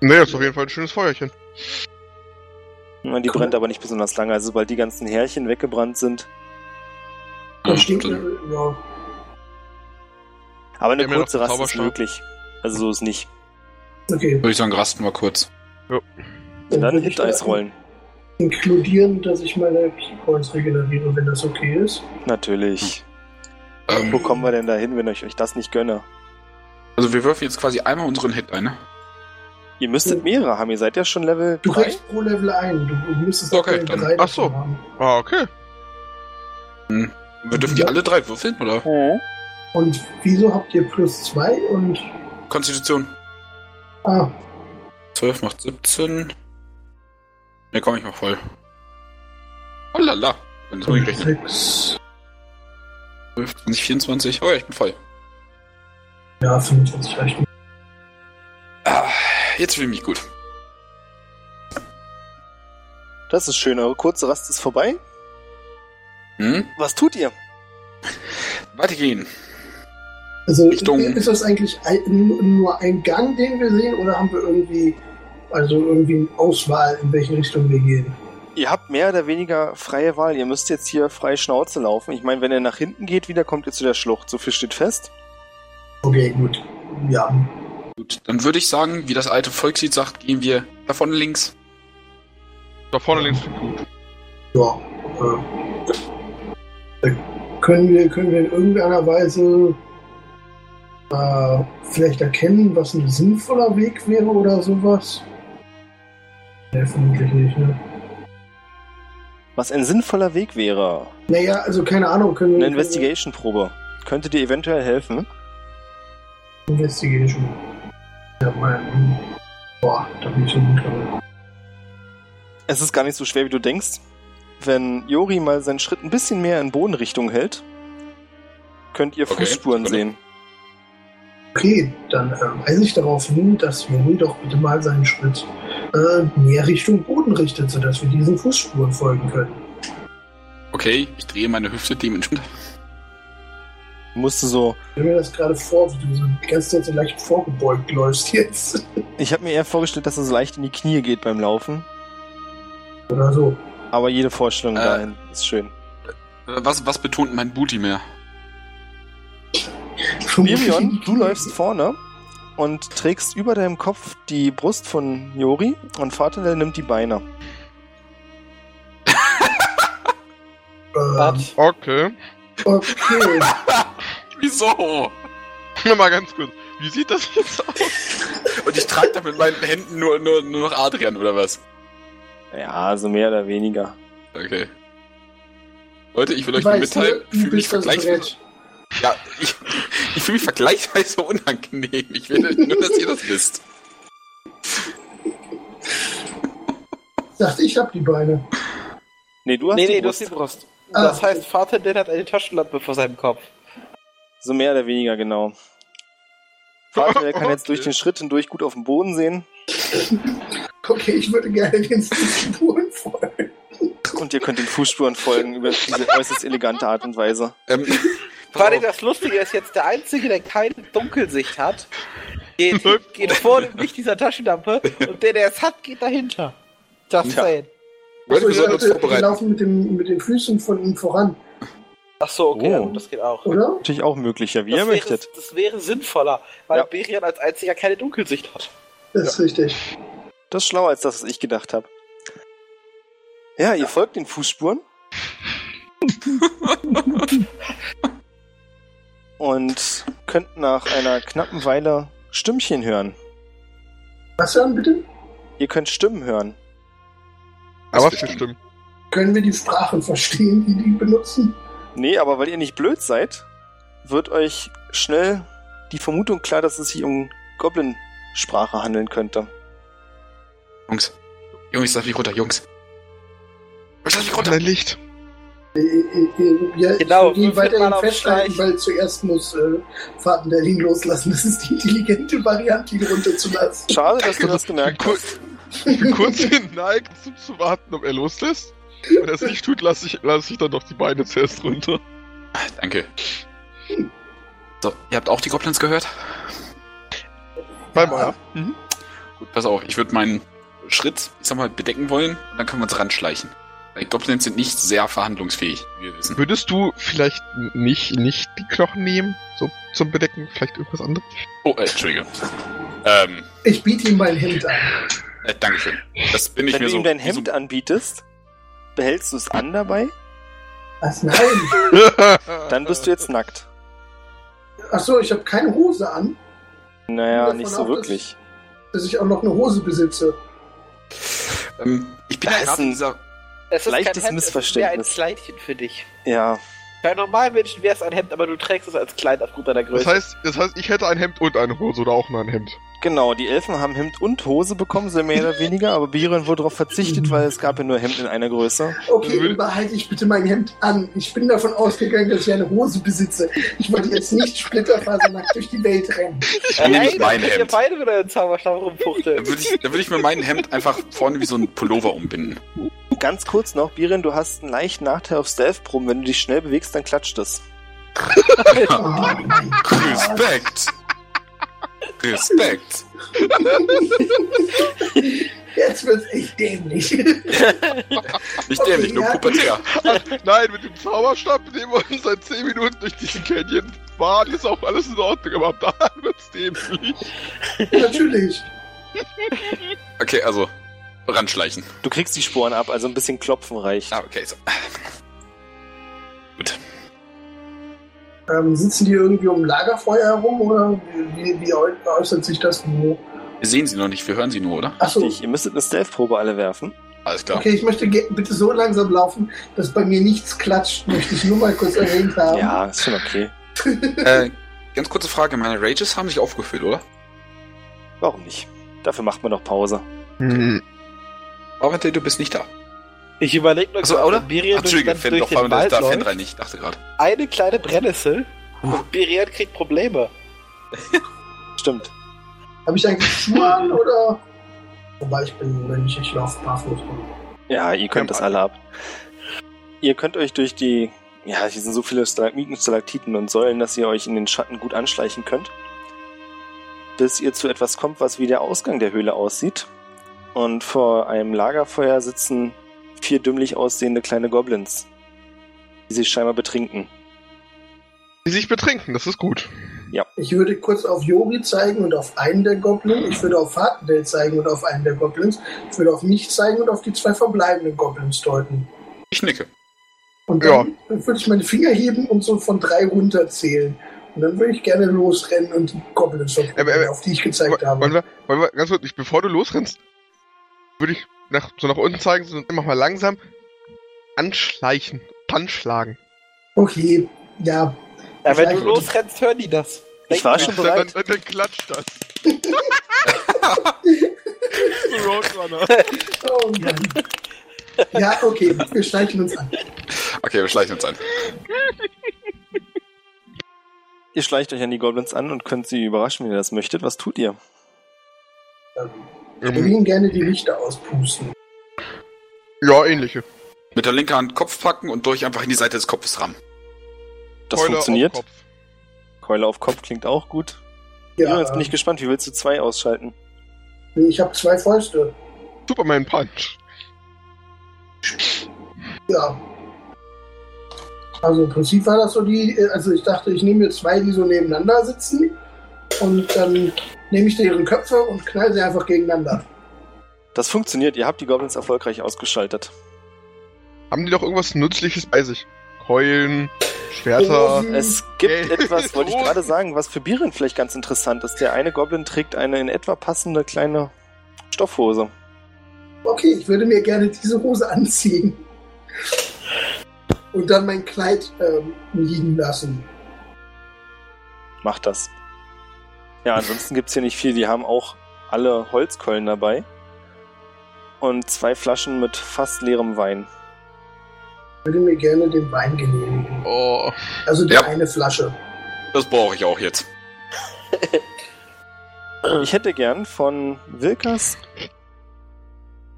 Nee, ist auf jeden Fall ein schönes Feuerchen.
Na, Die
Cool.
brennt aber nicht besonders lange. Also sobald die ganzen Härchen weggebrannt sind.
Da
Ja,
steht, äh,
dann-
ja,
Aber eine
Wir haben ja
kurze
noch den
Rast ist
Zauberstab.
möglich. Also so ist nicht.
okay.
Würde ich sagen, rasten wir kurz.
Und dann
würde ich
Hit-Eis
da
rollen.
Inkludieren, dass ich meine Keypoints regeneriere, wenn das okay ist.
Natürlich. Wo
Ähm,
kommen wir denn da hin, wenn ich euch das nicht gönne?
also wir werfen jetzt quasi einmal unseren Hit ein. ne?
Ihr müsstet mehrere haben. Ihr seid ja schon Level
Hm. Du
3.
kriegst pro Level ein. Du müsstest
Okay,
aktuell
dann-
drei
ach so.
davon haben.
Ah, okay.
Wir dürfen die alle drei würfeln, oder?
Hm.
Und wieso habt ihr plus zwei und.
Oh. Konstitution.
Ah,
12 macht 17. Ne, komm, ich mach voll. Oh la la. Dann ist gerechnet.
sechs.
12, 20, 24. Oh ja, ich bin voll.
Ja, 25 reicht nicht.
Ah, jetzt will mich gut.
Das ist schön. Eure kurze Rast ist vorbei.
Hm?
Was tut ihr?
Weitergehen.
Also
Richtung-
ist das eigentlich ein, n- nur ein Gang, den wir sehen, oder haben wir irgendwie. Also irgendwie eine Auswahl, in welche Richtung wir gehen?
Ihr habt mehr oder weniger freie Wahl. Ihr müsst jetzt hier frei Schnauze laufen. Ich meine, wenn ihr nach hinten geht, wieder kommt ihr zu der Schlucht. So viel steht fest.
Okay, gut. Ja.
Gut, dann würde ich sagen, wie das alte Volkslied sagt, gehen wir davon links.
Da vorne links tut gut.
Ja. Äh, äh, können, wir, können wir in irgendeiner Weise äh, vielleicht erkennen, was ein sinnvoller Weg wäre oder sowas? Nee, vermutlich nicht, ne?
Was ein sinnvoller Weg wäre.
Naja, also keine Ahnung, können wir.
Eine Investigation-Probe. Könnte dir eventuell helfen.
können wir- Investigation. Ja, mein. Boah, da bin ich so gut dabei.
Es ist gar nicht so schwer, wie du denkst. Wenn Jori mal seinen Schritt ein bisschen mehr in Bodenrichtung hält, könnt ihr
Okay,
Fußspuren
Sekunde.
sehen.
Okay, dann äh, weise ich darauf hin, dass Juri doch bitte mal seinen Schritt äh, mehr Richtung Boden richtet, sodass wir diesen Fußspuren folgen können.
Okay, ich drehe meine Hüfte dementsprechend.
Musste so.
Ich stelle mir das gerade vor, wie du so die ganze Zeit so leicht vorgebeugt läufst jetzt.
Ich habe mir eher vorgestellt, dass er so leicht in die Knie geht beim Laufen.
Oder so.
Aber jede Vorstellung
Äh.
dahin ist schön.
Äh, Was, was betont mein Booty mehr?
Mirion, du läufst vorne und trägst über deinem Kopf die Brust von Jori und Fatinel nimmt die Beine.
Ähm,
Bart,
Okay.
okay.
Wieso?
Mal ganz kurz. Wie sieht das jetzt aus?
Und ich trage da mit meinen Händen nur, nur, nur noch Adrian, oder was?
Ja, so mehr oder weniger.
Okay. Leute, ich will euch
Ich
nur
weiß, ne,
mitteilen, ich fühle
du
mich
bist das
vergleichsweise.
Brett.
Ja, ich, ich fühle mich vergleichsweise unangenehm. Ich will nur, dass ihr das wisst.
Dachte ich hab die Beine.
Nee, du hast
nee,
die
nee, du hast
Brust.
die Brust.
Ah.
Das heißt, Vater, der hat eine Taschenlampe vor seinem Kopf.
So mehr oder weniger, genau. Fatinel kann jetzt
Okay.
durch den Schritt hindurch gut auf den Boden sehen
Okay, ich würde gerne den Fußspuren folgen.
und ihr könnt den Fußspuren folgen über diese äußerst elegante Art und Weise.
Ähm,
Vor allem das Lustige ist jetzt, der Einzige, der keine Dunkelsicht hat, geht, geht vor dem Licht dieser Taschenlampe und der, der es hat, geht dahinter. Das
Ja.
sein.
Wollt ihr
Also, ich
besonders
dachte, wir
vorbereiten?
laufen mit, dem, mit den Füßen von ihm voran,
Achso, okay,
Oh.
ja, das geht auch.
oder?
Natürlich auch möglich, ja, wie
das
ihr
wäre,
möchtet.
Das wäre sinnvoller, weil
Ja.
Berian als einziger keine Dunkelsicht hat.
Das ist richtig.
Das ist schlauer als das, was ich gedacht habe. Ja, ihr folgt den Fußspuren. und könnt nach einer knappen Weile Stimmchen hören.
Was dann bitte?
Ihr könnt Stimmen hören.
Aber
bestimmt.
bestimmt.
Können wir die Sprachen verstehen, die die benutzen?
Nee, aber weil ihr nicht blöd seid, wird euch schnell die Vermutung klar, dass es sich um Goblin-Sprache handeln könnte.
Jungs. Jungs, lass mich runter, Jungs. Jungs, lass mich
Gott,
runter.
ein Licht.
Äh, äh, äh, Ja,
Genau,
ich will die
würfelt man
weiterhin
auf
festhalten,
Streich.
weil zuerst muss äh, Fahrten Berlin loslassen. Das ist die intelligente Variante, ihn runterzulassen.
Schade, dass du das gemerkt hast.
Kurz, kurz hineigt, um zu warten, ob er loslässt. Wenn er es nicht tut, lasse ich, lass ich dann doch die Beine zuerst runter.
Danke. So, ihr habt auch die Goblins gehört?
Beimal.
Gut, pass auf, ich würde meinen Schritt, ich sag mal, bedecken wollen, und dann können wir uns ranschleichen. Weil Goblins sind nicht sehr verhandlungsfähig, wie wir wissen.
Würdest du vielleicht n- nicht, nicht die Knochen nehmen? So zum Bedecken, vielleicht irgendwas anderes?
Oh, äh, Entschuldige. Ähm,
Ich biete ihm mein Hemd an.
äh, Dankeschön. Das bin ich
Wenn
mir
du
so.
ihm dein
wie so-
Hemd anbietest, behältst du es an dabei,
Was? Nein!
dann bist du jetzt nackt.
Achso, ich habe keine Hose an,
Naja,
Davon
nicht so
auch, dass-
wirklich.
dass ich auch noch eine Hose besitze.
Ähm, ich bin
Da
ja
ist
gerade
ein-
in dieser.
Es kein
Leichtes
Hemd,
Missverständnis.
Es ist mehr ein Kleidchen für dich.
Ja,
Bei normalen Menschen wäre es ein Hemd, aber du trägst es als Kleid aufgrund deiner Größe.
Das heißt, das heißt, ich hätte ein Hemd und eine Hose oder auch nur ein Hemd.
genau, die Elfen haben Hemd und Hose bekommen, so mehr oder weniger, aber Biren wurde darauf verzichtet, weil es gab ja nur Hemd in einer Größe.
Okay,
Würde-
dann behalte ich bitte mein Hemd an. Ich bin davon ausgegangen, dass ich eine Hose besitze. Ich wollte jetzt nicht splitterfasernackt durch die Welt rennen.
Äh,
Dann nehme ich
Nein,
mein
dass ihr
Hemd. Äh,
beide wieder in Zauberstab
Dann
rumfuchteln.
würde ich, dann würd ich mir mein Hemd einfach vorne wie so ein Pullover umbinden.
Ganz kurz noch, Biren, du hast einen leichten Nachteil auf Stealth-Proben. Wenn du dich schnell bewegst, dann klatscht es.
Oh mein Gott.
Respekt! Respekt!
Jetzt wird's echt dämlich.
Nicht dämlich, nur
Ja.
pubertär.
Nein, mit dem Zauberstab nehmen wir uns seit 10 Minuten durch diesen Canyon. Bahn ist auch alles in Ordnung, aber ab da wird's dämlich.
Natürlich.
Okay, also, ranschleichen.
Du kriegst die Sporen ab, also ein bisschen Klopfen reicht.
Ah, okay, so. Gut.
Ähm, sitzen die irgendwie um ein Lagerfeuer herum oder wie, wie äu- äußert sich das wo?
Wir sehen sie noch nicht, wir hören sie nur, oder?
Achso,
Richtig, ihr müsstet eine Stealth-Probe alle werfen.
Alles klar.
okay, ich möchte ge- bitte so langsam laufen, dass bei mir nichts klatscht. Möchte ich nur mal kurz erwähnt haben.
Ja, ist schon okay.
Äh, ganz kurze Frage, meine Rages haben sich aufgefüllt, oder?
Warum nicht? Dafür macht man doch Pause.
Hm.
Arbeit, du bist nicht da.
Ich überlege nur,
Achso,
gerade,
oder?
wenn Birian durch,
Entschuldige,
dann
Fan,
durch
doch, vor
den
allem, da
Wald
da
läuft,
Fenrir nicht, ich dachte gerade.
eine kleine Brennnessel und Birian kriegt Probleme.
Stimmt.
Habe ich eigentlich Schuhe an oder? Wobei ich bin, wenn ich, ich laufe barfuß rum.
Ja, ihr könnt das alle ab. Ihr könnt euch durch die. Ja, hier sind so viele Stalagmiten, Stalaktiten und Säulen, dass ihr euch in den Schatten gut anschleichen könnt. Bis ihr zu etwas kommt, was wie der Ausgang der Höhle aussieht. Und vor einem Lagerfeuer sitzen vier dümmlich aussehende kleine Goblins, die sich scheinbar betrinken.
Die sich betrinken, das ist gut.
Ich würde kurz auf Yori zeigen und auf einen der Goblins. Ich würde auf Fatendale zeigen und auf einen der Goblins. Ich würde auf mich zeigen und auf die zwei verbleibenden Goblins deuten.
Ich nicke.
Und dann würde ich meine Finger heben und so von drei runterzählen. Und dann würde ich gerne losrennen und die Goblins verprügeln,
Ähm, ähm,
auf die ich gezeigt
Wollen
habe.
wir, wollen wir, ganz kurz, ich- bevor du losrennst, würde ich nach, so nach unten zeigen, so mach mal langsam anschleichen, dann schlagen.
Okay, ja.
Ja, wenn
Ja,
du
gut.
losrennst, hören die das.
Ich war schon
Dann, dann,
bereit.
dann, dann klatscht das. So Roadrunner.
Oh Mann. Ja, okay, wir schleichen uns an.
Okay, wir schleichen uns ein.
Ihr schleicht euch an die Goblins an und könnt sie überraschen, wenn ihr das möchtet. Was tut ihr?
Wir
Ähm,
würden gerne die Lichter auspusten.
ja, ähnliche.
Mit der linken Hand Kopf packen und durch einfach in die Seite des Kopfes rammen.
Das
Keule auf
funktioniert.
Kopf.
Keule auf Kopf klingt auch gut. Ja.
Ja, ähm,
Jonas, bin ich gespannt. Wie willst du zwei ausschalten?
ich habe zwei Fäuste.
Superman Punch.
Ja. Also im Prinzip war das so die, also ich dachte, ich nehme mir zwei, die so nebeneinander sitzen und dann nehme ich deren Köpfe und knall sie einfach gegeneinander.
Das funktioniert. Ihr habt die Goblins erfolgreich ausgeschaltet.
Haben die doch irgendwas Nützliches bei sich? Keulen, Schwerter.
Rosen.
Es gibt
Ey.
etwas, wollte ich
Rosen.
gerade sagen, was für Biren vielleicht ganz interessant ist. Der eine Goblin trägt eine in etwa passende kleine Stoffhose.
Okay, ich würde mir gerne diese Hose anziehen. Und dann mein Kleid ähm, liegen lassen.
Macht das. Ja, ansonsten gibt's hier nicht viel. Die haben auch alle Holzkeulen dabei. Und zwei Flaschen mit fast leerem Wein.
Ich würde mir gerne den Wein genehmigen.
Oh.
Also die
Ja.
eine Flasche.
Das brauche ich auch jetzt.
Ich hätte gern von Wilkas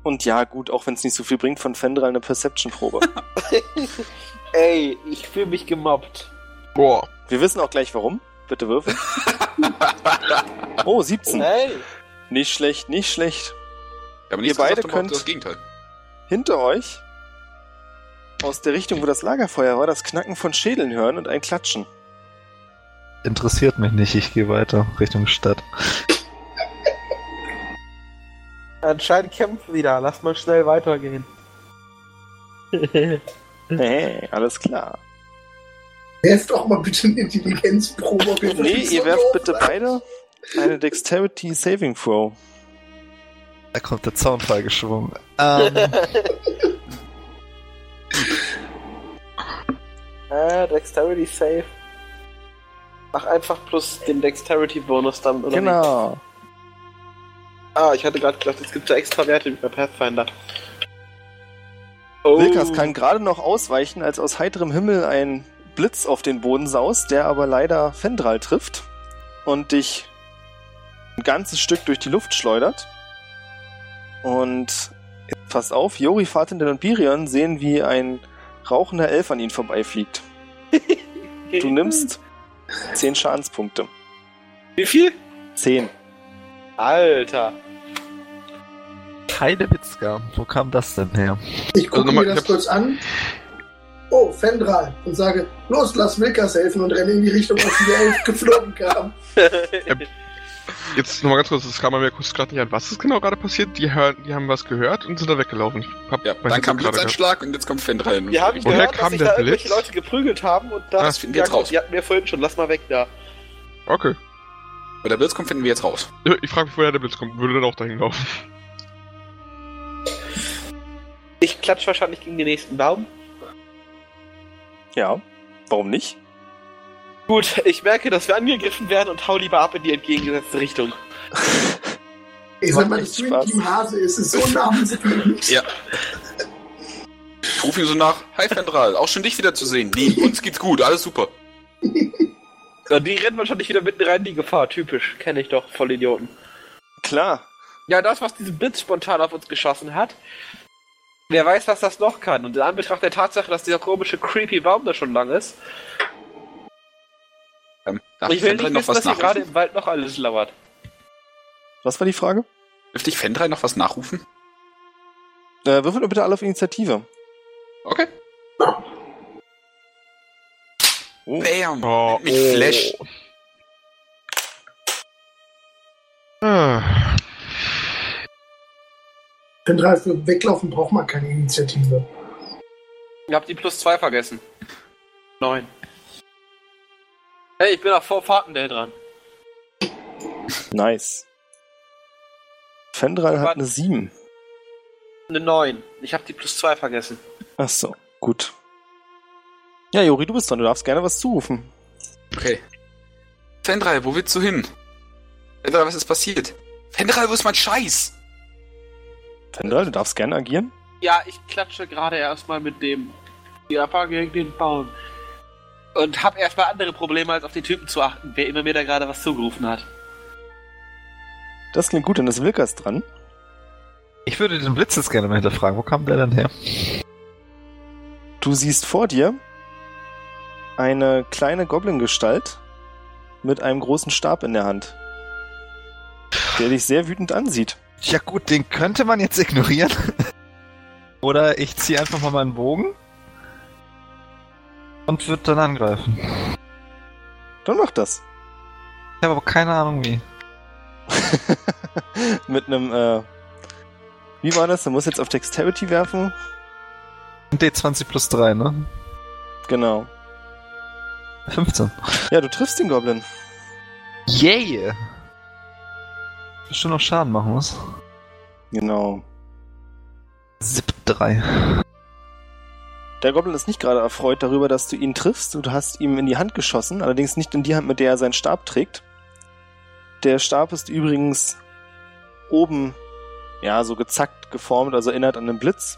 und ja, gut, auch wenn es nicht so viel bringt, von Fendral eine Perception-Probe.
Ey, ich fühle mich gemobbt.
Boah.
Wir wissen auch gleich warum. Bitte würfeln. Oh, 17.
Ey!
Nicht schlecht, nicht schlecht.
Ich habe nichts
beide
gesagt, aber
könnt-
das Gegenteil.
Hinter euch, aus der Richtung, wo das Lagerfeuer war, das Knacken von Schädeln hören und ein Klatschen.
Interessiert mich nicht, ich gehe weiter Richtung Stadt.
Anscheinend kämpfen wieder. Lass mal schnell weitergehen. Äh,
Hey, alles klar.
Werft doch mal bitte eine Intelligenzprobe. ob
Nee,
wirklich
ihr
so
werft
doof
bitte
seid.
beide eine Dexterity Saving Throw.
Da kommt der Zaunfall geschwungen. Ähm,
Ah, Dexterity Save. Mach einfach plus den Dexterity Bonus dann, oder?
Genau.
Wie? Ah, ich hatte gerade gedacht, es gibt da extra Werte wie bei Pathfinder. Oh.
Wilkas kann gerade noch ausweichen, als aus heiterem Himmel ein Blitz auf den Boden saust, der aber leider Fendral trifft und dich ein ganzes Stück durch die Luft schleudert. Und jetzt passt auf, Jori, Fatindel und Birion sehen, wie ein rauchender Elf an ihnen vorbeifliegt.
Hm.
Du nimmst 10 Schadenspunkte.
Wie viel?
10.
Alter.
keine Witzka. Wo kam das denn her?
Ich gucke
Also nochmal,
mir das
ich
kurz an. Oh, Fendral. Und sage, los, lass Wilkas helfen und renne in die Richtung, aus der Elf geflogen kam.
Jetzt nochmal ganz kurz, das kam bei mir kurz gerade nicht an. Was ist genau gerade passiert? Die, hören, die haben was gehört und sind da weggelaufen. Ich hab
Ja,
mein
dann
Headset
kam
gerade
jetzt ein
gehabt.
Schlag und jetzt kommt Fenn rein.
Wir haben
Woher
gehört,
kam
dass sich
der
da irgendwelche
Blitz?
Leute geprügelt haben und da.
Ah, das finden wir jetzt
gut,
raus.
Die hatten wir vorhin schon, lass mal weg da.
Okay.
Wo der Blitz kommt, finden wir jetzt raus.
Ich frage mich, woher der Blitz kommt. Würde dann auch dahin laufen.
Ich klatsch wahrscheinlich gegen den nächsten Baum.
Ja, warum nicht?
Gut, ich merke, dass wir angegriffen werden und hau lieber ab in die entgegengesetzte Richtung.
Ich
Macht
sag mal,
echt
das Team
Spaß.
Team Hase ist, ist so namensgebend.
Ja. Ich rufe ihm so nach. Hi Fendral, auch schön dich wiederzusehen. Nee, uns geht's gut, alles super.
Ja, die rennen wahrscheinlich wieder mitten rein, die Gefahr, typisch. Kenne ich doch, Vollidioten.
Klar,
Ja, das, was diesen Blitz spontan auf uns geschossen hat, wer weiß, was das noch kann. Und in Anbetracht der Tatsache, dass dieser komische creepy Baum da schon lang ist,
Ähm, darf
ich will
Fendral
nicht wissen, was hier gerade
nachrufen?
im Wald noch alles lauert.
was war die Frage?
Dürfte ich Fendral noch was nachrufen?
Äh, würfelt doch bitte alle auf Initiative.
Okay.
Oh.
Bam!
Oh,
Mich flasht.
Ah.
Fendral, für Weglaufen braucht man keine Initiative.
Ich hab die plus zwei vergessen. Neun. Hey, ich bin nach vor Fahrtendell dran.
Nice. Fendral hat eine 7.
Eine neun. Ich hab die plus zwei vergessen.
Ach so, gut. Ja, Jori, du bist dran. Du darfst gerne was zurufen.
Okay. Fendral, wo willst du hin? Fendral, was ist passiert? Fendral, wo ist mein Scheiß?
Fendral, du darfst gerne agieren.
Ja, ich klatsche gerade erstmal mit dem Japan gegen den Baum. Und hab erstmal andere Probleme, als auf den Typen zu achten, wer immer mir da gerade was zugerufen hat.
Das klingt gut, dann ist Wilkas dran.
Ich würde den Blitz jetzt gerne mal hinterfragen. Wo kam der denn her?
Du siehst vor dir eine kleine Goblin-Gestalt mit einem großen Stab in der Hand, der dich sehr wütend ansieht.
Ja gut, den könnte man jetzt ignorieren. Oder ich ziehe einfach mal meinen Bogen und würde dann angreifen.
Dann mach das.
Ich habe aber keine Ahnung wie.
mit einem, äh, wie war das? Du musst jetzt auf Dexterity werfen.
D20 plus 3, ne?
Genau.
15.
Ja, du triffst den Goblin.
Yay! Bestimmt noch Schaden machen muss.
Genau.
Zip 3.
Der Goblin ist nicht gerade erfreut darüber, dass du ihn triffst. Du hast ihm in die Hand geschossen, allerdings nicht in die Hand, mit der er seinen Stab trägt. Der Stab ist übrigens oben, ja, so gezackt geformt, also erinnert an einen Blitz.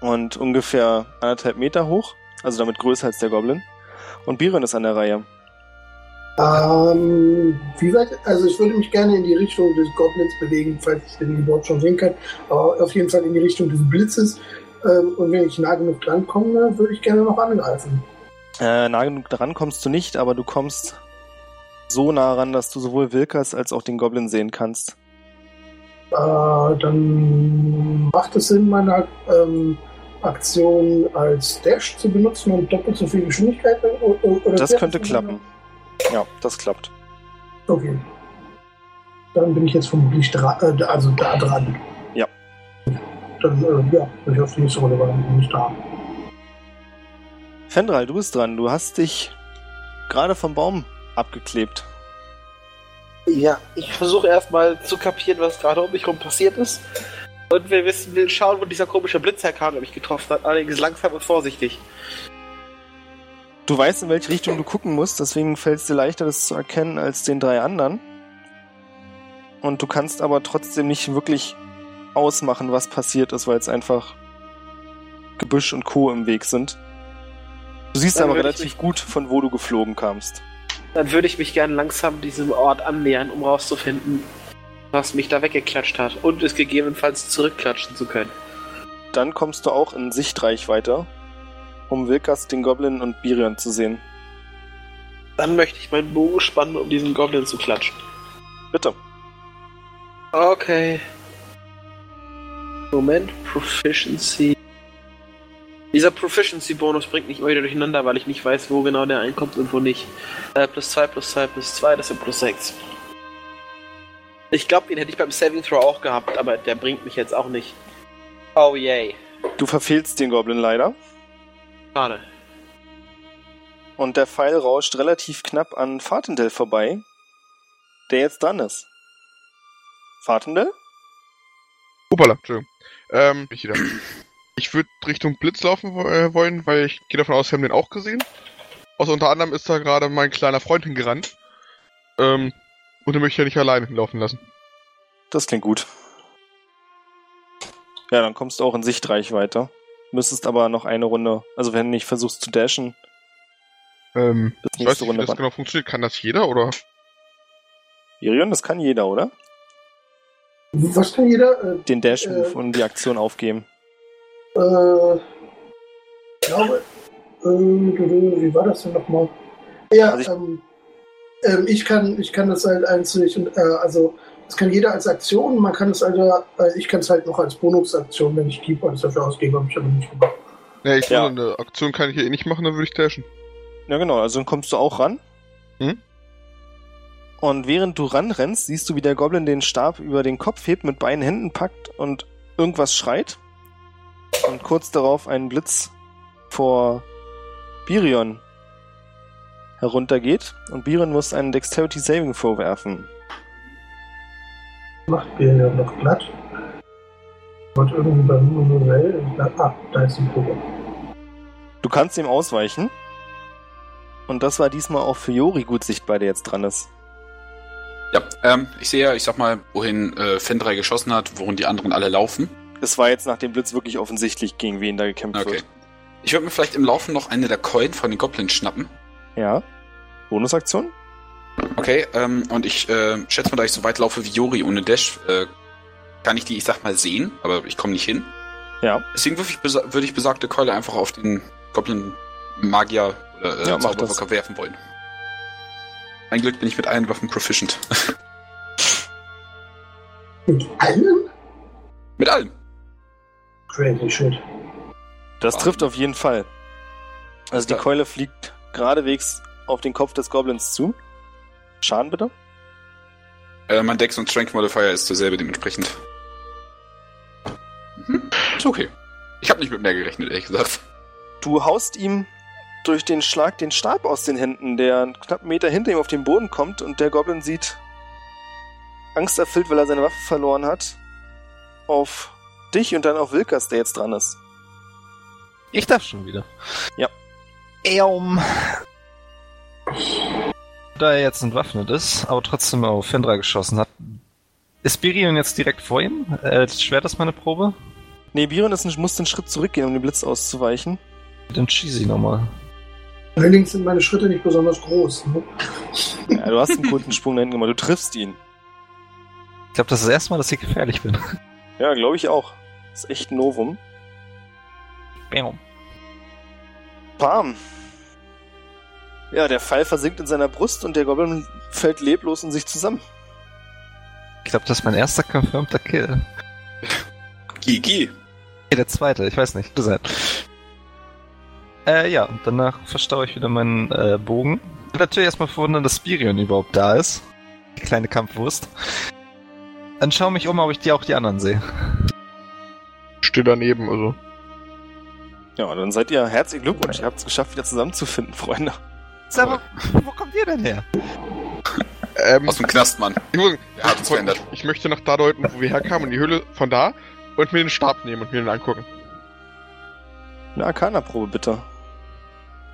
Und ungefähr anderthalb Meter hoch, also damit größer als der Goblin. Und Biron ist an der Reihe.
Ähm, wie weit, also ich würde mich gerne in die Richtung des Goblins bewegen, falls ich den überhaupt schon sehen kann, aber auf jeden Fall in die Richtung des Blitzes. Ähm, und wenn ich nah genug drankomme, würde ich gerne noch angreifen.
Äh, nah genug dran kommst du nicht, aber du kommst so nah ran, dass du sowohl Wilkas als auch den Goblin sehen kannst.
Äh, dann macht es Sinn, meine ähm, Aktion als Dash zu benutzen und doppelt so viel Geschwindigkeit? äh, o- Oder
Das
fährt
könnte
es?
klappen. Ja, das klappt.
Okay. Dann bin ich jetzt vermutlich dra äh, also da dran.
Ja.
Dann, äh, ja, bin ich auf die nächste Runde war nicht da.
Fendral, du bist dran. Du hast dich gerade vom Baum abgeklebt.
Ja, ich versuche erstmal zu kapieren, was gerade um mich rum passiert ist. Und wir wissen, will schauen, wo dieser komische Blitz herkam, der mich getroffen hat. Allerdings langsam und vorsichtig.
Du weißt, in welche Richtung du gucken musst, deswegen fällt es dir leichter, das zu erkennen, als den drei anderen. Und du kannst aber trotzdem nicht wirklich ausmachen, was passiert ist, weil es einfach Gebüsch und Co. im Weg sind. Du siehst
Dann
aber
würde ich
relativ gut, von wo du geflogen kamst.
Dann würde ich mich gerne langsam diesem Ort annähern, um rauszufinden, was mich da weggeklatscht hat. Und es gegebenenfalls zurückklatschen zu können.
Dann kommst du auch in Sichtreich weiter, um Wilkas, den Goblin und Birion zu sehen.
Dann möchte ich meinen Bogen spannen, um diesen Goblin zu klatschen.
Bitte.
Okay. Moment, Proficiency. Dieser Proficiency-Bonus bringt mich immer wieder durcheinander, weil ich nicht weiß, wo genau der einkommt und wo nicht. Äh, plus 2, plus 2, plus 2, das sind plus 6. Ich glaube, den hätte ich beim Saving Throw auch gehabt, aber der bringt mich jetzt auch nicht. Oh yay.
Du verfehlst den Goblin leider.
Schade.
Und der Pfeil rauscht relativ knapp an Fartendell vorbei, der jetzt dran ist. Fartendell?
Hoppala, Entschuldigung. Ähm, bin ich wieder. Ich würde Richtung Blitz laufen wo- äh, wollen, weil ich gehe davon aus, wir haben den auch gesehen. Außer unter anderem ist da gerade mein kleiner Freund hingerannt. Ähm, und den möchte ich ja nicht alleine hinlaufen lassen.
Das klingt gut. Ja, dann kommst du auch in Sichtreichweite. Müsstest aber noch eine Runde, also wenn du nicht versuchst zu dashen,
Ähm,
bis
ich weiß
nächste
nicht, wie
Runde
das
dran.
genau funktioniert. Kann das jeder oder? genau-
Irion, das kann jeder, oder?
Was kann jeder? Äh,
Den Dash-Move
Äh.
und die Aktion aufgeben.
äh, ich glaube, äh, wie war das denn nochmal? Ja,
Also ich-
ähm, ähm, ich, kann, ich kann das halt einzig, und, äh, also das kann jeder als Aktion, man kann es also, äh, ich kann es halt noch als Bonusaktion, wenn ich Keypoints dafür ausgebe, habe ich aber nicht gemacht.
Ne, ich
Ja.
will eine Aktion kann ich hier eh nicht machen, dann würde ich dashen.
Ja, genau, also dann kommst du auch ran.
Hm?
Und während du ranrennst, siehst du, wie der Goblin den Stab über den Kopf hebt, mit beiden Händen packt und irgendwas schreit. Und kurz darauf ein Blitz vor Birion heruntergeht. Und Birion muss einen Dexterity Saving vorwerfen.
Macht mir ja noch glatt. Und irgendwie bei Monorell, ah, da ist ein Problem.
Du kannst ihm ausweichen. Und das war diesmal auch für Jori gut sichtbar, der jetzt dran ist.
Ja, ähm, ich sehe ja, ich sag mal, wohin äh, Fendrei geschossen hat, worin die anderen alle laufen.
Es war jetzt nach dem Blitz wirklich offensichtlich, gegen wen da gekämpft
Okay.
wird.
Ich würde mir vielleicht im Laufen noch eine der Coin von den Goblins schnappen.
Ja. Bonusaktion?
Okay, ähm, und ich äh, schätze mal, da ich so weit laufe wie Yori ohne Dash, äh, kann ich die, ich sag mal, sehen, aber ich komme nicht hin.
Ja.
Deswegen würf ich besa- würde ich besagte Keule einfach auf den Goblin-Magier oder äh,
Ja, mach das.
Zauberwörter werfen wollen. Ein Glück bin ich mit allen Waffen proficient.
Mit allem?
mit allem.
Crazy shit.
Das
Ah.
trifft auf jeden Fall. Also die
Ja.
Keule fliegt geradewegs auf den Kopf des Goblins zu. Schaden bitte.
Äh, mein Dex und Strength Modifier ist derselbe dementsprechend. Mhm. Ist okay. Ich habe nicht mit mehr gerechnet, ehrlich gesagt.
Du haust ihm durch den Schlag den Stab aus den Händen, der einen knappen Meter hinter ihm auf den Boden kommt und der Goblin sieht, angsterfüllt, weil er seine Waffe verloren hat, auf dich und dann auf Wilkas, der jetzt dran ist.
Ich darf schon wieder.
Ja.
Eum. Da er jetzt entwaffnet ist, aber trotzdem auf Fendra geschossen hat, ist Birion jetzt direkt vor ihm? Äh, schwer das meine Probe?
Nee, Biron ist ein, muss den Schritt zurückgehen, um dem Blitz auszuweichen.
Dann schieße ich nochmal.
Allerdings sind meine Schritte nicht besonders groß. Ne?
Ja, du hast einen guten Sprung dahin gemacht, du triffst ihn.
Ich glaube, das ist das erste Mal, dass ich gefährlich bin.
Ja, glaube ich auch. Ist echt ein Novum.
Eum.
Bam! Ja, der Pfeil versinkt in seiner Brust und der Goblin fällt leblos in sich zusammen.
Ich glaube, das ist mein erster confirmter Kill.
GG.
Nee, der zweite, ich weiß nicht. Kann sein. Äh, ja, und danach verstaue ich wieder meinen äh, Bogen. Bin natürlich erstmal verwundert, dass Spirion überhaupt da ist. Die kleine Kampfwurst. Dann schaue mich um, ob ich die auch die anderen sehe.
Stehe daneben, also.
Ja, dann seid ihr herzlichen Glückwunsch. Ihr habt es geschafft, wieder zusammenzufinden, Freunde.
Sag mal, wo kommt ihr denn her?
Ähm,
Aus dem Knast, Mann.
ich, muss,
Der hat uns verändert.
ich möchte nach da deuten, wo wir herkamen, in die Höhle von da und mir den Stab nehmen und mir den angucken.
Eine Arcana-Probe bitte.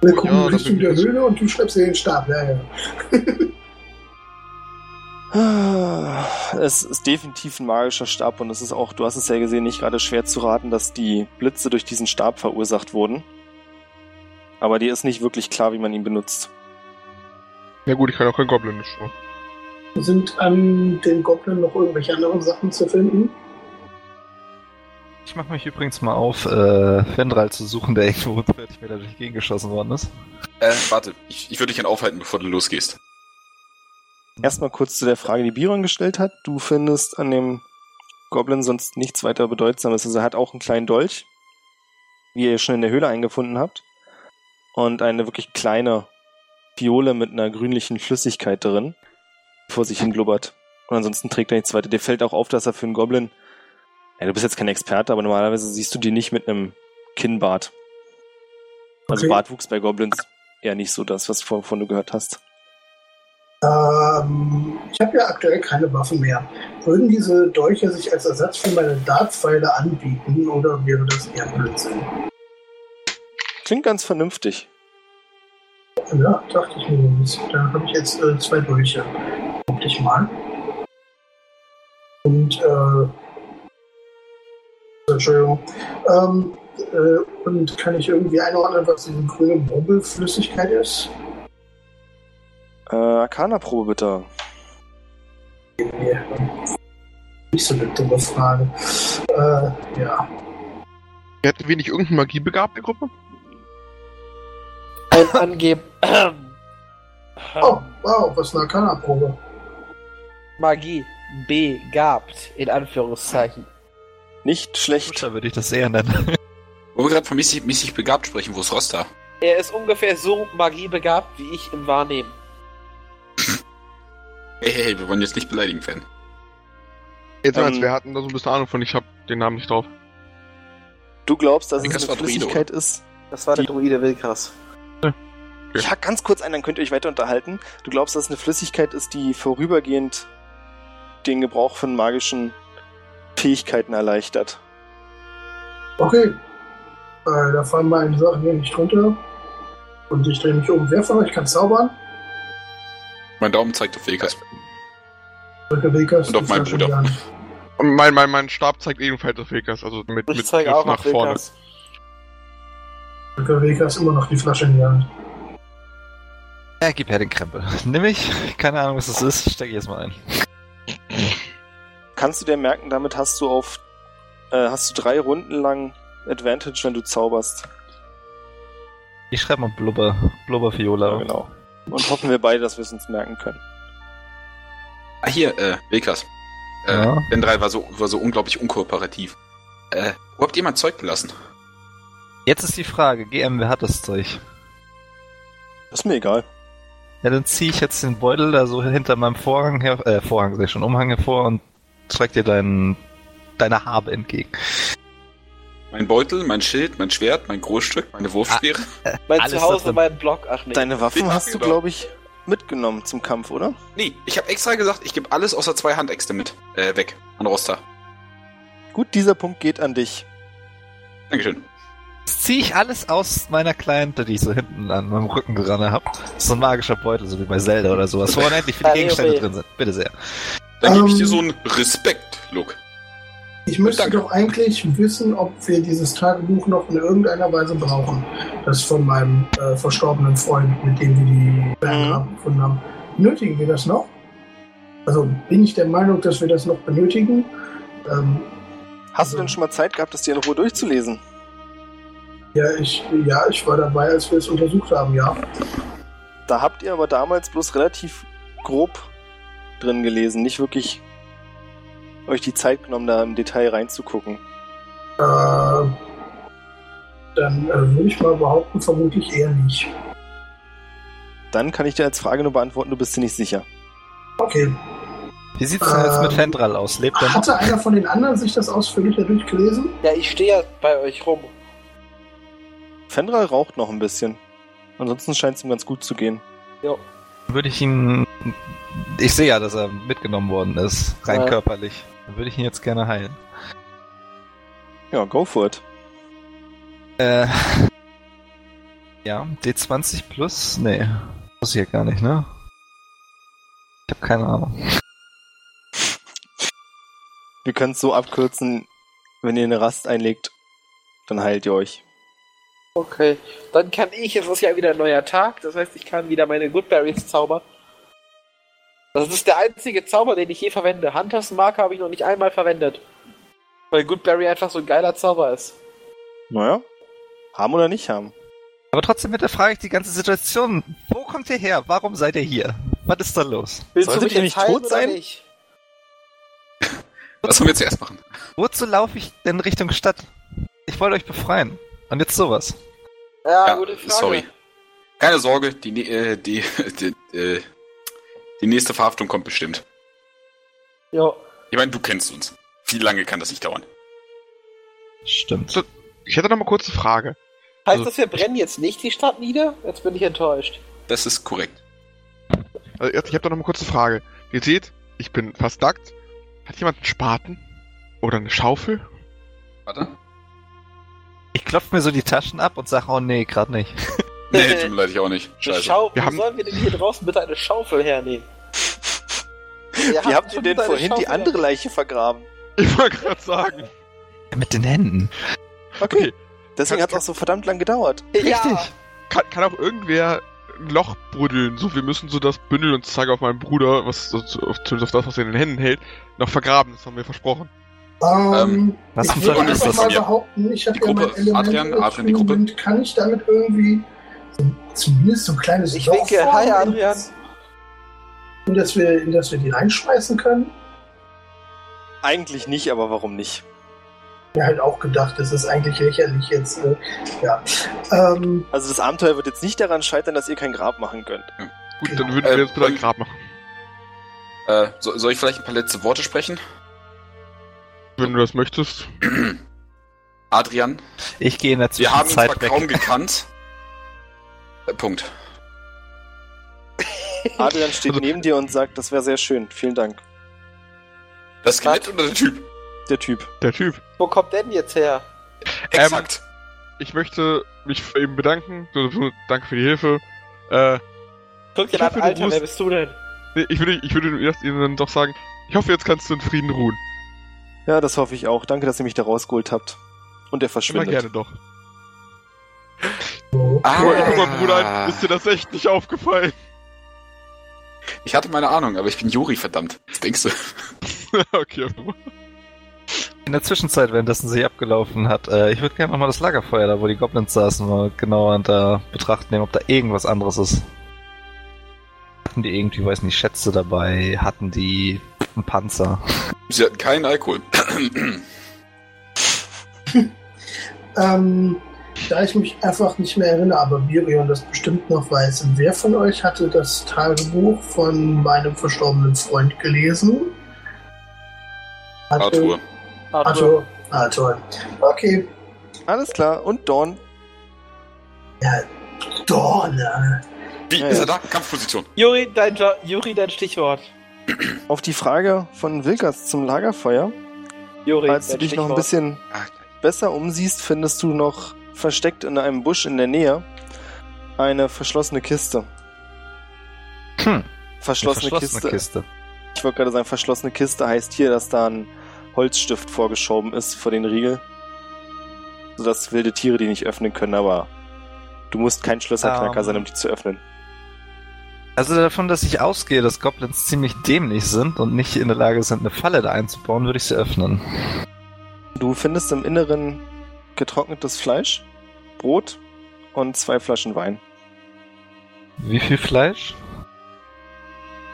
Dann gucken
Ja,
wir
das
Richtung
bin
der
ich jetzt.
Höhle und du schreibst dir den Stab. Ja, ja.
Ah, Es ist definitiv ein magischer Stab und es ist auch, du hast es ja gesehen, nicht gerade schwer zu raten, dass die Blitze durch diesen Stab verursacht wurden. Aber dir ist nicht wirklich klar, wie man ihn benutzt.
Ja gut, ich kann auch kein Goblin nicht schauen.
Sind an den Goblin noch irgendwelche anderen Sachen zu finden?
Ich mache mich übrigens mal auf, äh, Fendral zu suchen, der irgendwo unfertig mir dadurch gegengeschossen worden ist.
Äh, warte, ich, ich würde dich dann aufhalten, bevor du losgehst.
Erstmal kurz zu der Frage, die Biron gestellt hat. Du findest an dem Goblin sonst nichts weiter Bedeutsames. Also er hat auch einen kleinen Dolch, wie ihr schon in der Höhle eingefunden habt. Und eine wirklich kleine Fiole mit einer grünlichen Flüssigkeit drin, die vor sich hin blubbert. Und ansonsten trägt er nichts weiter. Dir fällt auch auf, dass er für einen Goblin. Ja, du bist jetzt kein Experte, aber normalerweise siehst du die nicht mit einem Kinnbart. Also
Okay.
Bartwuchs bei Goblins eher nicht so das, was von, von du gehört hast.
Ähm, ich habe ja aktuell keine Waffen mehr. Würden diese Dolche sich als Ersatz für meine Dartpfeile anbieten oder wäre das eher Blödsinn?
Klingt ganz vernünftig.
Ja, dachte ich mir so ein bisschen. Da habe ich jetzt äh, zwei Dolche. Guck dich mal. Und, äh, Entschuldigung. Ähm, äh, und kann ich irgendwie einordnen, was diese grüne Bubbelflüssigkeit ist?
Äh, Arcana-Probe bitte.
Nee. äh, Nicht so eine dumme Frage. Äh, ja.
Wir hatten wenig irgendeine magiebegabte Gruppe?
Ein Angeben.
Oh, wow, was eine Arcana-Probe.
Magie begabt, in Anführungszeichen.
Nicht schlecht.
Da würde ich das eher nennen.
Wo wir gerade von mäßig, mäßig begabt sprechen, wo ist Rosta?
Er ist ungefähr so magiebegabt wie ich im Wahrnehmen.
Hey, hey, hey, wir wollen jetzt nicht beleidigen, Fan.
Jetzt
Ähm,
als wir hatten da so ein bisschen Ahnung von, ich hab den Namen nicht drauf.
Du glaubst, dass
Ich denke,
es
das
eine
war Druide,
Flüssigkeit ist?
Das war der
Die-
Druide Wilkas.
Ja.
Ich hack ganz kurz ein, dann könnt ihr euch weiter unterhalten. Du glaubst, dass es eine Flüssigkeit ist, die vorübergehend den Gebrauch von magischen Fähigkeiten erleichtert.
Okay. Äh, da fallen meine Sachen hier nicht runter. Und ich drehe mich um. Wer von euch kann zaubern?
Mein Daumen zeigt auf Vegas.
Drücke Wilkas.
Und auf
das
meinen
ist ja
Bruder.
schon gar nicht.
Und Mein, mein, mein Stab zeigt ebenfalls auf Vegas, also mit,
Ich
mit
zeige
Griff
auch auf Wilkas.
Drücke Wilkas immer noch die Flasche in die Hand.
Ja, Äh, gib her den Krempel. Nimm ich, keine Ahnung, was das ist, stecke ich jetzt mal ein.
Kannst du dir merken, damit hast du auf äh, hast du drei Runden lang Advantage, wenn du zauberst.
Ich schreibe mal Blubber. Blubberviola.
Ja, genau. Und hoffen wir beide, dass wir es uns merken können.
Ah, hier, äh, Wilkas. Äh,
Ja.
Bendral war so, war so unglaublich unkooperativ. Äh, wo habt ihr mein Zeug gelassen?
Jetzt ist die Frage, GM, wer hat das Zeug?
Ist mir egal.
Ja, dann ziehe ich jetzt den Beutel da so hinter meinem Vorhang her, äh, Vorhang, sag ich schon, Umhang hervor und streck dir deinen, deine Habe entgegen.
Mein Beutel, mein Schild, mein Schwert, mein Großstück, meine Wurfspeere?
Mein
Alles da
Zuhause,
drin.
mein Blog, ach nee.
Deine Waffen
Bin
hast du,
genau.
glaube ich, mitgenommen zum Kampf, oder?
Nee, ich habe extra gesagt, ich gebe alles außer zwei Handäxte mit. Äh, weg. An Rosta.
Gut, dieser Punkt geht an dich.
Dankeschön.
Jetzt ziehe ich alles aus meiner kleinen, die ich so hinten an meinem Rücken gerannt habe. So ein magischer Beutel, so wie bei Zelda oder sowas, wo unendlich viele
Ah,
Gegenstände
okay.
drin sind. Bitte sehr.
Dann gebe ich
Ähm.
dir so einen Respekt-Look.
Ich müsste
Danke.
doch eigentlich wissen, ob wir dieses Tagebuch noch in irgendeiner Weise brauchen. Das von meinem äh, verstorbenen Freund, mit dem wir die Bernhard gefunden haben. Benötigen wir das noch? Also bin ich der Meinung, dass wir das noch benötigen? Ähm,
Hast du
Also-
denn schon mal Zeit gehabt, das dir in Ruhe durchzulesen?
ja, ich, ja, ich war dabei, als wir es untersucht haben, ja.
Da habt ihr aber damals bloß relativ grob drin gelesen, nicht wirklich euch die Zeit genommen, da im Detail reinzugucken.
Äh, dann äh, würde ich mal behaupten, vermutlich eher nicht.
Dann kann ich dir als Frage nur beantworten, du bist dir nicht sicher.
Okay.
Wie sieht's denn jetzt mit
Ähm,
Fendral aus? Lebt er noch?
Hatte einer von den anderen sich das ausführlicher durchgelesen?
Ja, ich stehe ja bei euch rum.
Fendral raucht noch ein bisschen. Ansonsten scheint es ihm ganz gut zu gehen.
Würde ich ihn. Ich sehe ja, dass er mitgenommen worden ist, rein
Ja.
körperlich. Dann würde ich ihn jetzt gerne heilen.
Ja, go for it.
Äh. Ja, D20 plus? Nee. Muss ich ja gar nicht, ne? Ich habe keine Ahnung.
Wir können es so abkürzen, wenn ihr eine Rast einlegt, dann heilt ihr euch.
Okay. Dann kann ich, es ist ja wieder ein neuer Tag, das heißt, ich kann wieder meine Goodberries zaubern. Das ist der einzige Zauber, den ich je verwende. Hunters Marker habe ich noch nicht einmal verwendet. Weil Goodberry einfach so ein geiler Zauber ist.
Naja, haben oder nicht haben.
Aber trotzdem hinterfrage ich die ganze Situation. Wo kommt ihr her? Warum seid ihr hier? Was ist da los?
Willst
Solltet ihr
jetzt
nicht
heilen
tot
oder
sein?
Nicht?
Was sollen wir zuerst machen?
Wozu laufe ich denn Richtung Stadt? Ich wollte euch befreien. Und jetzt sowas.
Ja,
Ja,
Ah, gute Frage.
sorry. Keine Sorge, die, nä- äh, die, die, äh, die nächste Verhaftung kommt bestimmt.
Jo.
Ich meine, du kennst uns. Wie lange kann das nicht dauern?
Stimmt.
Ich hätte noch mal kurz eine Frage.
Heißt
Also-
das, wir brennen jetzt nicht die Stadt nieder? Jetzt bin ich enttäuscht.
Das ist korrekt.
Also, jetzt- ich habe da noch mal kurz eine Frage. Ihr seht, ich bin fast nackt. Hat jemand einen Spaten? Oder eine Schaufel?
Warte.
Ich klopfe mir so die Taschen ab und sage, oh nee, gerade nicht.
Nee, tut mir leid, ich auch nicht.
Eine
Scheiße.
Schaufel.
Wir
Wo
haben-
sollen wir denn hier draußen bitte eine Schaufel hernehmen? Wir
Wie habt ihr denn
bitte eine
vorhin die
Schaufel
andere Leiche vergraben?
Ich wollte gerade sagen.
Mit den Händen.
Okay. Deswegen
Kann-
hat es auch so verdammt lang gedauert.
hernehmen? Ja.
Richtig.
Kann, kann auch irgendwer ein Loch buddeln? So, wir müssen so das Bündel, und zeige auf meinen Bruder, was so- so- auf- zumindest auf das, was er in den Händen hält, noch vergraben. Das haben wir versprochen.
Ähm,
Was
ich
zum
würde
Teufel
Freunde
ist
einfach
von
das?
mal
mir.
behaupten, ich habe
Die
ja mein
Gruppe. Adrian, Adrian, die Gruppe.
Element Kann ich damit irgendwie so, zumindest so ein kleines
Ich
Loch
winke,
formen,
hi, Adrian.
In das, wir, in das wir die reinschmeißen können?
Eigentlich nicht, aber warum nicht?
Ich hab mir halt auch gedacht, das ist eigentlich lächerlich jetzt. Äh, ja. Ähm,
Also das Abenteuer wird jetzt nicht daran scheitern, dass ihr kein Grab machen könnt.
Gut,
Genau.
dann würden wir
Äh,
jetzt bitte ein
ähm,
Grab machen.
Äh, so, soll ich vielleicht ein paar letzte Worte sprechen?
Wenn du das möchtest.
Adrian,
Ich gehe in der
wir haben uns zwar
Zwischenzeit
kaum
weg.
gekannt. Äh, Punkt.
Adrian steht
Also-
neben dir und sagt, das wäre sehr schön. Vielen Dank.
Das Skelett oder der Typ?
Der Typ.
Der Typ.
Wo kommt denn jetzt her?
Exakt.
Ich möchte mich für ihn bedanken. So, so, Danke für die Hilfe. Äh,
Guck dir
Ich
an,
hoffe, du
Alter, wer
ruhst-
bist du denn?
nee, ich würde, ich würde erst ihnen dann doch sagen, ich hoffe, jetzt kannst du in Frieden ruhen.
Ja, das hoffe ich auch. Danke, dass ihr mich da rausgeholt habt. Und er
Immer
verschwindet.
gerne doch.
ah,
Guck mal, guck mal, Bruder, ist dir das echt nicht aufgefallen?
Ich hatte meine Ahnung, aber ich bin Juri, verdammt. Was denkst du?
okay.
In der Zwischenzeit, währenddessen sie abgelaufen hat, äh, ich würde gerne nochmal das Lagerfeuer, da wo die Goblins saßen, mal genauer unter Betracht nehmen, ob da irgendwas anderes ist. Hatten die irgendwie, weiß nicht, Schätze dabei? Hatten die einen Panzer?
Sie hatten keinen Alkohol.
Ähm, da ich mich einfach nicht mehr erinnere, aber Mirion das bestimmt noch weiß. Wer von euch hatte das Tagebuch von meinem verstorbenen Freund gelesen? Hatte-
Arthur.
Ah,
Also-
Arthur. Arthur. Also, ah, Okay.
Alles klar. Und Dawn.
Dorne.
Wie
Ja,
ist
ja.
er da? Kampfposition.
Juri, dein, Jo- Juri, dein Stichwort.
Auf die Frage von Wilkas zum Lagerfeuer,
Juri,
falls du
dein
dich noch ein
Stichwort.
bisschen besser umsiehst, findest du noch versteckt in einem Busch in der Nähe eine verschlossene Kiste.
Hm.
Verschlossene, Kiste.
Kiste.
Ich wollte gerade sagen, verschlossene Kiste heißt hier, dass da ein Holzstift vorgeschoben ist vor den Riegel. Sodass wilde Tiere die nicht öffnen können, aber du musst kein Schlösserknacker
Ähm.
sein, um die zu öffnen.
Also davon, dass ich ausgehe, dass Goblins ziemlich dämlich sind und nicht in der Lage sind, eine Falle da einzubauen, würde ich sie öffnen.
Du findest im Inneren getrocknetes Fleisch, Brot und zwei Flaschen Wein.
Wie viel Fleisch?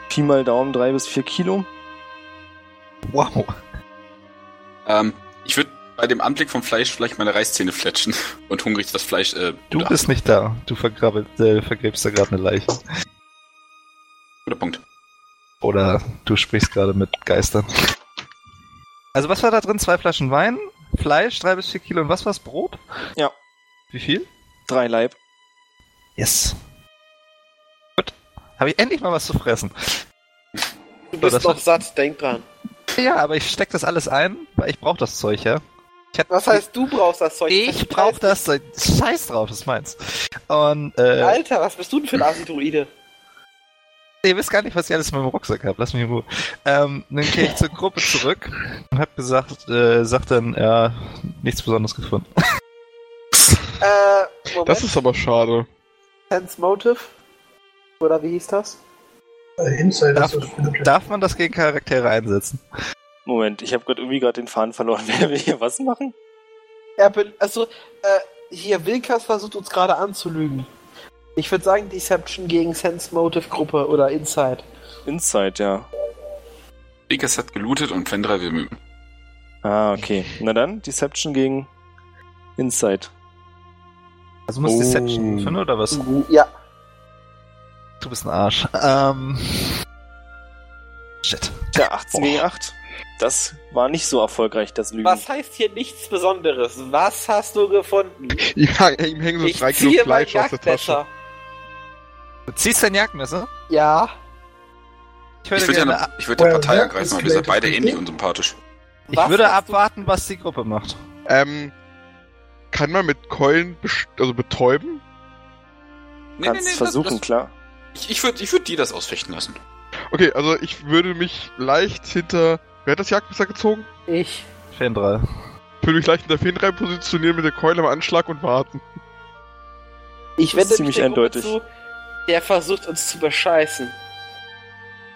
Pi mal Daumen drei bis vier Kilo.
Wow.
Ähm, ich würde bei dem Anblick vom Fleisch vielleicht meine Reißzähne fletschen und hungrig das Fleisch. Äh,
Du
betrachten.
bist nicht da. Du vergrabbelt, äh, vergräbst da gerade eine Leiche.
Guter Punkt.
Oder du sprichst gerade mit Geistern. Also was war da drin? Zwei Flaschen Wein, Fleisch, drei bis vier Kilo und was war's? Brot?
Ja.
Wie viel?
Drei Leib.
Yes. Gut. Habe ich endlich mal was zu fressen.
Du
So,
Oh,
bist
das
noch satt, denk dran.
Ja, aber ich steck das alles ein, weil ich brauche das Zeug, ja. Ich hätt-
Was heißt, du brauchst das Zeug?
Ich brauch das Zeug. Scheiß drauf, das ist meins. Und äh,
Alter, was bist du denn für ein Asidroide?
Ihr wisst gar nicht, was ich alles in meinem Rucksack habe. Lass mich in Ruhe. Ähm, dann kehre ich zur Gruppe zurück und hab gesagt, äh, sag dann, ja, nichts Besonderes gefunden.
Äh, Moment.
Das ist aber schade.
Sense Motive? Oder wie hieß das?
Äh, Insider
Darf,
ist das Gute.
darf man das gegen Charaktere einsetzen?
Moment, ich habe gerade irgendwie gerade den Faden verloren. Wer will hier was machen?
Er be also, äh, hier, Wilkas versucht uns gerade anzulügen. Ich würde sagen, Deception gegen Sense Motive Gruppe oder Inside.
Inside, ja.
Vegas hat gelootet und Fendra will mit.
Ah, okay. Na dann, Deception gegen Inside.
Also muss
Oh.
Deception finden oder was?
Ja.
Du bist ein Arsch. Ähm. Shit.
Tja, 18 gegen 8. Das war nicht so erfolgreich, das Lügen.
Was heißt hier nichts Besonderes? Was hast du gefunden?
Ja, ihm hängen so
ich
drei Kilo
ziehe mein
Fleisch aus der Tasche.
Jagdmesser.
Du ziehst dein Jagdmesser?
Ja.
Ich würde ja
gerne-
noch- ich würde der
Well,
Partei
that
ergreifen, aber
escalated
wir sind beide
quickly.
ähnlich unsympathisch.
ich
Was hast
würde
du-
abwarten, was die Gruppe macht.
Ähm, kann man mit Keulen best- also betäuben?
Nee,
Kannst es versuchen,
Das,
klar.
das, ich ich würde ich würd die das ausfechten lassen.
Okay, also ich würde mich leicht hinter. Wer hat das Jagdmesser gezogen?
Ich.
Fendral.
Ich würde mich leicht hinter Finn rein positionieren mit der Keule am Anschlag und warten.
Ich
Das ist
wende mich
ziemlich
der Gruppe
eindeutig.
zu, der versucht uns zu bescheißen.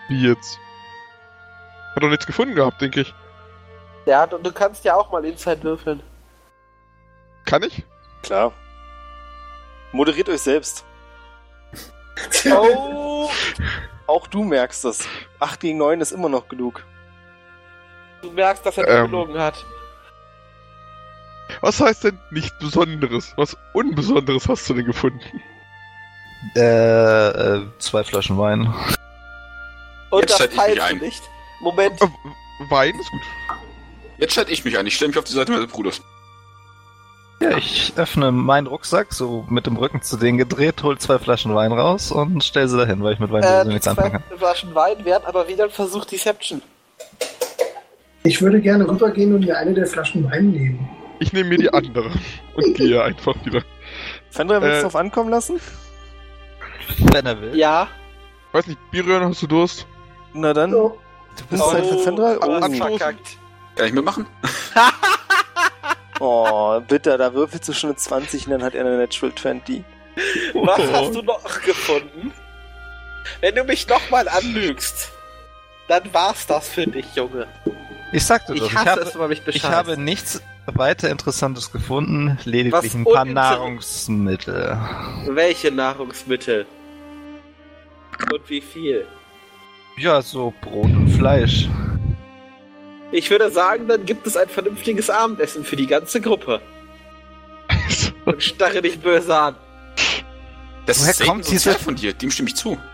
Wie jetzt? Hat doch nichts gefunden gehabt, denke ich.
Ja, du, du kannst ja auch mal Inside würfeln.
Kann ich?
Klar. Moderiert euch selbst.
Oh,
Auch du merkst es. 8 gegen 9 ist immer noch genug.
du merkst, dass er
Ähm.
gelogen hat.
Was heißt denn nicht Besonderes? Was Unbesonderes hast du denn gefunden?
Äh, äh, zwei Flaschen Wein.
Und
Jetzt schalte
das
ich mich
teilst du
ein.
nicht. Moment,
Äh, Wein ist gut.
Jetzt schalte ich mich ein. Ich stelle mich auf die Seite meines Bruders.
Ja, ich öffne meinen Rucksack, so mit dem Rücken zu denen gedreht, hol zwei Flaschen Wein raus und stell sie dahin, weil ich mit Wein
äh,
sowieso
die
nichts anfangen
zwei
kann.
Flaschen Wein werden aber wieder ein Versuch Deception.
Ich würde gerne rübergehen und mir eine der Flaschen Wein nehmen.
Ich nehme mir die andere und gehe einfach wieder.
Fendra, willst
Äh.
du drauf ankommen lassen?
Wenn er will.
Ja.
Weiß nicht, Birion, hast du Durst?
Na dann,
So,
du bist halt für Fendra.
aber
Oh,
Anschlag.
verkackt.
Kann ich mitmachen?
oh, bitter, da würfelst du schon eine 20 und dann hat er eine Natural 20.
Was hast du noch gefunden? Wenn du mich nochmal anlügst, Dann war's das für dich, Junge.
Ich sagte doch,
Ich
also ich
hasse
habe,
es, wenn man mich
ich
bescheißt.
habe nichts weiter Interessantes gefunden, lediglich
Was
ein paar
uninter-
Nahrungsmittel.
Welche Nahrungsmittel? Und wie viel?
Ja, so Brot und Fleisch.
Ich würde sagen, dann gibt es ein vernünftiges Abendessen für die ganze Gruppe. Und starre dich böse an.
Das
Woher
ist selten
kommt diese-
sozial von dir, dem stimme ich zu.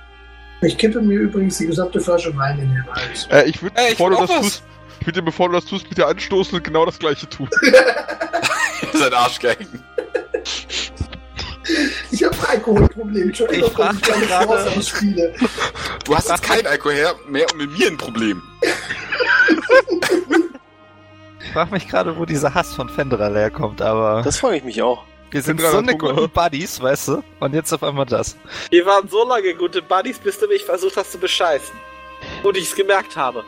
Ich kippe mir übrigens die gesamte Flasche Wein in den Hals.
Äh, ich würde,
Ey, ich
bevor du
will
das
auch was.
tust, ich würde dir, bevor du das tust, mit dir anstoßen und genau das gleiche tun.
Das ist ein Arschgeigen.
Ich habe ein Alkoholproblem. Entschuldigung,
Ich frag
dass keine
mich gerade-
Vorsatz spiele.
Du hast jetzt kein Alkohol her- mehr und mit mir ein Problem.
Ich frage mich gerade, wo dieser Hass von Fenderal herkommt, aber
Das frage ich mich auch.
wir sind
Fenderal
so
hat
eine
Hunger.
guten Buddies, weißt du? Und jetzt auf einmal das.
Wir waren so lange gute Buddies, bis du mich versucht hast zu bescheißen. Und ich es gemerkt habe.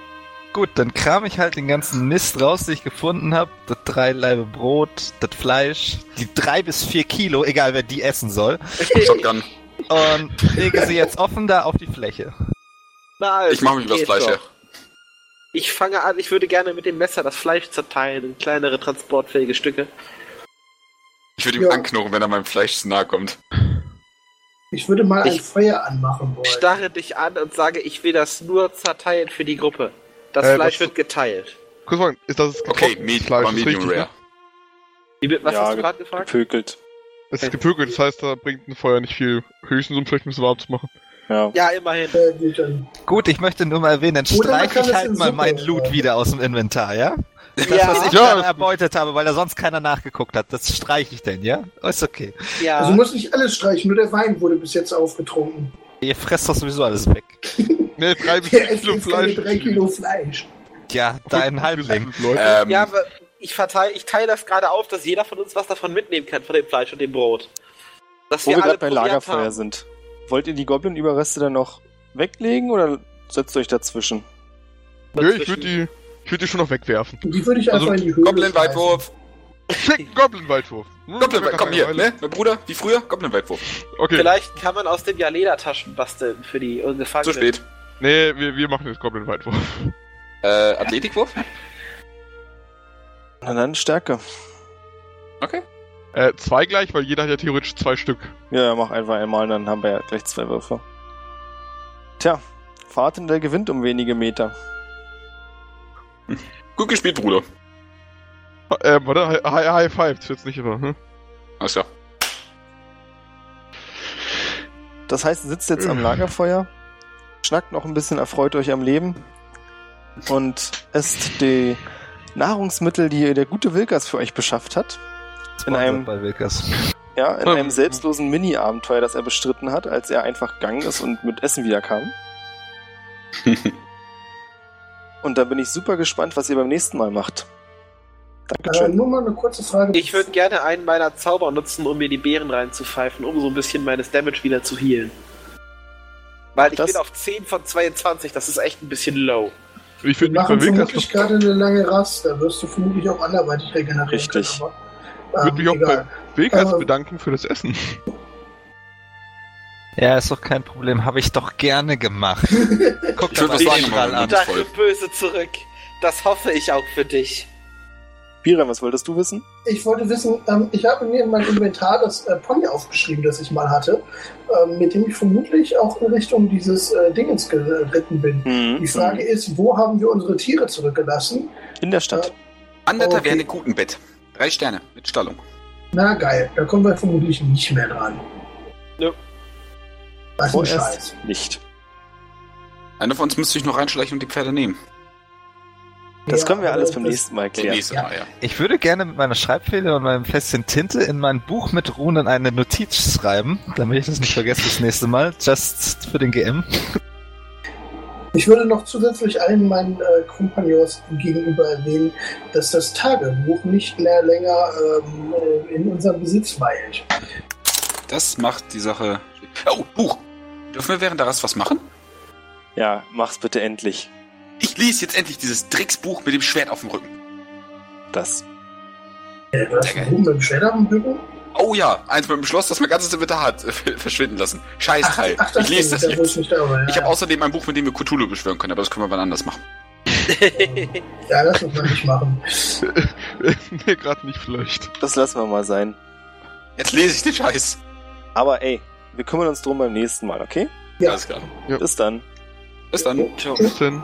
Gut, dann kram ich halt den ganzen Mist raus, den ich gefunden habe. Das drei Laibe Brot, das Fleisch, die drei bis vier Kilo, egal wer die essen soll.
Shotgun.
Und lege sie jetzt offen da auf die Fläche.
Na, also,
Ich mache mich über das
geht
Fleisch
doch.
her.
Ich fange an, ich würde gerne mit dem Messer das Fleisch zerteilen in kleinere transportfähige Stücke.
Ich würde ihm
Ja.
anknurren, wenn er meinem Fleisch zu nahe kommt.
Ich würde mal ein
Ich-
Feuer anmachen
Ich
wollen.
starre dich an und sage, ich will das nur zerteilen für die Gruppe. Das
Äh,
Fleisch
das-
wird geteilt.
Kurz mal, ist das ist
Okay,
gekochtes
Med
Fleisch,
aber
ist
Medium
richtig,
Rare.
Ne?
Wie, bi- was
Ja,
hast du
ge-
gerade gefragt?
Gepökelt.
Es ist gepökelt, das heißt, da bringt ein Feuer nicht viel. Höchstens, um vielleicht ein bisschen warm zu machen.
Ja.
Ja, immerhin.
Äh, gut, dann-
Gut, ich möchte nur mal erwähnen, dann
Oder man
streiche
kann
ich
das
halt
in
mal
Suppe
meinen Loot
machen.
wieder aus dem Inventar, ja? Das,
Ja.
was ich
Ja,
gerade
ist gut.
erbeutet habe, weil da sonst keiner nachgeguckt hat, das streiche ich denn, ja? Ist okay.
Ja.
Also muss nicht alles streichen, nur der Wein wurde bis jetzt aufgetrunken.
Ihr fresst doch sowieso alles weg.
Ne, drei bis
Der
vier
ist
Kilo
jetzt keine
Fleisch.
drei Kilo Fleisch.
Ja, dein Halbling.
Leute.
Ähm,
ja, aber ich verteile, ich teile das gerade auf, dass jeder von uns was davon mitnehmen kann, von dem Fleisch und dem Brot. Dass
Wo wir gerade bei
Proviant
Lagerfeuer
haben.
sind. Wollt ihr die Goblin-Überreste dann noch weglegen oder setzt euch dazwischen?
Nö, ich würde die, ich würd die schon noch wegwerfen.
Und Die würde ich einfach
Also,
in die Höhle schmeißen.
Goblin-Weitwurf.
Schicken Goblin-Waldwurf. Hm,
Goblin-Weitwurf, komm hier,
Weile.
ne? Mein Bruder, wie früher, Goblin-Weitwurf.
Okay,
Vielleicht kann man aus dem ja Ledertaschen basteln für die äh,
Zu
Gefangenen.
spät.
nee, wir, wir machen jetzt Goblin-Weitwurf.
Äh, Athletikwurf?
Na dann Stärke.
Okay.
Äh, zwei gleich, weil jeder hat ja theoretisch zwei Stück.
Ja, ja, mach einfach einmal, dann haben wir ja gleich zwei Würfe. Tja, Fahrtender gewinnt um wenige Meter.
Gut gespielt, Bruder.
Ähm, warte, hi- hi- High Five, das wird's nicht immer, ne?
Alles klar.
Das heißt, ihr sitzt jetzt am Lagerfeuer, schnackt noch ein bisschen, erfreut euch am Leben und esst die Nahrungsmittel, die der gute Wilkers für euch beschafft hat. In einem,
bei Wilkers.
ja, in
Ähm.
einem selbstlosen Mini-Abenteuer, das er bestritten hat, als er einfach gegangen ist und mit Essen wiederkam. Und da bin ich super gespannt, was ihr beim nächsten Mal macht.
Äh,
Dankeschön.
nur mal eine kurze Frage.
Ich würde gerne einen meiner Zauber nutzen, um mir die Beeren reinzupfeifen, um so ein bisschen meines Damage wieder zu healen. Weil ich
Das-
bin auf 10 von 22, das ist echt ein bisschen low.
Ich
Wir
würde mich bei
machen
Wilkas
vermutlich
noch,
gerade eine lange Rast, da wirst du vermutlich auch anderweitig regenerieren.
Richtig.
können, aber, ähm,
würd mich auch
egal.
Wilkas
äh,
bedanken für das Essen.
Ja, ist doch kein Problem. Habe ich doch gerne gemacht. Guck
Ich würd
doch mal
was sagen,
Strahl
Mann.
an.
Danke,
Danke
voll.
böse zurück. Das hoffe ich auch für dich.
Biram, was wolltest du wissen?
Ich wollte wissen, ähm, ich habe mir in meinem Inventar das äh, Pony aufgeschrieben, das ich mal hatte, ähm, mit dem ich vermutlich auch in Richtung dieses äh, Dingens geritten bin. Die Frage ist, wo haben wir unsere Tiere zurückgelassen?
In der Stadt.
An der
Okay.
Taverne Gutenbett. Drei Sterne mit Stallung.
Na geil, da kommen wir vermutlich nicht mehr dran.
Nö.
Was ein
Vorerst
Scheiß.
nicht.
Einer von uns müsste sich noch reinschleichen und die Pferde nehmen.
Das
Ja,
können wir
aber
alles beim
das-
nächsten Mal
Das
klären.
nächste
Ja.
Mal, ja.
Ich würde gerne mit meiner Schreibfehler und meinem Fässchen Tinte in mein Buch mit Runen eine Notiz schreiben, damit ich das nicht vergesse das nächste Mal. Just für den GM.
Ich würde noch zusätzlich allen meinen äh, Kompagnons gegenüber erwähnen, dass das Tagebuch nicht mehr länger ähm, äh, in unserem Besitz weilt.
Das macht die Sache. Oh, Buch! Dürfen wir während der Rast was machen?
Ja, mach's bitte endlich.
Ich lese jetzt endlich dieses Drecksbuch mit dem Schwert auf dem Rücken.
Das.
Äh, du hast
Sehr
einen Ruhm im Schwert am Rücken?
Oh ja, eins mit dem Schloss, das mein ganzes Inventar hat, äh, verschwinden lassen. Scheiß Teil. ich lese das
da wo ich
jetzt.
nicht da war.
Ich habe außerdem ein Buch, mit dem wir Cthulhu beschwören können, aber das können wir wann anders machen.
Ja, das muss man nicht machen.
nee, gerade nicht vielleicht.
Das lassen wir mal sein.
Jetzt lese ich den Scheiß.
Aber ey, wir kümmern uns drum beim nächsten Mal, okay?
Ja.
Alles klar.
Ja.
Bis dann.
Bis dann.
Was denn?